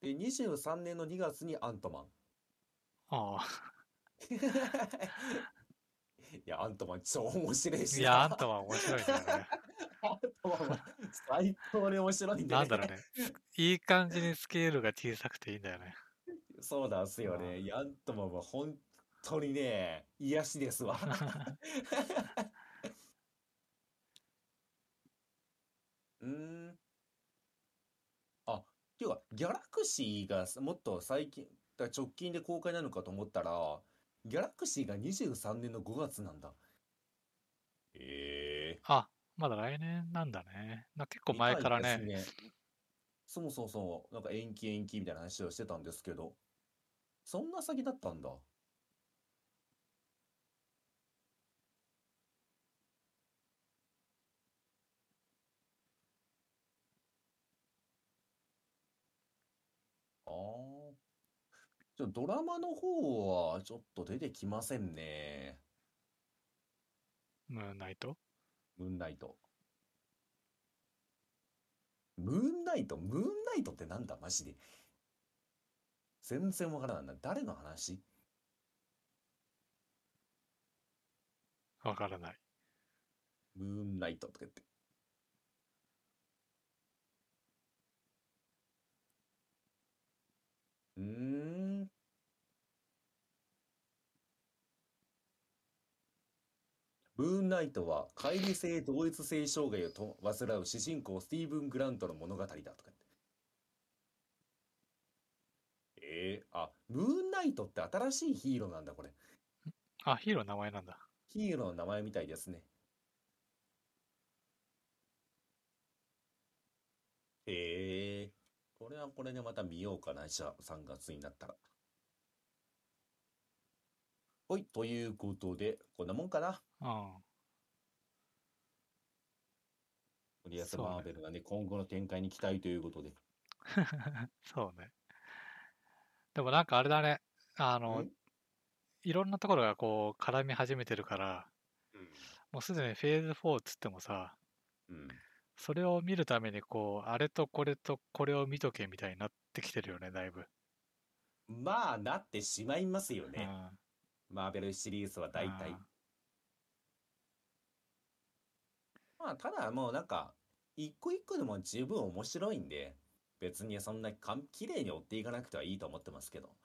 [SPEAKER 3] で、23年の2月にアントマン。
[SPEAKER 1] あ、ああ。
[SPEAKER 3] いや、アントマン超面白いし
[SPEAKER 1] いや、
[SPEAKER 3] な
[SPEAKER 1] あんたは面白いんだよね。
[SPEAKER 3] アントマンは最高に面白いんで
[SPEAKER 1] なんだろうね。いい感じにスケールが小さくていいんだよね。
[SPEAKER 3] そうなんすよ
[SPEAKER 1] う
[SPEAKER 3] ね。
[SPEAKER 1] ん
[SPEAKER 3] いやアントマンは本当にね、癒しですわ。 うーん。あ、っていうか、ギャラクシーがもっと最近、だから直近で公開なのかと思ったら、ギャラクシーが23年の5月なんだ。ええ
[SPEAKER 1] あ、まだ来年なんだね。な結構
[SPEAKER 3] み
[SPEAKER 1] 前
[SPEAKER 3] たい
[SPEAKER 1] から
[SPEAKER 3] です
[SPEAKER 1] ね。
[SPEAKER 3] ねそうそうそう、なんか延期延期みたいな話をしてたんですけど、そんな先だったんだ。ああ。ちょ、ドラマの方はちょっと出てきませんね。
[SPEAKER 1] ムーンナイト
[SPEAKER 3] ムーンナイト。ムーンナイトムーンナイトってなんだマジで。全然わからないな。誰の話
[SPEAKER 1] わからない。
[SPEAKER 3] ムーンナイトとか言って。うーん。ムーンナイトは乖離性同一性障害をと患う主人公スティーブン・グラントの物語だとか言って。えー、あ、ムーンナイトって新しいヒーローなんだ、これ。
[SPEAKER 1] あ、ヒーローの名前なんだ。
[SPEAKER 3] ヒーローの名前みたいですね。へえ、これはこれでまた見ようかな、じゃあ3月になったら。ほい、ということで、こんなもんかな。
[SPEAKER 1] うん。
[SPEAKER 3] 森保
[SPEAKER 1] そうね
[SPEAKER 3] マーベルがね、今後の展開に期待ということで。
[SPEAKER 1] そうね。でもなんかあれだね。あの
[SPEAKER 3] ん、
[SPEAKER 1] いろんなところがこう絡み始めてるから、
[SPEAKER 3] う
[SPEAKER 1] もうすでにフェーズ4っつってもさ、
[SPEAKER 3] ん。うん。
[SPEAKER 1] それを見るためにこう、あれとこれとこれを見とけみたいになってきてるよね、だいぶ。
[SPEAKER 3] まあ、なってしまいますよ
[SPEAKER 1] う
[SPEAKER 3] ね。
[SPEAKER 1] ん。
[SPEAKER 3] マーベルシリーズは大体
[SPEAKER 1] うん。
[SPEAKER 3] まあ、ただもうなんか、一個一個でも十分面白いんで、別にそんな完綺麗に追っていかなくてはいいと思ってますけど。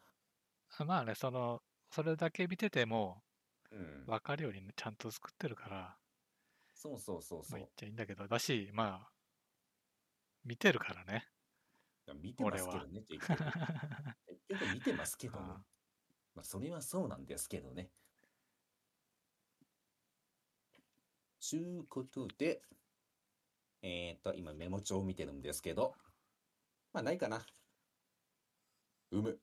[SPEAKER 1] まあね、その、それだけ見てても
[SPEAKER 3] うん。
[SPEAKER 1] 分かるようにちゃんと作ってるから、
[SPEAKER 3] そうそうそう
[SPEAKER 1] ま
[SPEAKER 3] そ
[SPEAKER 1] あ
[SPEAKER 3] う。
[SPEAKER 1] 言っちゃいいんだけど、だし、まあ、見てるからね。
[SPEAKER 3] 見てますけどね、結局。結局見てますけど
[SPEAKER 1] う
[SPEAKER 3] ね
[SPEAKER 1] ん。
[SPEAKER 3] まあ、それはそうなんですけどね。ちゅうことで、えっ、ー、と、今メモ帳を見てるんですけど、まあ、ないかな。うむ。
[SPEAKER 1] うん。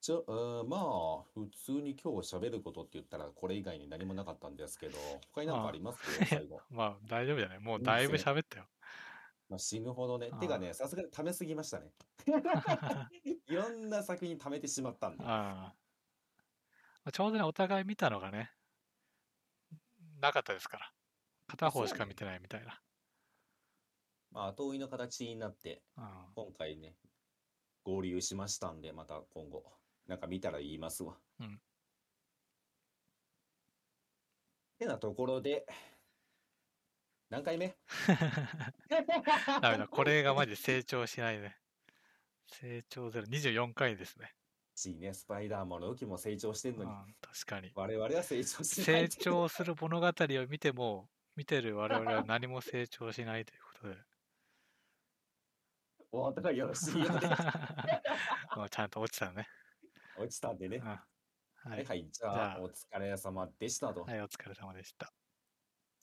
[SPEAKER 3] じゃあ、うんまあ、普通に今日喋ることって言ったら、これ以外に何もなかったんですけど、他になんかあります
[SPEAKER 1] あ
[SPEAKER 3] 最後。
[SPEAKER 1] まあ、大丈夫じゃないもう
[SPEAKER 3] いい
[SPEAKER 1] だいぶ
[SPEAKER 3] です
[SPEAKER 1] 喋ったよ。
[SPEAKER 3] まあ、死ぬほどね
[SPEAKER 1] あ。ー
[SPEAKER 3] てかね、さすがに溜めすぎましたね。いろんな作品溜めてしまったんで。
[SPEAKER 1] ああまあちょうどね、お互い見たのがね、なかったですから。片方しか見てないみたいな。
[SPEAKER 3] まあ、後追いの形になって、
[SPEAKER 1] うん
[SPEAKER 3] 今回ね、合流しましたんで、また今後、なんか見たら言いますわ。
[SPEAKER 1] うん
[SPEAKER 3] てなところで、何回目
[SPEAKER 1] ダメだ、 これがマジで成長しないね。成長ゼロ、24回ですね。
[SPEAKER 3] しね、スパイダーマンの時も成長してん
[SPEAKER 1] う
[SPEAKER 3] の
[SPEAKER 1] ん
[SPEAKER 3] に、、
[SPEAKER 1] 確かに。
[SPEAKER 3] 我々は成長してない
[SPEAKER 1] 成長する物語を見ても、見てる我々は何も成長しないということで。
[SPEAKER 3] お互いよろしいよ うで
[SPEAKER 1] まあちゃんと落ちたね。
[SPEAKER 3] 落ちたんでね
[SPEAKER 1] うん。は
[SPEAKER 3] はい
[SPEAKER 1] い。
[SPEAKER 3] はい、じゃあ
[SPEAKER 1] じゃあ
[SPEAKER 3] お疲れ様でしたと。
[SPEAKER 1] はい、お疲れ様でした。